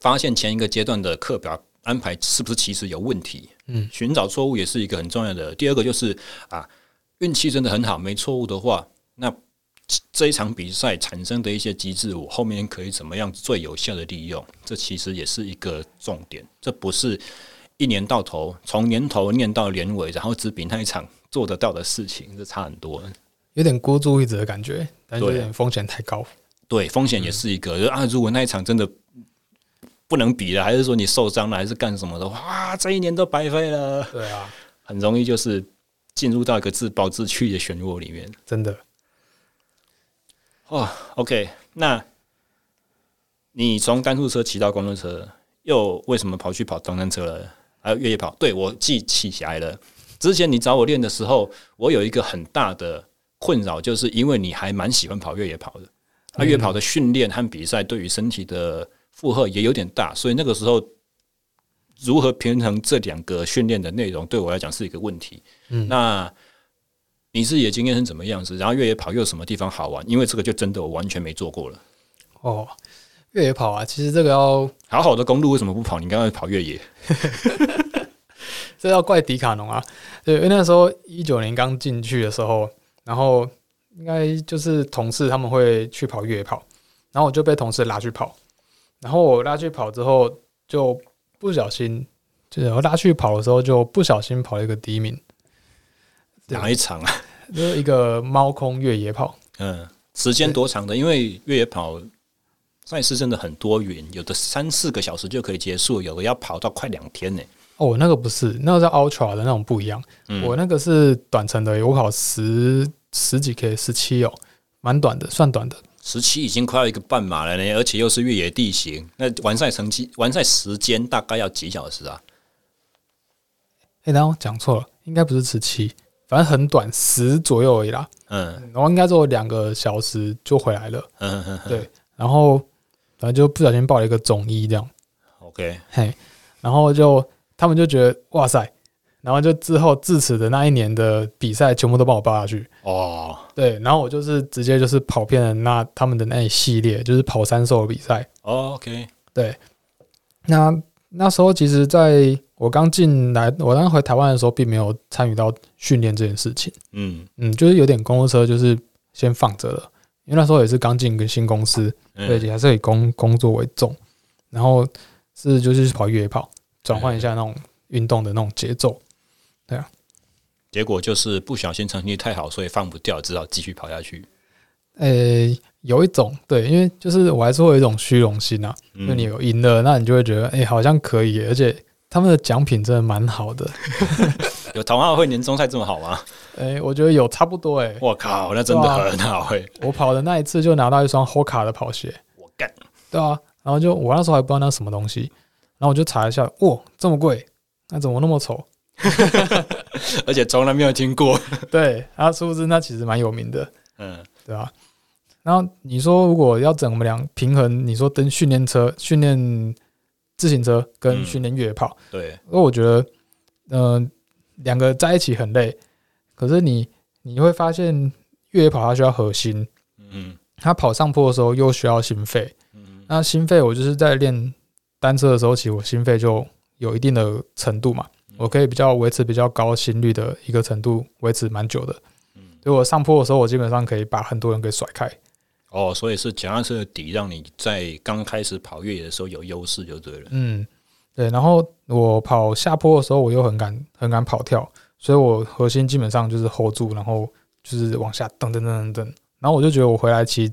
C: 发现前一个阶段的课表安排是不是其实有问题，嗯，寻找错误也是一个很重要的。第二个就是啊，运气真的很好，没错误的话，那这一场比赛产生的一些机制，我后面可以怎么样最有效的利用？这其实也是一个重点，这不是一年到头从年头念到年尾，然后只比那一场做得到的事情，这差很多。
B: 有点孤注一掷的感觉，但是有
C: 对
B: 点风险太高。
C: 对，风险也是一个。就是啊，如果那一场真的不能比了，还是说你受伤了，还是干什么的，哇，这一年都白费了，
B: 对啊，
C: 很容易就是进入到一个自暴自弃的漩涡里面。
B: 真的。
C: 哦，OK，那你从单速车骑到公路车，又为什么跑去跑登山车了？还有越野跑？对我记起来了。之前你找我练的时候，我有一个很大的困扰，就是因为你还蛮喜欢跑越野跑的，那越野跑的训练和比赛对于身体的负荷也有点大，所以那个时候如何平衡这两个训练的内容，对我来讲是一个问题。嗯，那你自己的经验是怎么样子？然后越野跑又有什么地方好玩？因为这个就真的我完全没做过了。
B: 哦，越野跑啊，其实这个要
C: 好好的公路为什么不跑？你刚刚跑越野，
B: 这要怪迪卡侬啊，对，因为那时候一九年刚进去的时候，然后应该就是同事他们会去跑越野跑，然后我就被同事拉去跑，然后我拉去跑之后就不小心，就是我拉去跑的时候就不小心跑了一个第一名，对
C: 哪一场啊？
B: 就是一个猫空越野跑，
C: 嗯，时间多长的？因为越野跑赛事真的很多元，有的三四个小时就可以结束，有的要跑到快两天呢、
B: 哦，我那个不是，那个叫 Ultra 的那种不一样，
C: 嗯
B: 我那个是短程的，我跑十十几 K，十七哦，蛮短的，算短的。
C: 十七已经快要一个半马了呢，而且又是越野地形，那完赛成绩、完赛时间大概要几小时啊？
B: 哎、然后讲错了，应该不是十七，反正很短，十左右而已啦。
C: 嗯
B: 然后应该只有两个小时就回来了，
C: 嗯嗯
B: 对。然后反正就不小心报了一个总一这样，
C: ，OK，
B: 嘿。然后就他们就觉得哇塞，然后就之后自此的那一年的比赛全部都帮我报下去，
C: 哦
B: 对。然后我就是直接就是跑遍了那
C: 哦
B: 他们的那一系列，就是跑三兽的比赛，
C: ，OK，
B: 对。那那时候其实在我刚进来，我刚回台湾的时候，并没有参与到训练这件事情。
C: 嗯
B: 嗯，就是有点公务车，就是先放着了，因为那时候也是刚进一个新公司，对，
C: 嗯
B: 还是以工工作为重，然后是就是跑越野跑，转换一
C: 嗯
B: 下那种运动的那种节奏。
C: 结果就是不小心成绩太好，所以放不掉，只好继续跑下去。
B: 呃、有一种对，因为就是我还是会有一种虚荣心啊，因为
C: 嗯
B: 你有赢了，那你就会觉得哎、好像可以耶，而且他们的奖品真的蛮好的。
C: 有同好会年终赛这么好吗？
B: 哎、我觉得有差不多哎、
C: 我靠，那真的很好哎、
B: 我跑的那一次就拿到一双 Hoka 的跑鞋，
C: 我干，
B: 对啊，然后就我那时候还不知道那什么东西，然后我就查一下，哇，这么贵，那怎么那么丑？
C: 而且从来没有听过。
B: 对，然后殊不知那其实蛮有名的，
C: 嗯，
B: 对吧、然后你说如果要整我们俩平衡，你说登训练车、训练自行车跟
C: 嗯
B: 训练越野跑，
C: 对，
B: 那、我觉得，嗯、两个在一起很累，可是你你会发现越野跑它需要核心，
C: 嗯
B: 它跑上坡的时候又需要心肺，
C: 嗯
B: 那心肺，我就是在练单车的时候，其实我心肺就有一定的程度嘛，
C: 嗯
B: 我可以比较维持比较高心率的一个程度，维持蛮久的。
C: 嗯，
B: 所以我上坡的时候，我基本上可以把很多人给甩开。
C: 哦，所以是脚踏车的底，让你在刚开始跑越野的时候有优势就对了。
B: 嗯，对。然后我跑下坡的时候，我又很敢很敢跑跳，所以我核心基本上就是 hold 住，然后就是往下蹬蹬蹬蹬蹬。然后我就觉得我回来骑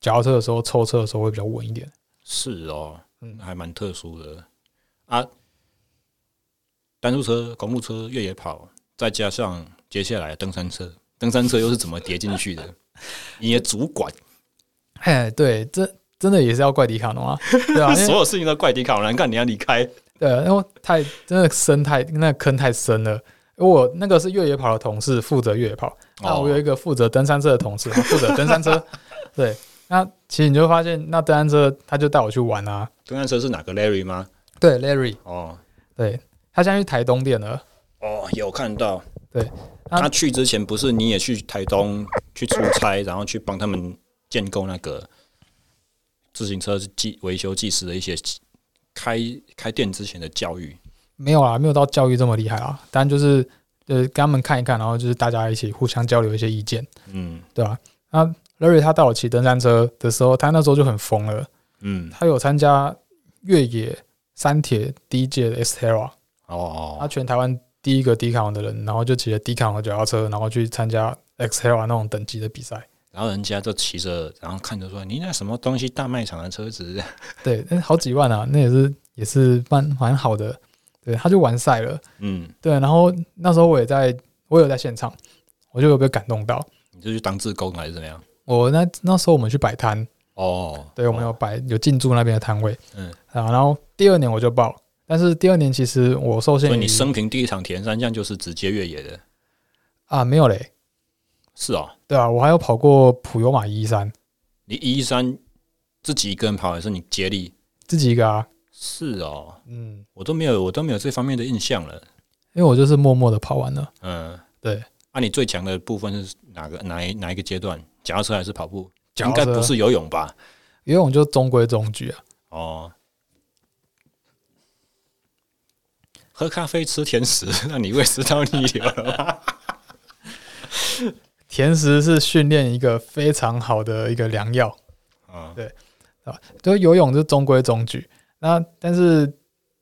B: 脚踏车的时候，抽车的时候会比较稳一点。
C: 是哦，
B: 嗯
C: 还蛮特殊的啊。单速车、公路车、越野跑，再加上接下来登山车，登山车又是怎么叠进去 的？你的主管，
B: 嘿，哎对，这真的也是要怪迪卡侬啊，对啊，因 为
C: 所有事情都怪迪卡侬，看你要离开。
B: 对，啊因为太真的深太那个坑太深了。我那个是越野跑的同事负责越野跑，那我有一个负责登山车的同事他负责登山车。对，那其实你就会发现，那登山车他就带我去玩啊。
C: 登山车是哪个 Larry 吗？
B: 对，Larry，
C: 哦
B: 对他现在去台东店了。
C: 哦，有看到。
B: 对，那
C: 他去之前不是你也去台东去出差，然后去帮他们建构那个自行车技维修技师的一些开开店之前的教育。
B: 没有啊，没有到教育这么厉害啊，但就是呃跟他们看一看，然后就是大家一起互相交流一些意见，
C: 嗯
B: 对吧、那 Larry 他带我骑登山车的时候，他那时候就很疯了，
C: 嗯，
B: 他有参加越野山铁第一届的 S Terra。他
C: 哦，
B: 全台湾第一个迪卡侬的人，然后就骑着迪卡侬的脚踏车，然后去参加 XL 那种等级的比赛。
C: 然后人家就骑着，然后看着说：“你那什么东西大卖场的车子
B: 对，那好几万啊，那也是也是蛮蛮好的。对，他就完赛了。？”
C: 嗯，
B: 对，然后那时候我也在，我有在现场，我就有被感动到。
C: 你就去当志工还是怎么样？
B: 我那那时候我们去摆摊，
C: 哦，
B: 对，我们有摆有进驻那边的摊位，
C: 嗯
B: 啊，然后第二年我就报，但是第二年其实我受限
C: 所
B: 于
C: 以你生平第一场田三项就是直接越野的，
B: 啊没有嘞，
C: 是哦。
B: 对啊，我还有跑过普悠玛一三，
C: 你一三自己一个人跑还是你接力？
B: 自己一个啊，
C: 是哦，
B: 嗯，
C: 我都没有，我都没有这方面的印象了。
B: 因为我就是默默的跑完了。
C: 嗯，
B: 对。
C: 啊，你最强的部分是哪个哪一哪一个阶段？脚踏车还是跑步？
B: 脚
C: 应
B: 踏
C: 该
B: 车
C: 不是游泳吧？
B: 游泳就中规中矩啊。
C: 哦，喝咖啡吃甜食， 那你胃食道逆流了吗？
B: 甜食是训练一个非常好的一个良药，
C: 啊，
B: 就游泳是中规中矩。那但是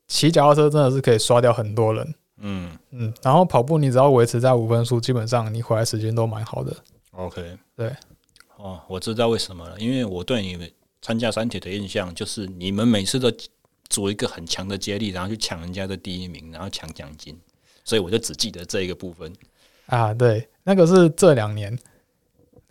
B: 骑脚踏车真的是可以刷掉很多人，
C: 嗯
B: 嗯，然后跑步你只要维持在五分数，基本上你回来时间都蛮好的。
C: ，OK，
B: 对，
C: 哦，我知道为什么了，因为我对你们参加山铁的印象就是你们每次都组一个很强的接力，然后去抢人家的第一名，然后抢奖金，所以我就只记得这一个部分。
B: 啊，对，那个是这两年，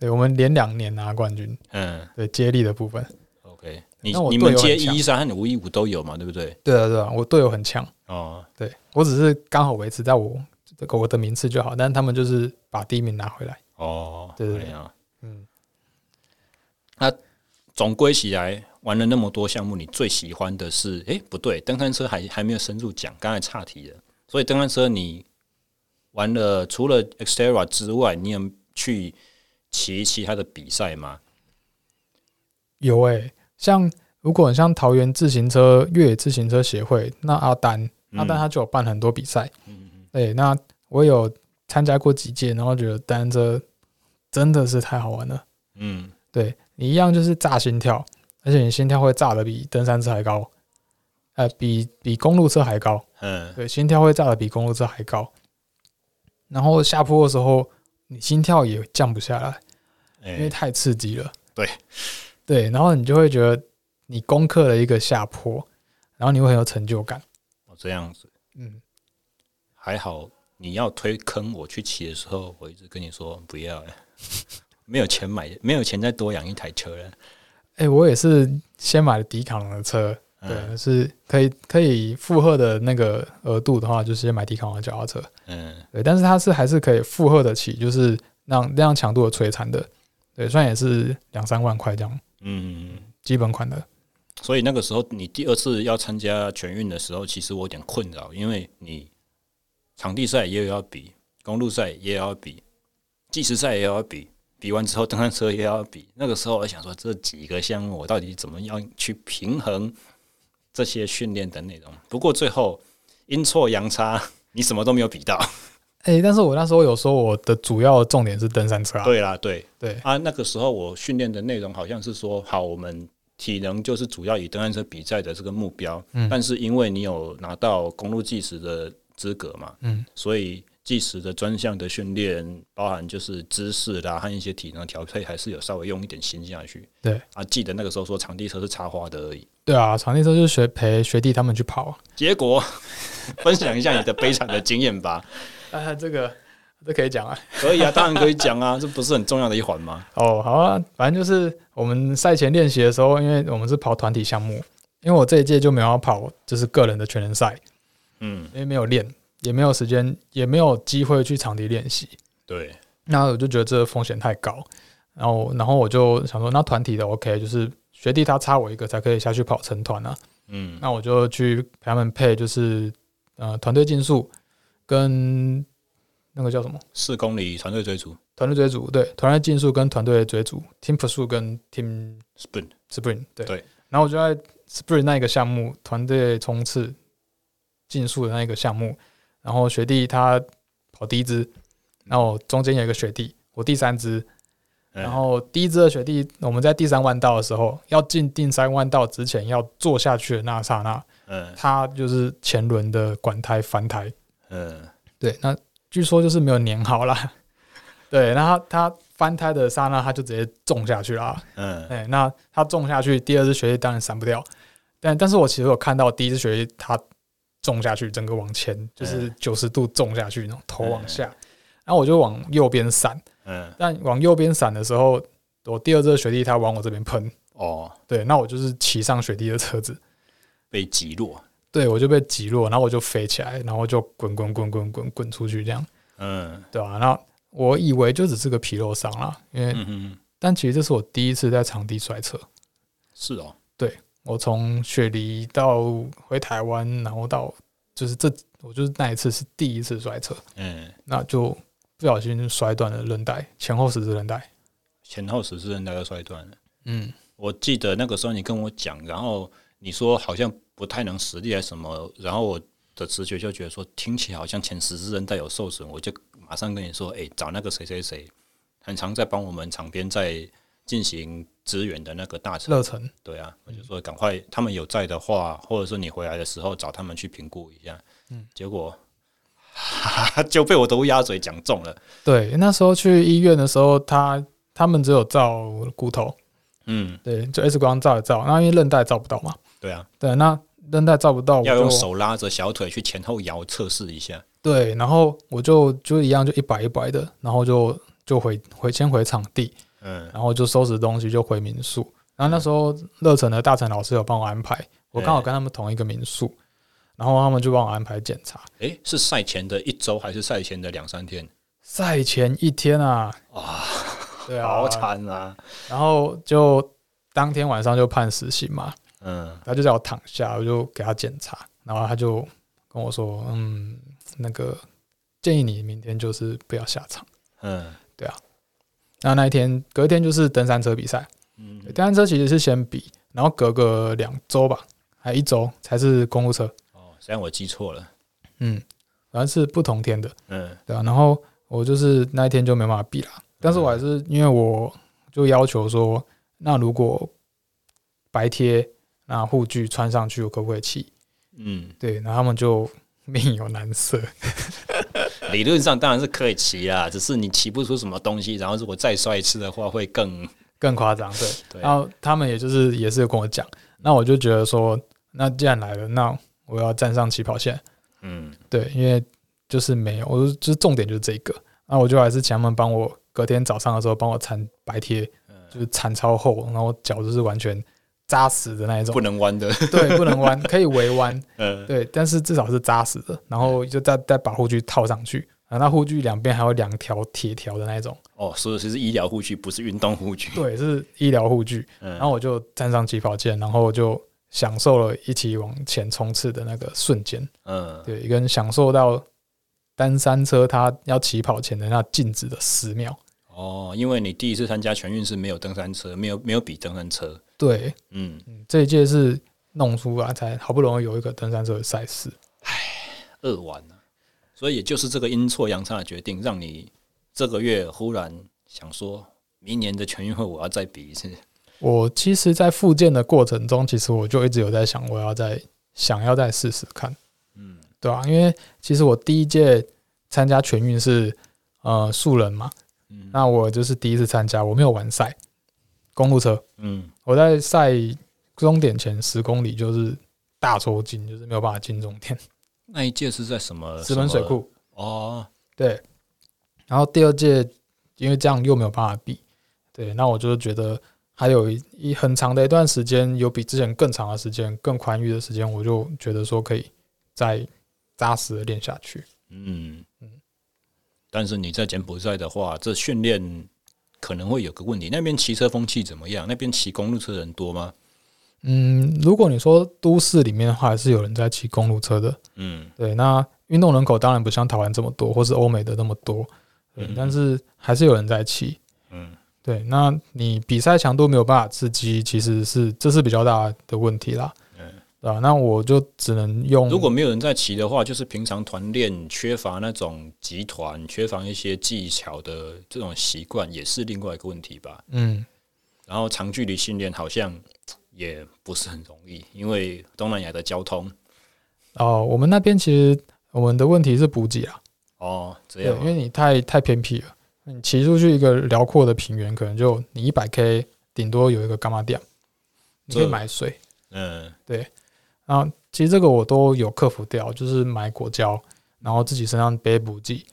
B: 对我们连两年拿冠军，
C: 嗯
B: 对接力的部分。
C: ，OK，你
B: 那我
C: 你
B: 队
C: 们
B: 友很
C: 接
B: 强
C: 一三和五一五都有嘛，对不对？
B: 对啊，对啊，我队友很强，
C: 哦，
B: 对我只是刚好维持在我这个我的名次就好，但他们就是把第一名拿回来。
C: 哦，
B: 对对对
C: 哎呀
B: 嗯，
C: 总归起来，玩了那么多项目，你最喜欢的是？诶，不对，登山车还还没有深入讲，刚才岔题了。所以登山车你玩了，除了 Xterra 之外，你有去骑其他的比赛吗？
B: 欸有诶、像如果很像桃园自行车越野自行车协会，那阿丹阿丹他就有办很多比赛，
C: 嗯嗯
B: 对，那我有参加过几届，然后觉得单车真的是太好玩了。
C: 嗯，
B: 对你一样就是炸心跳，而且你心跳会炸的比登山车还高，呃，比比公路车还高。
C: 嗯
B: 对，心跳会炸的比公路车还高。然后下坡的时候，你心跳也降不下来，因为
C: 哎，
B: 太刺激了。
C: 对
B: 对，然后你就会觉得你攻克了一个下坡，然后你会很有成就感。
C: 我哦这样子
B: 嗯，
C: 还好。你要推坑我去骑的时候，我一直跟你说不要了，没有钱买，没有钱再多养一台车了。
B: 哎、我也是先买了迪卡侬的车，对，
C: 嗯
B: 是可以可以负荷的那个额度的话，就是先买迪卡侬的脚踏车。
C: 嗯
B: 对，但是它是还是可以负荷得起，就是让那样强度的摧残的。对，虽然也是两三万块这样
C: 嗯，
B: 基本款的。
C: 所以那个时候你第二次要参加全运的时候，其实我有点困扰，因为你场地赛也有要比，公路赛也有要比，计时赛也有要比，比完之后登山车也要比。那个时候我想说，这几个项目我到底怎么样去平衡这些训练的内容？不过最后阴错阳差，你什么都没有比到。
B: 哎、但是我那时候有说我的主要重点是登山车啊，
C: 对啦，对，
B: 对
C: 啊，那个时候我训练的内容好像是说，好，我们体能就是主要以登山车比赛的这个目标，
B: 嗯
C: 但是因为你有拿到公路计时的资格嘛，
B: 嗯，
C: 所以计时的专项的训练，包含就是姿势啦和一些体能调配，还是有稍微用一点心下去。
B: 对
C: 啊，记得那个时候说场地车是插花的而已。
B: 对啊，场地车就是学陪学弟他们去跑啊。
C: 结果， 分享一下你的悲惨的经验吧。
B: 啊，这个这可以讲啊。
C: 可以啊，当然可以讲啊，这不是很重要的一环吗？
B: 哦，好啊，反正就是我们赛前练习的时候，因为我们是跑团体项目，因为我这一届就没有要跑就是个人的全能赛，
C: 嗯，
B: 因为没有练，也没有时间，也没有机会去场地练习。
C: 对，
B: 那我就觉得这个风险太高，然后然后我就想说，那团体的 OK，就是学弟他差我一个才可以下去跑成团啊。
C: 嗯
B: 那我就去陪他们配，就是呃团队竞速跟那个叫什么
C: 四公里团队追逐
B: 团队追逐，对，团队竞速跟团队追逐，team pursuit 跟 team
C: ，spin，
B: sprint，对。
C: 对
B: 然后我就在 sprint 那一个项目，团队冲刺竞速的那一个项目，然后学弟他跑第一支，然后中间有一个学弟，我第三支，
C: 哎
B: 然后第一支的学弟，我们在第三弯道的时候，要进第三弯道之前要坐下去的那刹那，
C: 嗯
B: 它就是前轮的管胎翻胎，
C: 嗯
B: 对，那据说就是没有粘好啦， 对，那它它翻胎的刹那，它就直接中下去啦，
C: 嗯
B: 哎、那它中下去，第二只学弟当然闪不掉，但但是我其实有看到第一只学弟它中下去，整个往前就是
C: 嗯
B: 九十度中下去，那种头往
C: 嗯
B: 下，然后我就往右边闪，
C: 嗯，
B: 但往右边闪的时候，我第二只学弟他往我这边喷，
C: 哦，
B: 对，那我就是骑上学弟的车子，
C: 被击落，
B: 对我就被击落，然后我就飞起来，然后就滚滚滚滚滚滚出去，这样
C: 嗯
B: 对吧、那我以为就只是个皮肉伤啦，因为、
C: 嗯嗯，
B: 但其实这是我第一次在场地摔车。
C: 是哦，
B: 我从雪梨到回台湾，然后到就是这，我就是那一次是第一次摔车，
C: 嗯，
B: 那就不小心摔断了韧带，前后十字韧带。
C: 前后十字韧带都摔断了。
B: 嗯，
C: 我记得那个时候你跟我讲，然后你说好像不太能实力还是什么，然后我的直觉就觉得说，听起来好像前十字韧带有受损，我就马上跟你说，哎、找那个谁谁谁，很常在帮我们场边在进行支援的那个大臣。
B: 热忱，
C: 对啊，
B: 嗯
C: 我就说赶快，他们有在的话，或者说你回来的时候找他们去评估一下。嗯，结果 就被我的乌鸦嘴讲中了。
B: 对，那时候去医院的时候，他他们只有照骨头，
C: 嗯，
B: 对，就 X 光照一照，那因为韧带照不到嘛，
C: 对啊，
B: 对，那韧带照不哦到，我
C: 要
B: 就
C: 用手拉着小腿去前后摇测试一下。
B: 对，然后我就就一样就一摆一摆的，然后就就回回先回场地，
C: 嗯
B: 然后就收拾东西就回民宿。然后那时候乐城的大成老师有帮我安排，我刚好跟他们同一个民宿，然后他们就帮我安排检查。
C: 诶、是赛前的一周还是赛前的两三天？
B: 赛前一天啊，
C: 啊，
B: 对啊，
C: 好惨啊！
B: 然后就当天晚上就判死刑嘛，
C: 嗯
B: 他就叫我躺下，我就给他检查，然后他就跟我说，嗯，那个建议你明天就是不要下场。
C: 嗯
B: 那那一天隔天就是登山车比赛，
C: 嗯
B: 登山车其实是先比，然后隔个两周吧，还一周才是公路车，
C: 哦，虽然我记错了，
B: 嗯，反正是不同天的，
C: 嗯
B: 对啊，然后我就是那一天就没办法比啦，但是我还是因为我就要求说，那如果白贴那护具穿上去，我可不可以骑？
C: 嗯，
B: 对，然后他们就面有难色，
C: 理论上当然是可以骑啦，只是你骑不出什么东西，然后如果再摔一次的话，会更
B: 更夸张，对。啊
C: 对
B: 然后他们也就是也是有跟我讲，那我就觉得说，那既然来了，那我要站上起跑线，
C: 嗯
B: 对，因为就是没有，我就就是重点就是这一个，那我就还是请他们帮我隔天早上的时候帮我缠白贴，
C: 嗯
B: 就是缠超厚，然后脚就是完全扎实的那一种
C: 不，能弯的，
B: 对，不能 弯，可以围弯，
C: 呃，
B: 对，但是至少是扎实的，
C: 嗯
B: 然后就再再把护具套上去，啊，那护具两边还有两条铁条的那一种，
C: 哦，所以其实医疗护具不是运动护具，
B: 对，是医疗护具。
C: 嗯
B: 然后我就站上起跑线，然后我就享受了一起往前冲刺的那个瞬间，
C: 嗯，
B: 对，跟享受到单山车它要起跑前的那静止的十秒，
C: 哦，因为你第一次参加全运是没有登山车，没有没有比登山车，
B: 对，
C: 嗯，
B: 嗯这一届是弄出来才好不容易有一个登山车的赛事，
C: 二完啊，所以也就是这个阴错阳差的决定，让你这个月忽然想说，明年的全运会我要再比一次，
B: 我其实，在复健的过程中，其实我就一直有在想，我要再想要再试试看，
C: 嗯
B: 对啊，因为其实我第一届参加全运是呃素人嘛，
C: 嗯
B: 那我就是第一次参加，我没有完赛，公路车，
C: 嗯，
B: 我在赛终点前十公里就是大抽筋，就是没有办法进终点，
C: 那一届是在什么
B: 石门水库
C: 哦，
B: 对。然后第二届因为这样又没有办法比，对，那我就是觉得还有一一很长的一段时间，有比之前更长的时间、更宽裕的时间，我就觉得说可以再扎实的练下去。
C: 嗯
B: 嗯
C: 但是你在柬埔寨的话，这训练可能会有个问题，那边骑车风气怎么样？那边骑公路车的人多吗？
B: 嗯，如果你说都市里面的话，还是有人在骑公路车的，
C: 嗯
B: 对，那运动人口当然不像台湾这么多，或是欧美的那么多，对，
C: 嗯
B: 但是还是有人在骑。
C: 嗯
B: 对，那你比赛强度没有办法刺激，其实是这是比较大的问题啦，
C: 嗯，
B: 对吧、那我就只能用，
C: 如果没有人在骑的话，就是平常团练缺乏那种集团，缺乏一些技巧的这种习惯，也是另外一个问题吧。
B: 嗯，
C: 然后长距离训练好像也不是很容易，因为东南亚的交通
B: 哦，我们那边其实我们的问题是补给啊，
C: 哦，这
B: 对，
C: 样
B: 因为你太太偏僻了，你骑出去一个辽阔的平原，可能就你一百 K 顶多有一个干妈店，你可以
C: 这
B: 买水，
C: 嗯
B: 然后其实这个我都有克服掉，就是买果胶，然后自己身上背补剂。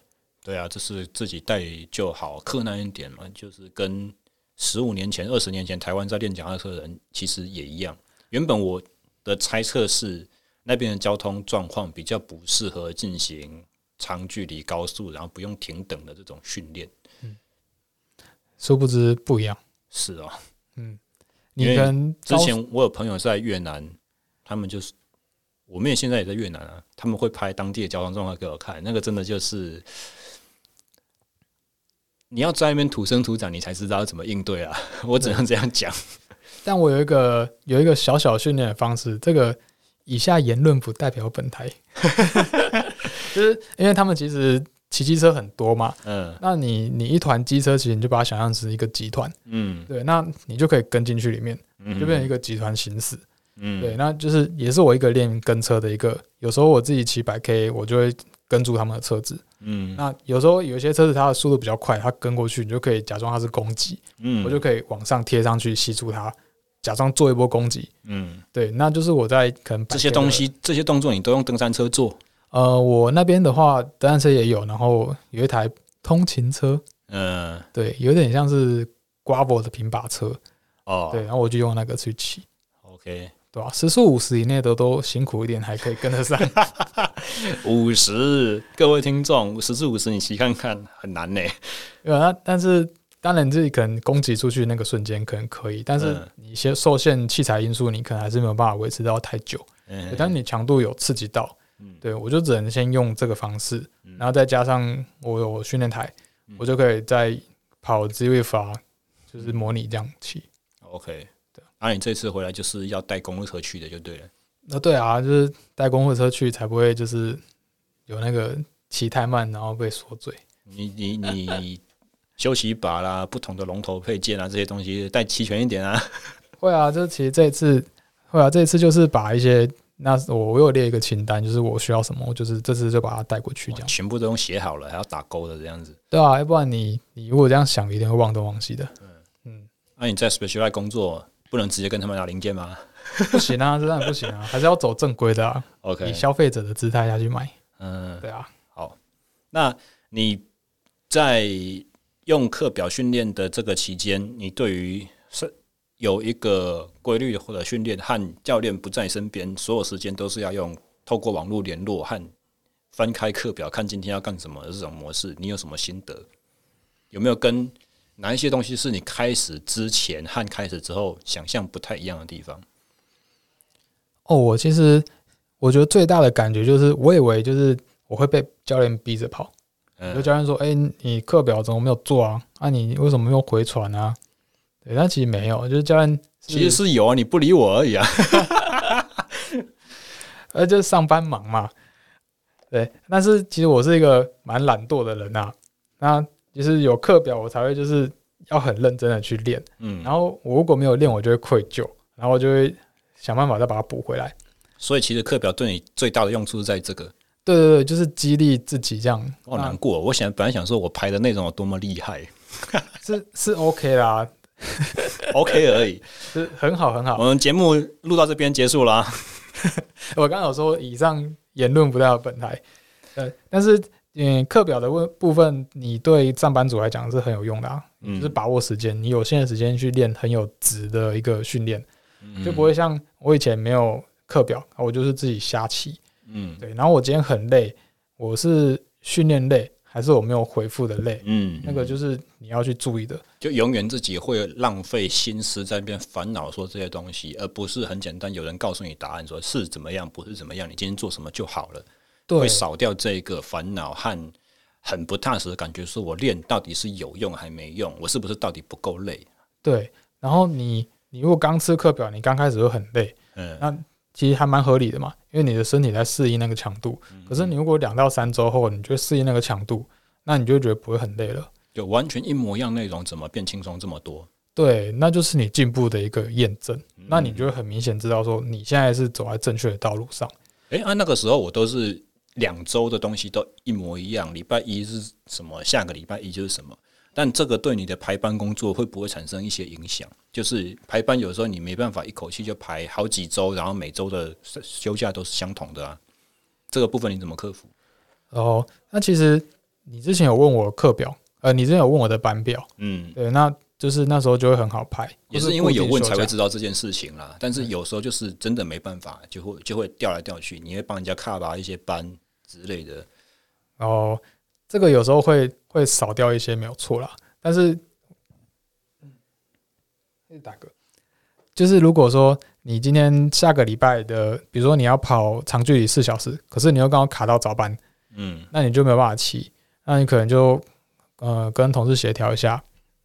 C: 对啊，这是自己带就好，克难一点嘛，就是跟十五年前、二十年前台湾在练脚踏车的人其实也一样。原本我的猜测是那边的交通状况比较不适合进行长距离高速，然后不用停等的这种训练。
B: 殊不知不一样。
C: 是哦，因
B: 你
C: 为
B: 跟
C: 之
B: 招
C: 前我有朋友在越南，他们就是我妹现在也在越南啊，他们会拍当地的交通状况给我看，那个真的就是你要在那边土生土长，你才知道要怎么应对啊。 我只能这样讲，
B: 但我有一个有一个小小训练的方式，这个以下言论不代表本台， 就是因为他们其实骑机车很多嘛，
C: 嗯
B: 那你你一团机车，其实你就把它想象成一个集团，
C: 嗯
B: 对，那你就可以跟进去里面，
C: 嗯，
B: 就变成一个集团行驶，
C: 嗯
B: 对，那就是也是我一个练跟车的一个，有时候我自己骑百 K，我就会跟住他们的车子，
C: 嗯
B: 那有时候有一些车子它的速度比较快，它跟过去，你就可以假装它是攻击，
C: 嗯
B: 我就可以往上贴上去吸住它，假装做一波攻击。
C: 嗯
B: 对，那就是我在可能
C: 这
B: 摆
C: 些
B: 贴
C: 东
B: 的，
C: 西这些动作你都用登山车做，
B: 呃，我那边的话，单车也有，然后有一台通勤车，
C: 嗯
B: 对，有点像是 Gravel 的平把车，
C: 哦
B: 对，然后我就用那个去骑，
C: ，OK，
B: 对吧、时速五十以内的都辛苦一点，还可以跟 得上。
C: 五十，各位听众，十至五十你骑看看很难呢、
B: 对啊，但是当然自己可能攻击出去那个瞬间可能可以，但是
C: 嗯
B: 你先受限器材因素，你可能还是没有办法维持到太久。
C: 嗯
B: 对但你强度有刺激到，
C: 嗯
B: 对我就只能先用这个方式，
C: 嗯
B: 然后再加上我有训练台，我就可以再跑 z w i f 啊，就是模拟这样骑。
C: OK，
B: 对
C: 啊，你这次回来就是要带公务车去的就对了。
B: 那对啊，就是带公会车去才不会就是有那个骑太慢然后被锁嘴。
C: 你你你休息把啦，不同的龙头配件啊，这些东西带齐全一点啊。
B: 会啊，就是其实这一次会啊，这一次就是把一些那我我有列一个清单，就是我需要什么，我就是这次就把它带过去这样。
C: 全部都用写好了，还要打勾的这样子。
B: 对啊，要不然你你如果这样想，一定会忘东忘西的。
C: 那、你在 Specialized 工作，不能直接跟他们拿零件吗
B: 不行啊，这当然不行啊，还是要走正规的啊，以
C: ？OK，
B: 消费者的姿态下去买。
C: 嗯，
B: 对啊，
C: 那你在用课表训练的这个期间，你对于是有一个规律或者训练和教练不在身边，所有时间都是要用透过网络联络和翻开课表看今天要干什么的这种模式，你有什么心得？有没有跟哪一些东西是你开始之前和开始之后想象不太一样的地方？
B: 哦，我其实我觉得最大的感觉就是，我以为就是我会被教练逼着跑。有
C: 嗯，
B: 教练说：“哎、你课表怎么没有做啊？啊，你为什么没有回传啊？”对，但其实没有，就是教练是
C: 其实是有啊，你不理我而已啊。
B: 呃，就是上班忙嘛。对，但是其实我是一个蛮懒惰的人呐、那就是有课表我才会就是要很认真的去练，
C: 嗯，
B: 然后我如果没有练，我就会愧疚，然后我就会想办法再把它补回来。
C: 所以其实课表对你最大的用处是在这个。
B: 对对对，就是激励自己这样。
C: 我好
B: 那
C: 难过，我想本来想说我排的内容有多么厉害
B: 是是 OK 啦，
C: ，OK 而已。
B: 是很好很好。
C: 我们节目录到这边结束啊啦。
B: 我刚刚有说以上言论不代表本台，呃，但是嗯，课表的问部分，你对上班族来讲是很有用的啊，
C: 嗯
B: 就是把握时间，你有限的时间去练很有值的一个训练，
C: 嗯
B: 就不会像我以前没有课表，啊我就是自己瞎骑，
C: 嗯
B: 对，然后我今天很累，我是训练累还是我没有回复的累，
C: 嗯，
B: 那个就是你要去注意的，
C: 就永远自己会浪费心思在那边烦恼说这些东西，而不是很简单有人告诉你答案，说是怎么样，不是怎么样，你今天做什么就好了，
B: 对
C: 会，少掉这一个烦恼和很不踏实的感觉，说我练到底是有用还没用，我是不是到底不够累？
B: 对，然后你你如果刚吃课表，你刚开始会很累。
C: 嗯
B: 那其实还蛮合理的嘛，因为你的身体在适应那个强度。
C: 嗯
B: 可是你如果两到三周后，你就适应那个强度，那你就觉得不会很累了。
C: 就完全一模一样内容，怎么变轻松这么多？
B: 对，那就是你进步的一个验证。
C: 嗯
B: 那你就会很明显知道说，你现在是走在正确的道路上。
C: 诶，啊，那个时候我都是两周的东西都一模一样，礼拜一是什么，下个礼拜一就是什么。但这个对你的排班工作会不会产生一些影响？就是排班有时候你没办法一口气就排好几周，然后每周的休假都是相同的啊。这个部分你怎么克服？
B: 然后，那其实你之前有问我课表，呃，你之前有问我的班表，
C: 嗯，
B: 对，那就是那时候就会很好排，
C: 也
B: 或
C: 是因为有
B: 固
C: 问
B: 定
C: 才
B: 休
C: 会
B: 假嗯
C: 知道这件事情啦。但是有时候就是真的没办法，就会就会调来调去，你会帮人家卡吧一些班之类的。
B: 然后这个有时候会会少掉一些，没有错啦。但是，嗯打嗝，就是如果说你今天下个礼拜的，比如说你要跑长距离四小时，可是你又刚好卡到早班，
C: 嗯
B: 那你就没有办法骑，那你可能就呃跟同事协调一下，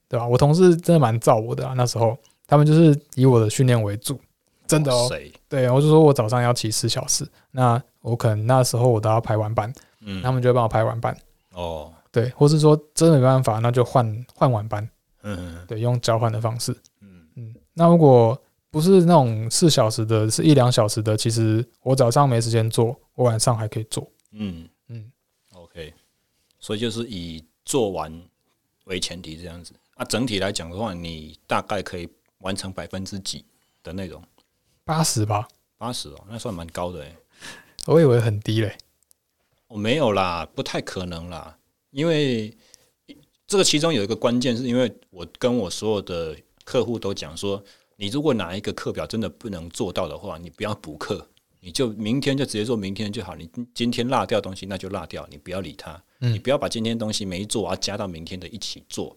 B: 对吧？我同事真的蛮照我的啊，那时候他们就是以我的训练为主，真的哦，
C: 谁？
B: 对，我就说我早上要骑四小时，那我可能那时候我都要排晚班，
C: 嗯
B: 他，们就会帮我排晚班。
C: 哦，
B: 对，或是说真的没办法，那就换换晚班，
C: 嗯
B: 对，用交换的方式。
C: 嗯
B: 嗯，那如果不是那种四小时的，是一两小时的，其实我早上没时间做，我晚上还可以做。
C: 嗯。
B: 嗯，
C: OK，所以就是以做完为前提这样子。啊，整体来讲的话，你大概可以完成百分之几的内容？
B: 八十吧，
C: 八十哦，那算蛮高的诶、
B: 我以为很低嘞。
C: 我、没有啦，不太可能啦，因为这个其中有一个关键，是因为我跟我所有的客户都讲说，你如果哪一个课表真的不能做到的话，你不要补课，你就明天就直接做明天就好，你今天落掉东西那就落掉，你不要理它，
B: 嗯
C: 你不要把今天东西没做，啊加到明天的一起做。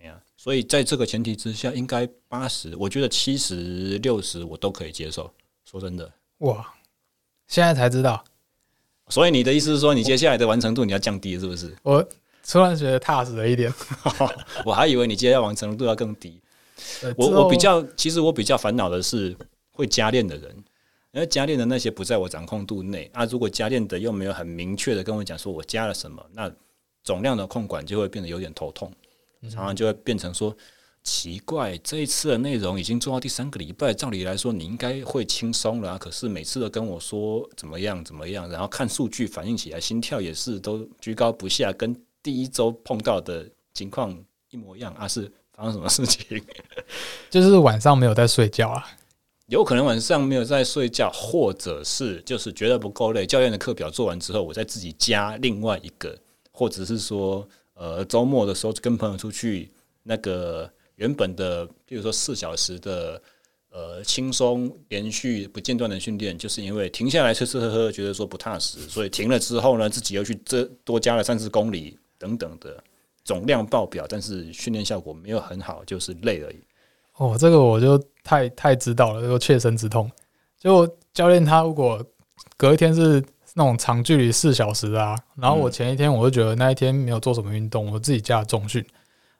C: 哎呀，所以在这个前提之下，应该八十，我觉得七十六十我都可以接受。说真的，
B: 哇，现在才知道，
C: 所以你的意思是说，你接下来的完成度你要降低，是不是？
B: 我突然觉得踏实了一点。
C: 我还以为你接下来完成度要更低。
B: 呃
C: 我
B: 之后
C: 我比较，其实我比较烦恼的是会加练的人，因为加练的那些不在我掌控度内啊。如果加练的又没有很明确的跟我讲说我加了什么，那总量的控管就会变得有点头痛，常常就会变成说奇怪，这一次的内容已经做到第三个礼拜，照理来说你应该会轻松了啊，可是每次都跟我说怎么样怎么样，然后看数据反应起来，心跳也是都居高不下，跟第一周碰到的情况一模一样啊，是发生什么事情？
B: 就是晚上没有在睡觉啊，
C: 有可能晚上没有在睡觉，或者是呃就是觉得不够累，教练的课表做完之后，我再自己加另外一个，或者是说，呃，周末的时候跟朋友出去，那个原本的，比如说四小时的，呃，轻松连续不间断的训练，就是因为停下来吃吃喝喝，觉得说不踏实，所以停了之后呢，自己又去这多加了三十公里等等的，总量爆表，但是训练效果没有很好，就是累而已。
B: 哦，这个我就太太知道了，我切身之痛。就教练他如果隔一天是那种长距离四小时的啊，然后我
C: 嗯
B: 前一天我就觉得那一天没有做什么运动，我自己加了重训，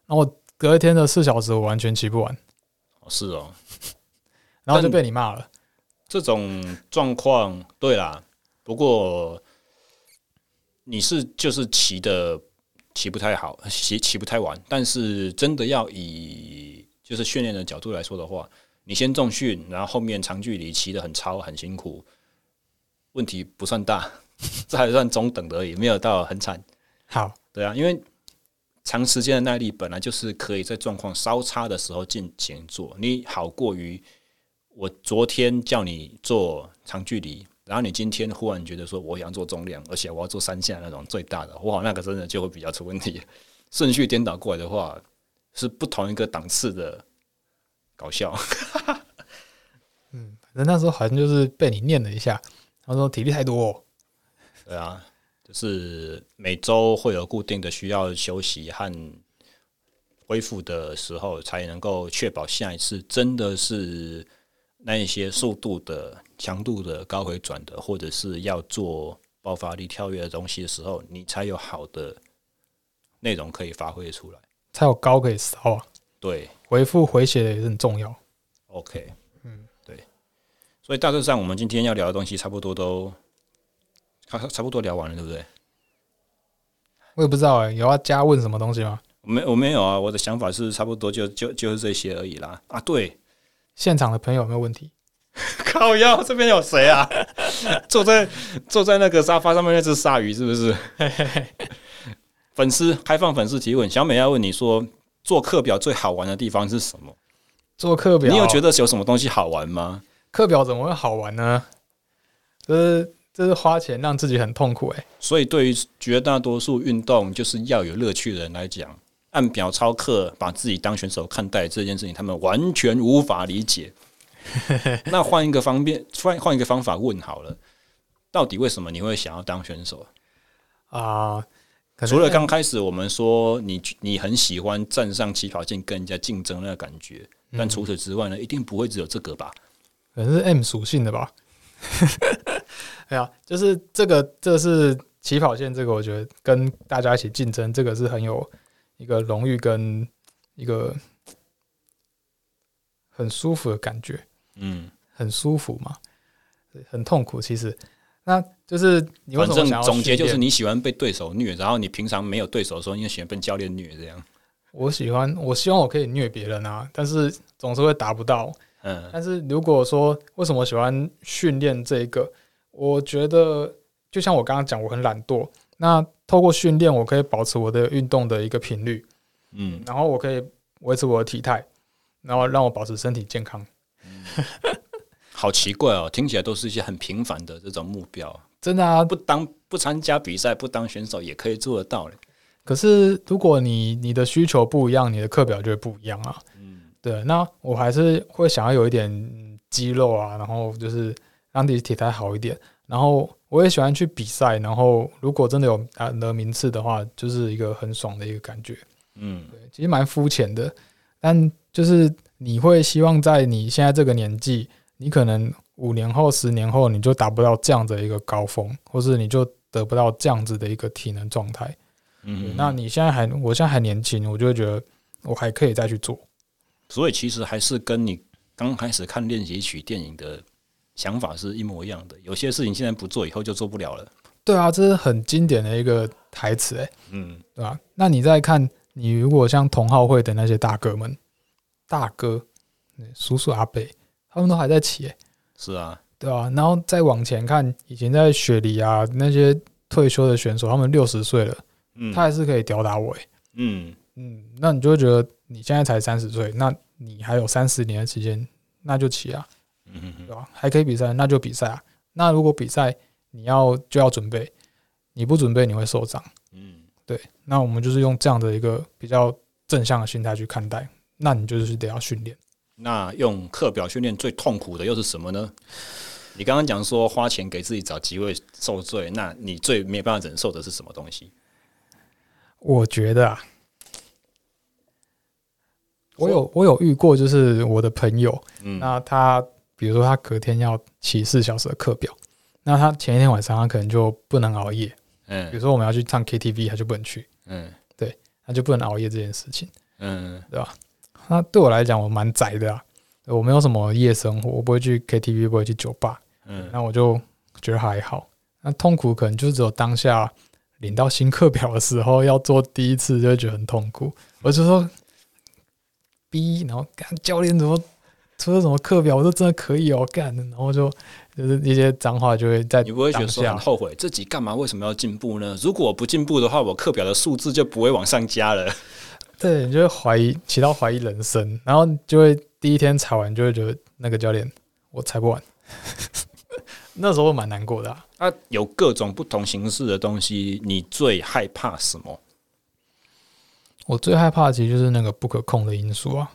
B: 然后我隔一天的四小时我完全骑不完，
C: 哦是哦，
B: 然后就被你骂了。
C: 这种状况，对啦。不过你是就是骑的骑不太好，骑骑不太完。但是真的要以就是训练的角度来说的话，你先重训，然后后面长距离骑的很超很辛苦，问题不算大， 这还算中等的而已，没有到很惨。
B: 好，
C: 对啊，因为长时间的耐力本来就是可以在状况稍差的时候进行做，你好过于我昨天叫你做长距离，然后你今天忽然觉得说我想做重量，而且我要做三下那种最大的，哇，那个真的就会比较出问题。顺序颠倒过来的话，是不同一个档次的搞笑。
B: 反正那时候好像就是被你念了一下，他说体力太多、
C: 对啊，就是每周会有固定的需要休息和恢复的时候，才能够确保下一次真的是那一些速度的、强度的、高回转的，或者是要做爆发力跳跃的东西的时候，你才有好的内容可以发挥出来。
B: 才有高可以烧啊。
C: 对，
B: 回复回血的也是很重要。
C: OK，
B: 嗯
C: 嗯，对。所以大致上，我们今天要聊的东西差不多都差差不多聊完了，对不对？
B: 我也不知道哎、有要加问什么东西吗？
C: 我没我没有啊，我的想法是差不多就就就是这些而已啦。啊，对，
B: 现场的朋友有没有问题？
C: 靠腰这边有谁啊？ 坐在坐在那个沙发上面那只鲨鱼是不是？ 粉丝开放粉丝提问，小美要问你说做课表最好玩的地方是什么？
B: 做课表，啊
C: 你有觉得有什么东西好玩吗？
B: 课表怎么会好玩呢？这是这是花钱让自己很痛苦哎、
C: 所以对于绝大多数运动就是要有乐趣的人来讲，按表操课，把自己当选手看待这件事情，他们完全无法理 解。那换一个方便，换换一个方法问好了，到底为什么你会想要当选手？
B: 啊、可能
C: 除了刚开始我们说你你很喜欢站上起跑线跟人家竞争那个感觉，
B: 嗯
C: 但除此之外呢，一定不会只有这个吧？
B: 可能是 M 属性的吧。 哎呀，就是这个，这是起跑线，这个我觉得跟大家一起竞争，这个是很有一个荣誉跟一个很舒服的感觉。
C: 嗯，
B: 很舒服嘛，很痛苦。其实，那就是你为
C: 反
B: 什么
C: 正
B: 想要
C: 总结就是
B: 训练
C: 你喜欢被对手虐，然后你平常没有对手的时候，你也喜欢被教练虐这样。
B: 我喜欢，我希望我可以虐别人啊，但是总是会达不到。
C: 嗯
B: 但是如果说为什么我喜欢训练这一个，我觉得就像我刚刚讲，我很懒惰。那透过训练，我可以保持我的运动的一个频率，
C: 嗯，
B: 然后我可以维持我的体态，然后让我保持身体健康。
C: 好奇怪哦，听起来都是一些很平凡的这种目标，
B: 真的啊，
C: 不当不参加比赛，不当选手也可以做得到嘞。
B: 可是如果你你的需求不一样，你的课表就会不一样啊。
C: 嗯，
B: 对，那我还是会想要有一点嗯肌肉啊，然后就是让自己体态好一点。然后我也喜欢去比赛，然后如果真的有啊得名次的话，就是一个很爽的一个感觉。
C: 嗯，
B: 对，其实蛮肤浅的，但就是你会希望在你现在这个年纪，你可能五年后、十年后你就达不到这样的一个高峰，或是你就得不到这样子的一个体能状态。对
C: 嗯，
B: 那你现在还，我现在还年轻，我就会觉得我还可以再去做。
C: 所以其实还是跟你刚开始看练习曲电影的想法是一模一样的。有些事情现在不做，以后就做不了了。
B: 对啊，这是很经典的一个台词、欸，哎，
C: 嗯，
B: 对吧、那你再看，你如果像同好会的那些大哥们，大哥、嗯叔叔、阿伯，他们都还在骑、欸，
C: 是啊，
B: 对吧、然后再往前看，以前在雪梨啊那些退休的选手，他们六十岁了，
C: 嗯，
B: 他还是可以吊打我、欸，
C: 嗯，
B: 嗯，那你就会觉得你现在才三十岁，那你还有三十年的时间，那就骑啊，
C: 嗯哼哼
B: 对吧？还可以比赛，那就比赛啊。那如果比赛，你要就要准备，你不准备你会受伤。
C: 嗯，
B: 对，那我们就是用这样的一个比较正向的心态去看待，那你就是得要训练。
C: 那用课表训练最痛苦的又是什么呢？你刚刚讲说花钱给自己找机会受罪，那你最没办法忍受的是什么东西？
B: 我觉得啊，我有我有遇过，就是我的朋友，
C: 嗯，
B: 那他比如说他隔天要骑四小时的课表，那他前一天晚上他可能就不能熬夜，比如
C: 嗯
B: 说我们要去唱 KTV，他就不能去，
C: 嗯
B: 他就不能熬夜这件事情。
C: 嗯
B: 那对我来讲，我蛮宅的啊，我没有什么夜生活，我不会去 KTV，不会去酒吧，
C: 嗯，
B: 那我就觉得还好。那痛苦可能就只有当下领到新课表的时候，要做第一次就会觉得很痛苦。我就说逼，然后干教练怎么出了什么课表，我说真的可以哦，干，然后就就是一些脏话就会在
C: 你不会觉得
B: 当
C: 说
B: 下
C: 很后悔自己干嘛？为什么要进步呢？如果我不进步的话，我课表的数字就不会往上加了。
B: 对，你就会怀疑，起到怀疑人生，然后就会第一天踩完就会觉得那个教练我踩不完， 那时候蛮难过的、啊。
C: 啊，有各种不同形式的东西，你最害怕什么？
B: 我最害怕的其实就是那个不可控的因素啊，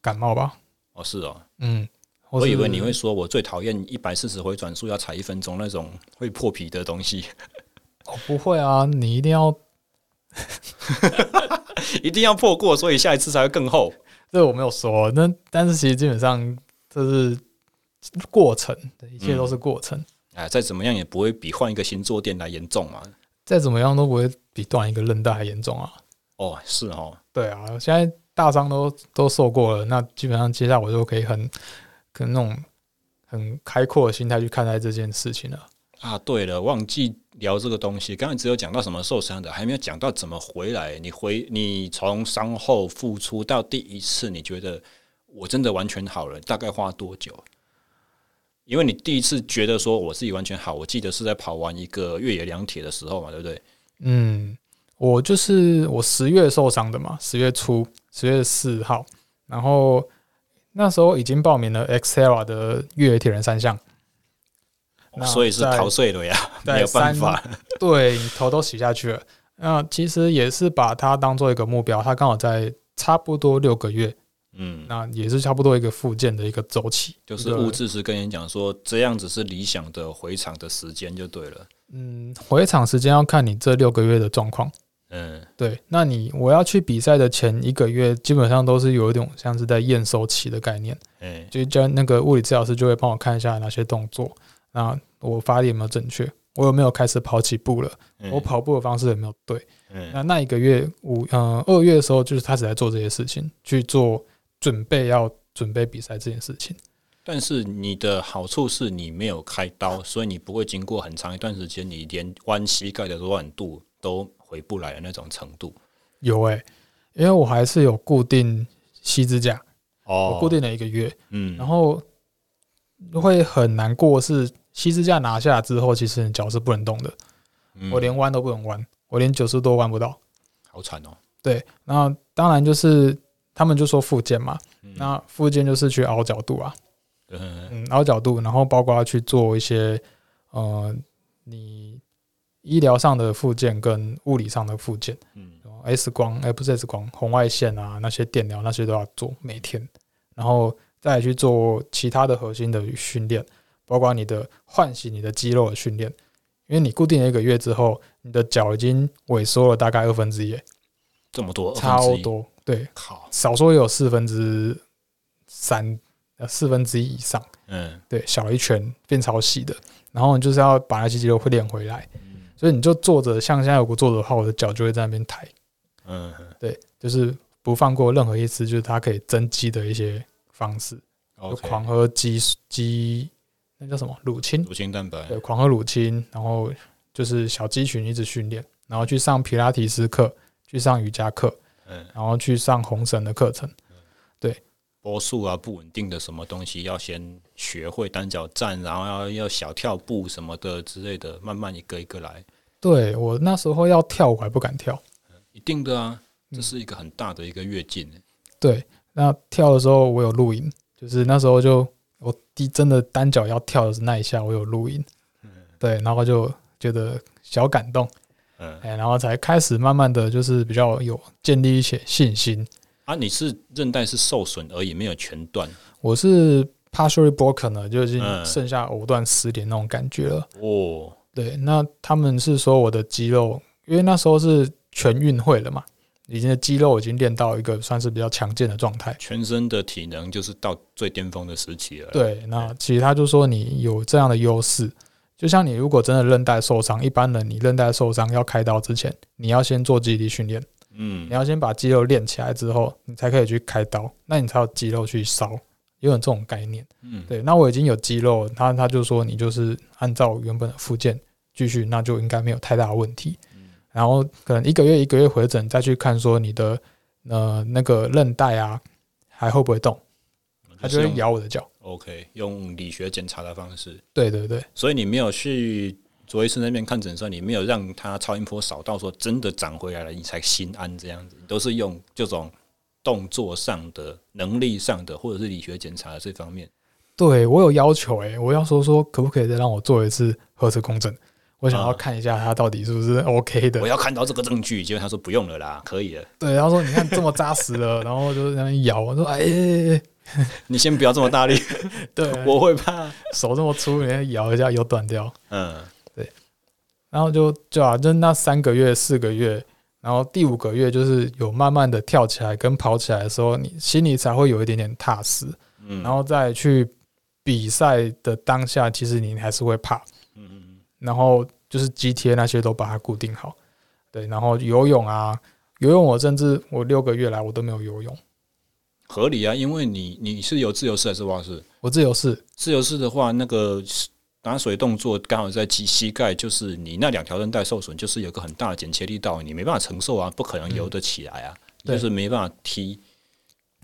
B: 感冒吧，
C: 哦，是哦，
B: 嗯，或
C: 我
B: 是
C: 以为你会说我最讨厌一百四十回转速要踩一分钟那种会破皮的东西，
B: 哦，不会啊，你一定要，
C: 一定要破过，所以下一次才会更厚。
B: 这我没有说，那但是其实基本上这是过程，一切都是过程，
C: 哎，再怎么样也不会比换一个新坐垫来严重嘛。
B: 再怎么样都不会比断一个韧带还严重啊。
C: 哦，是哦，
B: 对啊，现在大伤都都受过了，那基本上接下来我就可以很跟那种很开阔的心态去看待这件事情了。
C: 啊，对了，忘记聊这个东西。刚才只有讲到什么受伤的，还没有讲到怎么回来。你回，你从伤后复出到第一次，你觉得我真的完全好了，大概花多久？因为你第一次觉得说我自己完全好，我记得是在跑完一个越野两铁的时候嘛，对不对？
B: 嗯，我就是我十月受伤的嘛，十月初，十月四号，然后那时候已经报名了 Xterra 的越野铁人三项，那
C: 哦所以是
B: 在
C: 逃税了呀，没
B: 在
C: 有办
B: 三
C: 法。
B: 对你头都洗下去了。那其实也是把它当做一个目标，它刚好在差不多六个月，
C: 嗯，
B: 那也是差不多一个复健的一个周期，
C: 就是
B: 一个
C: 物质是跟人讲说这样子是理想的回场的时间就对了。
B: 嗯，回场时间要看你这六个月的状况。
C: 嗯
B: 对，那你我要去比赛的前一个月，基本上都是有一种像是在验收期的概念，
C: 哎
B: 就叫那个物理治疗师就会帮我看一下哪些动作，那我发力有没有正确，我有没有开始跑起步了，
C: 嗯
B: 我跑步的方式有没有对。
C: 嗯
B: 那那一个月五嗯二月的时候，就是开始在做这些事情，去做准备要准备比赛这件事情。
C: 但是你的好处是你没有开
B: 啊
C: 刀，所以你不会经过很长一段时间，你连弯膝盖的柔软度都回不来的那种程度。
B: 有诶、因为我还是有固定吸支架，
C: 哦
B: 我固定了一个月。
C: 嗯，
B: 然后会很难过是膝支架拿下来之后，其实你脚是不能动的，
C: 嗯
B: 我连弯都不能弯，我连九十度都弯不到。
C: 好惨哦。
B: 对，那当然就是他们就说复健嘛，
C: 嗯
B: 那复健就是去凹角度啊，
C: 嗯
B: 嗯，凹角度，然后包括去做一些呃你医疗上的复健跟物理上的复健，
C: 嗯
B: 然后 X 光，哎、不是 X 光，红外线啊，那些电疗那些都要做每天，然后再来去做其他的核心的训练，包括你的唤醒你的肌肉的训练，因为你固定了一个月之后，你的脚已经萎缩了大概二分之一，
C: 这么多，
B: 超
C: 2分之一，
B: 多，对，
C: 靠，
B: 少说也有四分之三，呃，四分之一以上，
C: 嗯
B: 对，小了一圈变超细的，然后你就是要把那些肌肉会练回来，所以你就坐着，像现在我坐着的话，我的脚就会在那边抬。
C: 嗯
B: 对，就是不放过任何一次，就是它可以增肌的一些方式，就
C: OK，嗯
B: 狂喝鸡鸡，那叫什么乳清？
C: 乳清蛋白
B: 对，狂喝乳清，然后就是小肌群一直训练，然后去上皮拉提斯课，去上瑜伽课，
C: 嗯，
B: 然后去上红绳的课程。
C: 波速啊，不稳定的什么东西要先学会单脚站，然后要要小跳步什么的之类的，慢慢一个一个来，
B: 对我那时候要跳，我还不敢跳。
C: 一定的啊，这
B: 嗯
C: 是一个很大的一个跃进欸、
B: 对，那跳的时候我有录影，就是那时候就我第真的单脚要跳的那一下，我有录影。对，然后就觉得小感动，
C: 嗯，
B: 哎，然后才开始慢慢的就是比较有建立一些信心。
C: 啊，你是韧带是受损而已，没有全断。
B: 我是 partially broken 了，就已经
C: 嗯
B: 剩下藕断丝连那种感觉了。
C: 哦，
B: 对，那他们是说我的肌肉，因为那时候是全运会了嘛，已经的肌肉已经练到一个算是比较强健的状态。
C: 全身的体能就是到最巅峰的时期了。，
B: 对，那其实他就说你有这样的优势，就像你如果真的韧带受伤，一般人你韧带受伤要开刀之前，你要先做肌力训练，
C: 嗯
B: 你，要先把肌肉练起来之后，你才可以去开刀，那你才有肌肉去烧，有点这种概念。
C: 嗯，
B: 对，那我已经有肌肉，他他就说你就是按照原本的附件继续，那就应该没有太大的问题。然后可能一个月一个月回诊，再去看说你的呃那个韧带啊还会不会动，他就会
C: 用
B: 咬我的脚。
C: OK，用理学检查的方式，
B: 对对对，
C: 所以你没有去卓医师那边看诊的时候，你没有让他超音波扫到说真的长回来了，你才心安这样子，你都是用这种动作上的、能力上的，或者是理学检查的这方面。
B: 对我有要求诶、我要说说可不可以再让我做一次核磁共振？我想要
C: 嗯
B: 看一下他到底是不是 OK 的
C: 我。要看到这个证据，结果他说不用了啦，可以了，
B: 对，他说你看这么扎实了，然后就是在那边咬，我说哎哎，哎
C: 你先不要这么大力，
B: 哎对，
C: 我会怕。
B: 手这么粗，你咬一下有断掉。
C: 嗯，
B: 然后就就啊，就那三个月、四个月，然后第五个月就是有慢慢的跳起来跟跑起来的时候，你心里才会有一点点踏实。
C: 嗯
B: 然后再去比赛的当下，其实你还是会怕。
C: 嗯嗯
B: 然后就是肌贴那些都把它固定好。对，然后游泳啊，游泳我甚至我六个月来我都没有游泳，
C: 合理啊，因为你你是有自由式还是蛙式？
B: 我自由式。
C: 自由式的话，那个打水动作刚好在膝膝盖，就是你那两条韧带受损，就是有个很大的剪切力道，你没办法承受啊，不可能游得起来啊，
B: 对
C: 就是没办法踢。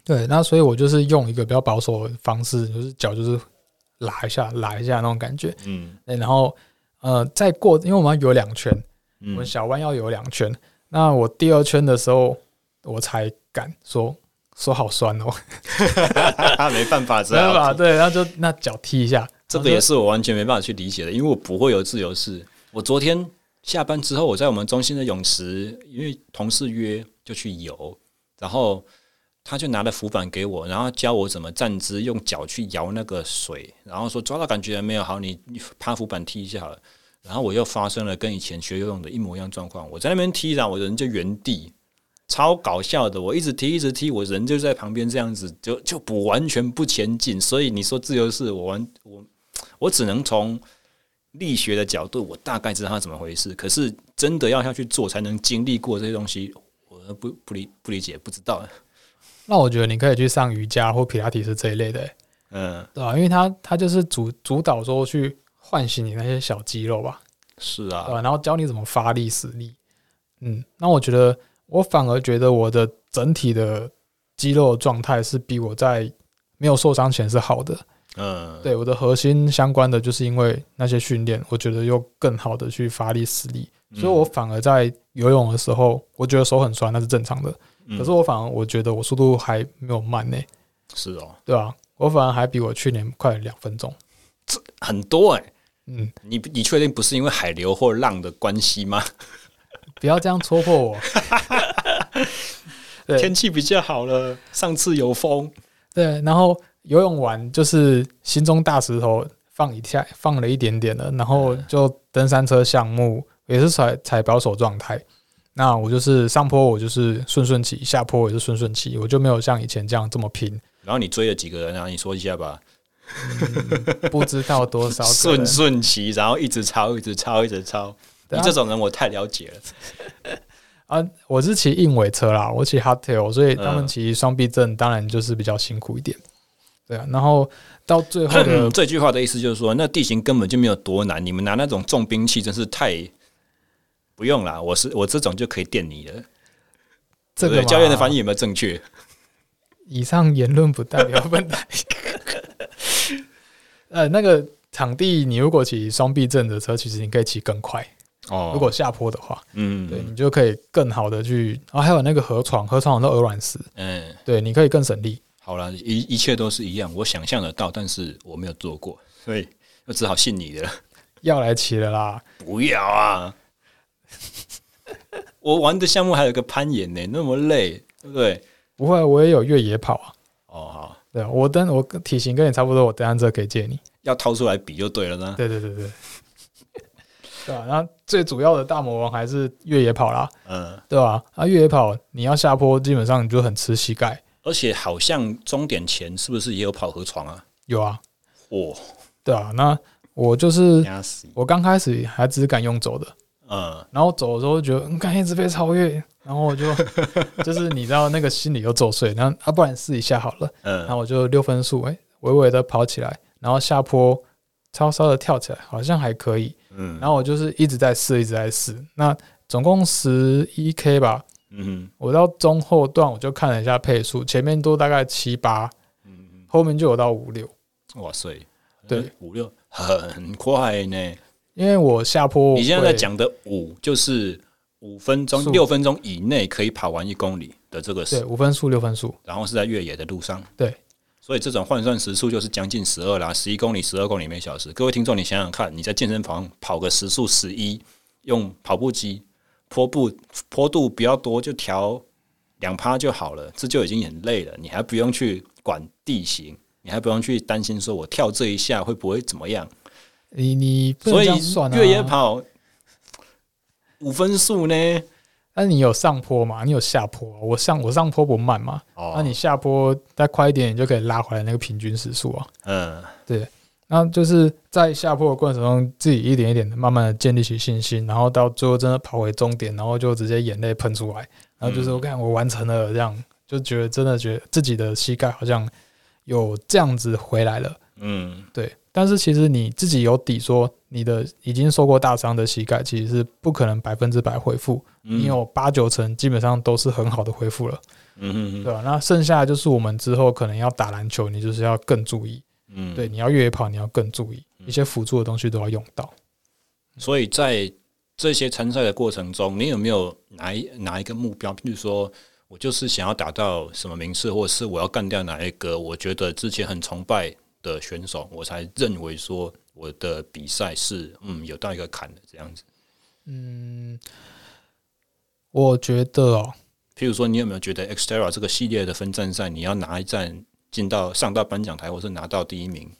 B: 对，那所以我就是用一个比较保守的方式，就是脚就是拉一下拉一下那种感觉。
C: 嗯
B: 对，然后呃，再过，因为我们要游两圈，我
C: 嗯
B: 们小弯要游两圈。那我第二圈的时候，我才敢说说好酸哦，
C: 没办法，
B: 真的吧？ 对，然后就那脚踢一下，
C: 这个也是我完全没办法去理解的，因为我不会有自由式。我昨天下班之后，我在我们中心的泳池，因为同事约就去游，然后他就拿了浮板给我，然后教我怎么站姿，用脚去摇那个水，然后说抓到感觉了没有？好，你你趴浮板踢一下好了。然后我又发生了跟以前学游泳的一模一样状况，我在那边踢，然后我人就原地，超搞笑的。我一直踢，一直踢，我人就在旁边这样子，就就不完全不前进。所以你说自由式，我完我我只能从力学的角度，我大概知道它怎么回事。可是真的要下去做，才能经历过这些东西，我不不理不理解，不知道。
B: 那我觉得你可以去上瑜伽或皮拉提斯这一类的、欸
C: 嗯，
B: 对吧、因为它它就是主主导说去唤醒你那些小肌肉吧，
C: 是
B: 对
C: 啊，
B: 吧？然后教你怎么发力使力。嗯，那我觉得我反而觉得我的整体的肌肉状态是比我在没有受伤前是好的。
C: 嗯，
B: 对我的核心相关的，就是因为那些训练，我觉得又更好的去发力使力，
C: 嗯，
B: 所以我反而在游泳的时候，我觉得手很酸，那是正常的。
C: 嗯
B: 可是我反而我觉得我速度还没有慢呢、
C: 是哦，
B: 对吧、我反而还比我去年快了两分钟。
C: 很多哎、
B: 嗯，
C: 你你确定不是因为海流或浪的关系吗？
B: 不要这样戳破我。对
C: 天气比较好了，上次有风，
B: 对，然后游泳完就是心中大石头放一下，放了一点点了，然
C: 嗯
B: 后就登山车项目也是采采保守状态。那我就是上坡，我就是顺顺骑，下坡我也是顺顺骑，我就没有像以前这样这 么拼，
C: 然后你追了几个人啊？你说一下吧。
B: 不知道多少个
C: 顺
B: 人
C: 顺其，然后一直抄，一直抄，一直抄。
B: 对
C: 你
B: 啊
C: 这种人我太了解了。
B: 啊，我是骑硬尾车啦，我骑 hardtail，所以他们
C: 嗯
B: 骑双避震当然就是比较辛苦一点。对啊，然后到最后 的
C: 嗯这句话的意思就是说，那地形根本就没有多难，你们拿那种重兵器真是太不用啦，我是我这种就可以电你了。
B: 这
C: 对
B: 个
C: 不对教练的翻
B: 译，
C: 译有没有正确？
B: 以上言论不代表本台。呃，那个场地，你如果骑双避震的车，其实你可以骑更快。
C: 哦
B: 如果下坡的话，对
C: 嗯
B: 你就可以更好的去。然后还有那个河床，河床有鹅卵石，
C: 嗯，
B: 对，你可以更省力。
C: 好啦，一一切都是一样，我想象得到，但是我没有做过，所以我只好信你的 了。
B: 要来骑了啦，
C: 不要啊！ 我玩的项目还有个攀岩呢，那么累，对不对？
B: 不会，我也有越野跑啊。
C: 哦，好，
B: 对啊，我等我体型跟你差不多，我登山车可以借你。
C: 要掏出来比就对了呢。
B: 对对对对，对啊，然后最主要的大魔王还是越野跑啦，
C: 嗯，
B: 对吧、啊？越野跑你要下坡，基本上你就很吃膝盖。
C: 而且好像终点前是不是也有跑河床啊？
B: 有啊，
C: 哦，
B: 对啊。那我就是
C: 压死！
B: 我刚开始还只敢用走的，
C: 嗯，
B: 然后走的时候就觉得，嗯，看一直被超越，然后 我就就是你知道那个心里又作祟，然后啊，不然试一下好了。然
C: 嗯，
B: 后我就六分速，哎、微微的跑起来，然后下坡稍稍的跳起来，好像还可以。
C: 嗯，
B: 然后我就是一直在试，一直在试。那总共十一 K 吧，
C: 嗯
B: 我到中后段我就看了一下配速，前面都大概七八，
C: 嗯，
B: 后面就有到五六。
C: 哇塞，
B: 对，
C: 五六很快呢。
B: 因为我下坡，
C: 你现在在，讲的五就是五分钟、
B: 速
C: 六分钟以内可以跑完一公里的这个
B: 对，
C: 时，
B: 五分速六分速，
C: 然后是在越野的路上。
B: 对，
C: 所以这种换算时速就是将近十二啦，十一公里、十二公里每小时。各位听众，你想想看，你在健身房跑个时速十一，用跑步机坡步坡度不要多，就调两趴就好了，这就已经很累了。你还不用去管地形，你还不用去担心说我跳这一下会不会怎么样。
B: 你你不能
C: 所
B: 这
C: 以
B: 样算啊。
C: 越野，跑五分数呢？
B: 但你有上坡嘛？你有下坡啊，我上我上坡不慢嘛，
C: 哦
B: 那你下坡再快一点，你就可以拉回来那个平均时速啊。
C: 嗯
B: 那就是在下坡的过程中，自己一点一点的慢慢的建立起信心，然后到最后真的跑回终点，然后就直接眼泪喷出来，然后就是
C: 嗯
B: 我看我完成了，这样就觉得真的觉得自己的膝盖好像有这样子回来了，
C: 嗯
B: 对。但是其实你自己有底，说你的已经受过大伤的膝盖其实是不可能百分之百恢复，
C: 嗯，
B: 你有八九成基本上都是很好的恢复了，
C: 嗯嗯
B: 对吧、啊那剩下的就是我们之后可能要打篮球，你就是要更注意。
C: 嗯
B: 对，，你要越野跑，你要更注意一些辅助的东西都要用到。
C: 所以在这些参赛的过程中，你有没有哪一哪一个目标？譬如说我就是想要达到什么名次，或者是我要干掉哪一个我觉得之前很崇拜的选手，我才认为说我的比赛是嗯有到一个坎的这样子。
B: 嗯，我觉得哦，
C: 譬如说，你有没有觉得 Xterra 这个系列的分站赛，你要拿一站进到上到颁奖台，或是拿到第一名？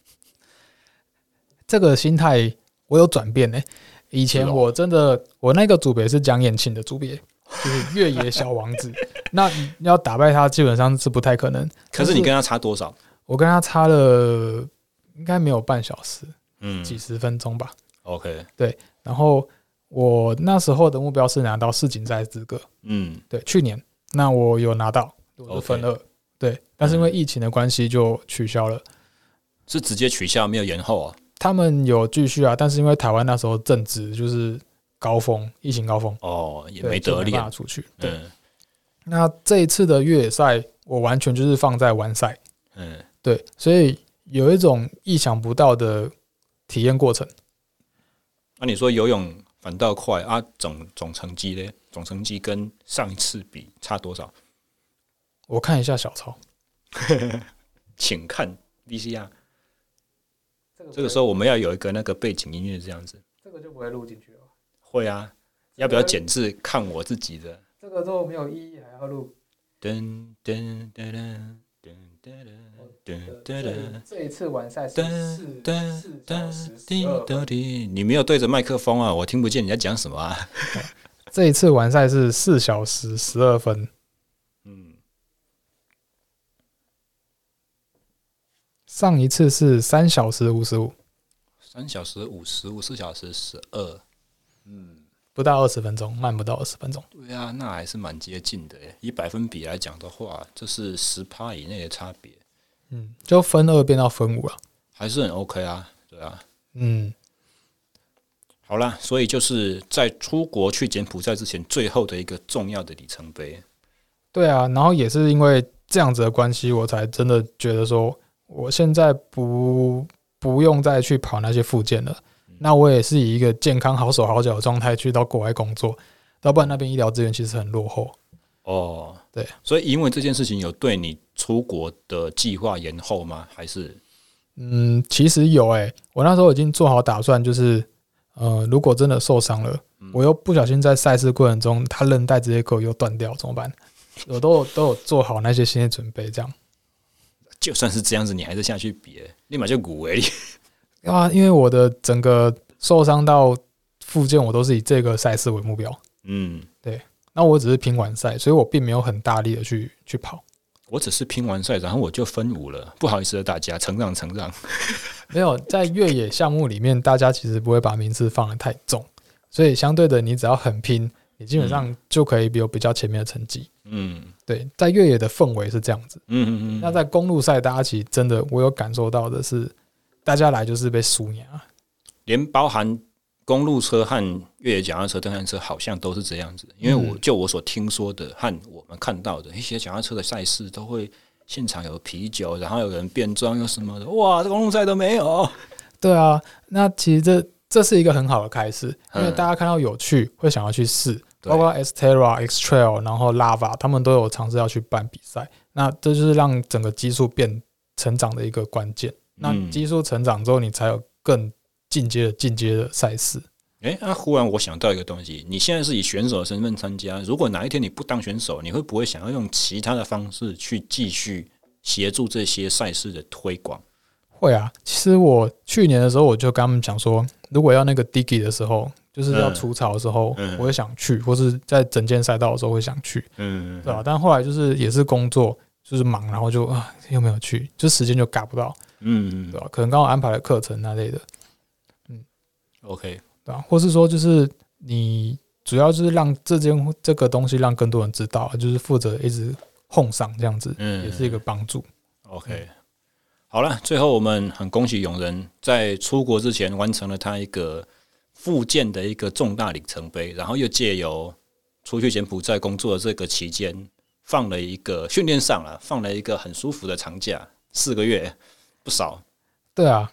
B: 这个心态我有转变呢、欸以前
C: 是哦
B: 我真的，我那个组别是江彦庆的组别，就是越野小王 子。那你要打败他，基本上是不太可能。
C: 可是
B: 但
C: 你跟他差多少？
B: 我跟他差了，应该没有半小时，
C: 嗯
B: 几十分钟吧。
C: ，OK，
B: 然后我那时候的目标是拿到世锦赛资格，
C: 嗯
B: 对，去年那我有拿到，我就
C: OK
B: 分二，对，但是因为疫情的关系就取消了。
C: 是直接取消，没有延后啊。
B: 他们有继续啊，但是因为台湾那时候正值就是高峰，疫情高峰，
C: 哦，也
B: 对
C: 没
B: 就
C: 得
B: 没办法
C: 练。
B: 出去。对，
C: 嗯
B: 那这一次的越野赛，我完全就是放在完赛，
C: 嗯，
B: 对，所以有一种意想不到的体验过程。
C: 那、啊你说游泳反倒快啊？总总成绩嘞？总成绩跟上一次比差多少？
B: 我看一下小超，
C: 请看 VCR。这个时候我们要有一个那个背景音乐这样子。
B: 这个就不会录进去了，
C: 会啊，要不要剪是看我自己的。
B: 这个都没有意义，还要录。
C: 噔噔噔噔噔噔噔噔噔
B: 这一次完赛
C: 噔噔噔叮咚叮，你没有对着麦克风啊，我听不见你在讲什么啊。
B: 这一次完赛是四小时十二分，
C: 嗯，
B: 上一次是三小时五十五。
C: 三小时五十五，四小时十二。嗯，
B: 不到二十分钟，慢不到二十分钟。
C: 对啊，那还是蛮接近的耶。以百分比来讲的话，就是十趴以内的差别，
B: 嗯，就分二变到分五了。啊
C: 还是很 OK 啊。对啊，
B: 嗯，
C: 好啦，所以就是在出国去柬埔寨之前，最后的一个重要的里程碑。
B: 对啊，然后也是因为这样子的关系，我才真的觉得说，我现在不不用再去跑那些附件了。那我也是以一个健康好手好脚的状态去到国外工作，要不然那边医疗资源其实很落后。
C: 哦，
B: 对，
C: 所以因为这件事情有对你出国的计划延后吗？还是
B: 嗯，其实有诶、我那时候已经做好打算，就是呃，如果真的受伤了，我又不小心在赛事过程中，他韧带直接给我又断掉，怎么办？我都有都有做好那些心理准备，这样
C: 就算是这样子，你还是下去比耶，立马就骨为
B: 啊，因为我的整个受伤到附件，我都是以这个赛事为目标，
C: 嗯，
B: 那我只是拼完赛，所以我并没有很大力的去去跑，
C: 我只是拼完赛，然后我就分五了，不好意思了，大家成长成长。
B: 没有在越野项目里面，大家其实不会把名次放得太重，所以相对的，你只要很拼，你基本上就可以有比较前面的成绩。
C: 嗯
B: 对，在越野的氛围是这样子。
C: 嗯嗯
B: 那
C: 嗯，
B: 在公路赛，大家其实真的，我有感受到的是，大家来就是被输赢啊。
C: 连包含公路车和越野脚踏车、登山车，好像都是这样子。因为我
B: 嗯
C: 就我所听说的和我们看到的一些脚踏车的赛事，都会现场有啤酒，然后有人变装，有什么的，哇，这公路赛都没有。
B: 对啊，那其实这这是一个很好的开始，因为
C: 嗯
B: 大家看到有趣，会想要去试，
C: 对
B: 包括 S Terra、X Trail，然后 Lava，他们都有尝试要去办比赛。那这就是让整个基数变成长的一个关键。那
C: 嗯
B: 基数成长之后，你才有更进阶的进阶的赛事。
C: 诶，那、忽然我想到一个东西，你现在是以选手的身份参加，如果哪一天你不当选手，你会不会想要用其他的方式去继续协助这些赛事的推广？
B: 会啊，其实我去年的时候我就跟他们讲说，如果要那个 Diggy 的时候，就是要
C: 嗯
B: 除草的时候，
C: 嗯
B: 我会想去，或是在整件赛道的时候会想去，
C: 嗯，
B: 对吧、但后来就是啊也是工作，就是忙，然后就啊又没有去，就时间就赶不到，
C: 嗯
B: 对吧、可能刚好安排了课程那类的，
C: ，OK，
B: 对吧、或是说就是你主要就是让这件这个东西让更多人知道，就是负责一直哄上这样子，
C: 嗯
B: 也是一个嗯帮助。
C: OK，好了，最后我们很恭喜永仁在出国之前完成了他一个复健的一个重大里程碑，然后又借由出去柬埔寨工作的这个期间，放了一个训练上了，放了一个很舒服的长假，四个月不少，
B: 对啊，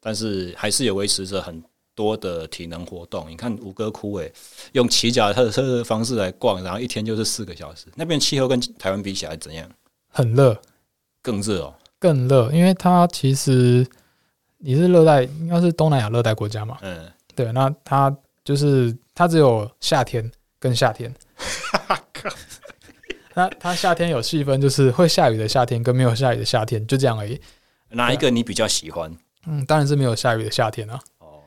C: 但是还是有维持着很。多的体能活动，你看吴哥窟诶，用骑脚踏车的方式来逛，然后一天就是四个小时。那边气候跟台湾比起来怎样？
B: 很热，
C: 更热哦。
B: 更热，因为它其实你是热带，应该是东南亚热带国家嘛。
C: 嗯，
B: 对，那它就是它只有夏天跟 夏天。那它夏天有细分，就是会下雨的夏天跟没有下雨的夏天，就这样而已。
C: 哪一个你比较喜欢？
B: 嗯，当然是没有下雨的夏天啊，
C: 哦，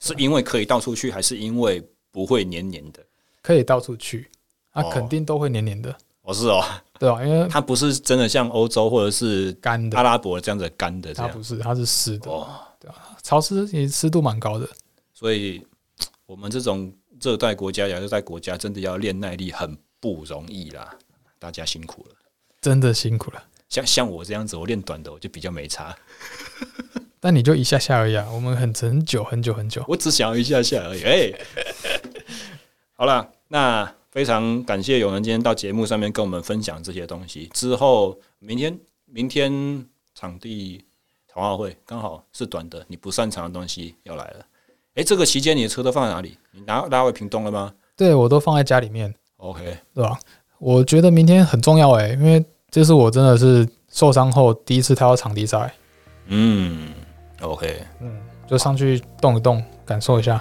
C: 是因为可以到处去，还是因为不会黏黏的？
B: 可以到处去，啊，
C: 哦
B: 肯定都会黏黏的，
C: 哦，是哦，
B: 对啊吧、因为
C: 它不是真的像欧洲或者是
B: 干
C: 阿
B: 的，
C: 拉伯这样子干的这
B: 它
C: 样
B: 不是，它是湿的，啊
C: 哦，
B: 潮湿也湿度蛮高的。
C: 所以嘖我们这种热带国家、亚热带国家，真的要练耐力很不容易啦，大家辛苦了。
B: 真的辛苦了，
C: 像像我这样子，我练短的我就比较没差，
B: 但你就一下下而已啊，我们很很久很久很久。
C: 我只想要一下下而已。哎、好啦，那非常感谢有人今天到节目上面跟我们分享这些东西。之后，明天明天场地残奥会刚好是短的，你不擅长的东西要来了。哎、这个期间你的车都放在哪里？你拿拉回屏东了吗
B: 对我都放在家里面，
C: ？OK，
B: 对吧？我觉得明天很重要欸诶、因为这是我真的是受伤后第一次踏到场地赛，
C: 嗯，OK，
B: 嗯，就上去动一动，感受一下。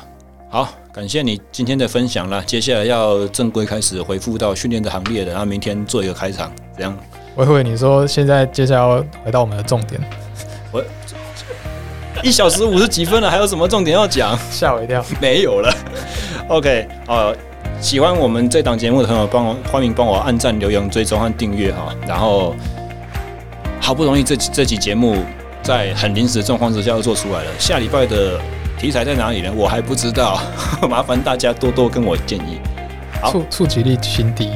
C: 好，感谢你今天的分享啦。接下来要正规开始回复到训练的行列了，然后明天做一个开场，这样
B: 我以为你说现在接下来要回到我们的重点，
C: 一小时五十几分了，还有什么重点要讲？
B: 吓我一跳。
C: 没有了。OK，呃，喜欢我们这档节目的朋友，帮我欢迎帮我按赞、留言、追踪和订阅哈。然后，好不容易这集这集节目在很临时的状况之下又做出来了，下礼拜的体题材在哪里呢？我还不知道， 麻烦大家多多跟我建议。好
B: 触触及力新低，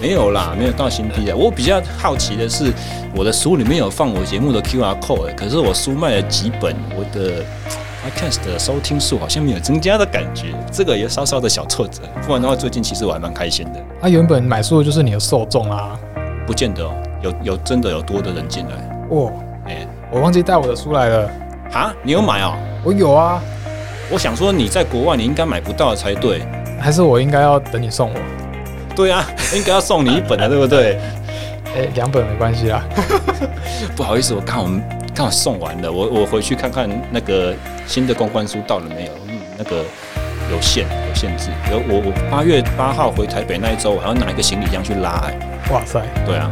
C: 没有啦，没有到新低啊。我比较好奇的是，我的书里面有放我节目的 QR code，、欸、可是我书卖了几本，我的 podcast 的收听数好像没有增加的感觉，这个也稍稍的小挫折。不然的话，最近其实我还蛮开心的，
B: 它、啊原本买书的就是你的受众啊。
C: 不见得哦，有有真的有多的人进来，
B: 哦，
C: 哎、
B: 我忘记带我的书来了，
C: 啊，你有买哦？
B: 我有啊，
C: 我想说你在国外你应该买不到才对，
B: 还是我应该要等你送我？
C: 对啊，应该要送你一本啊，对不对？
B: 哎、两本没关系啦。
C: 不好意思，我刚好刚好送完了，我我回去看看那个新的公关书到了没有？嗯，那个有限有限制，有我我八月八号回台北那一周，我还要拿一个行李箱去拉、哎，
B: 哇塞，
C: 对啊，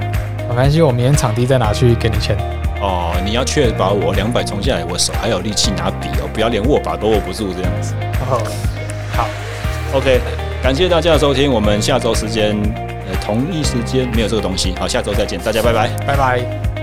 B: 没关系，我明天场地再拿去给你签。
C: 哦，你要确保我两百冲下来，我手还有力气拿笔哦，不要连握把都握不住这样子。
B: 哦，好，
C: OK，感谢大家的收听，我们下周时间呃同一时间没有这个东西，好，下周再见，大家拜拜。
B: 拜拜。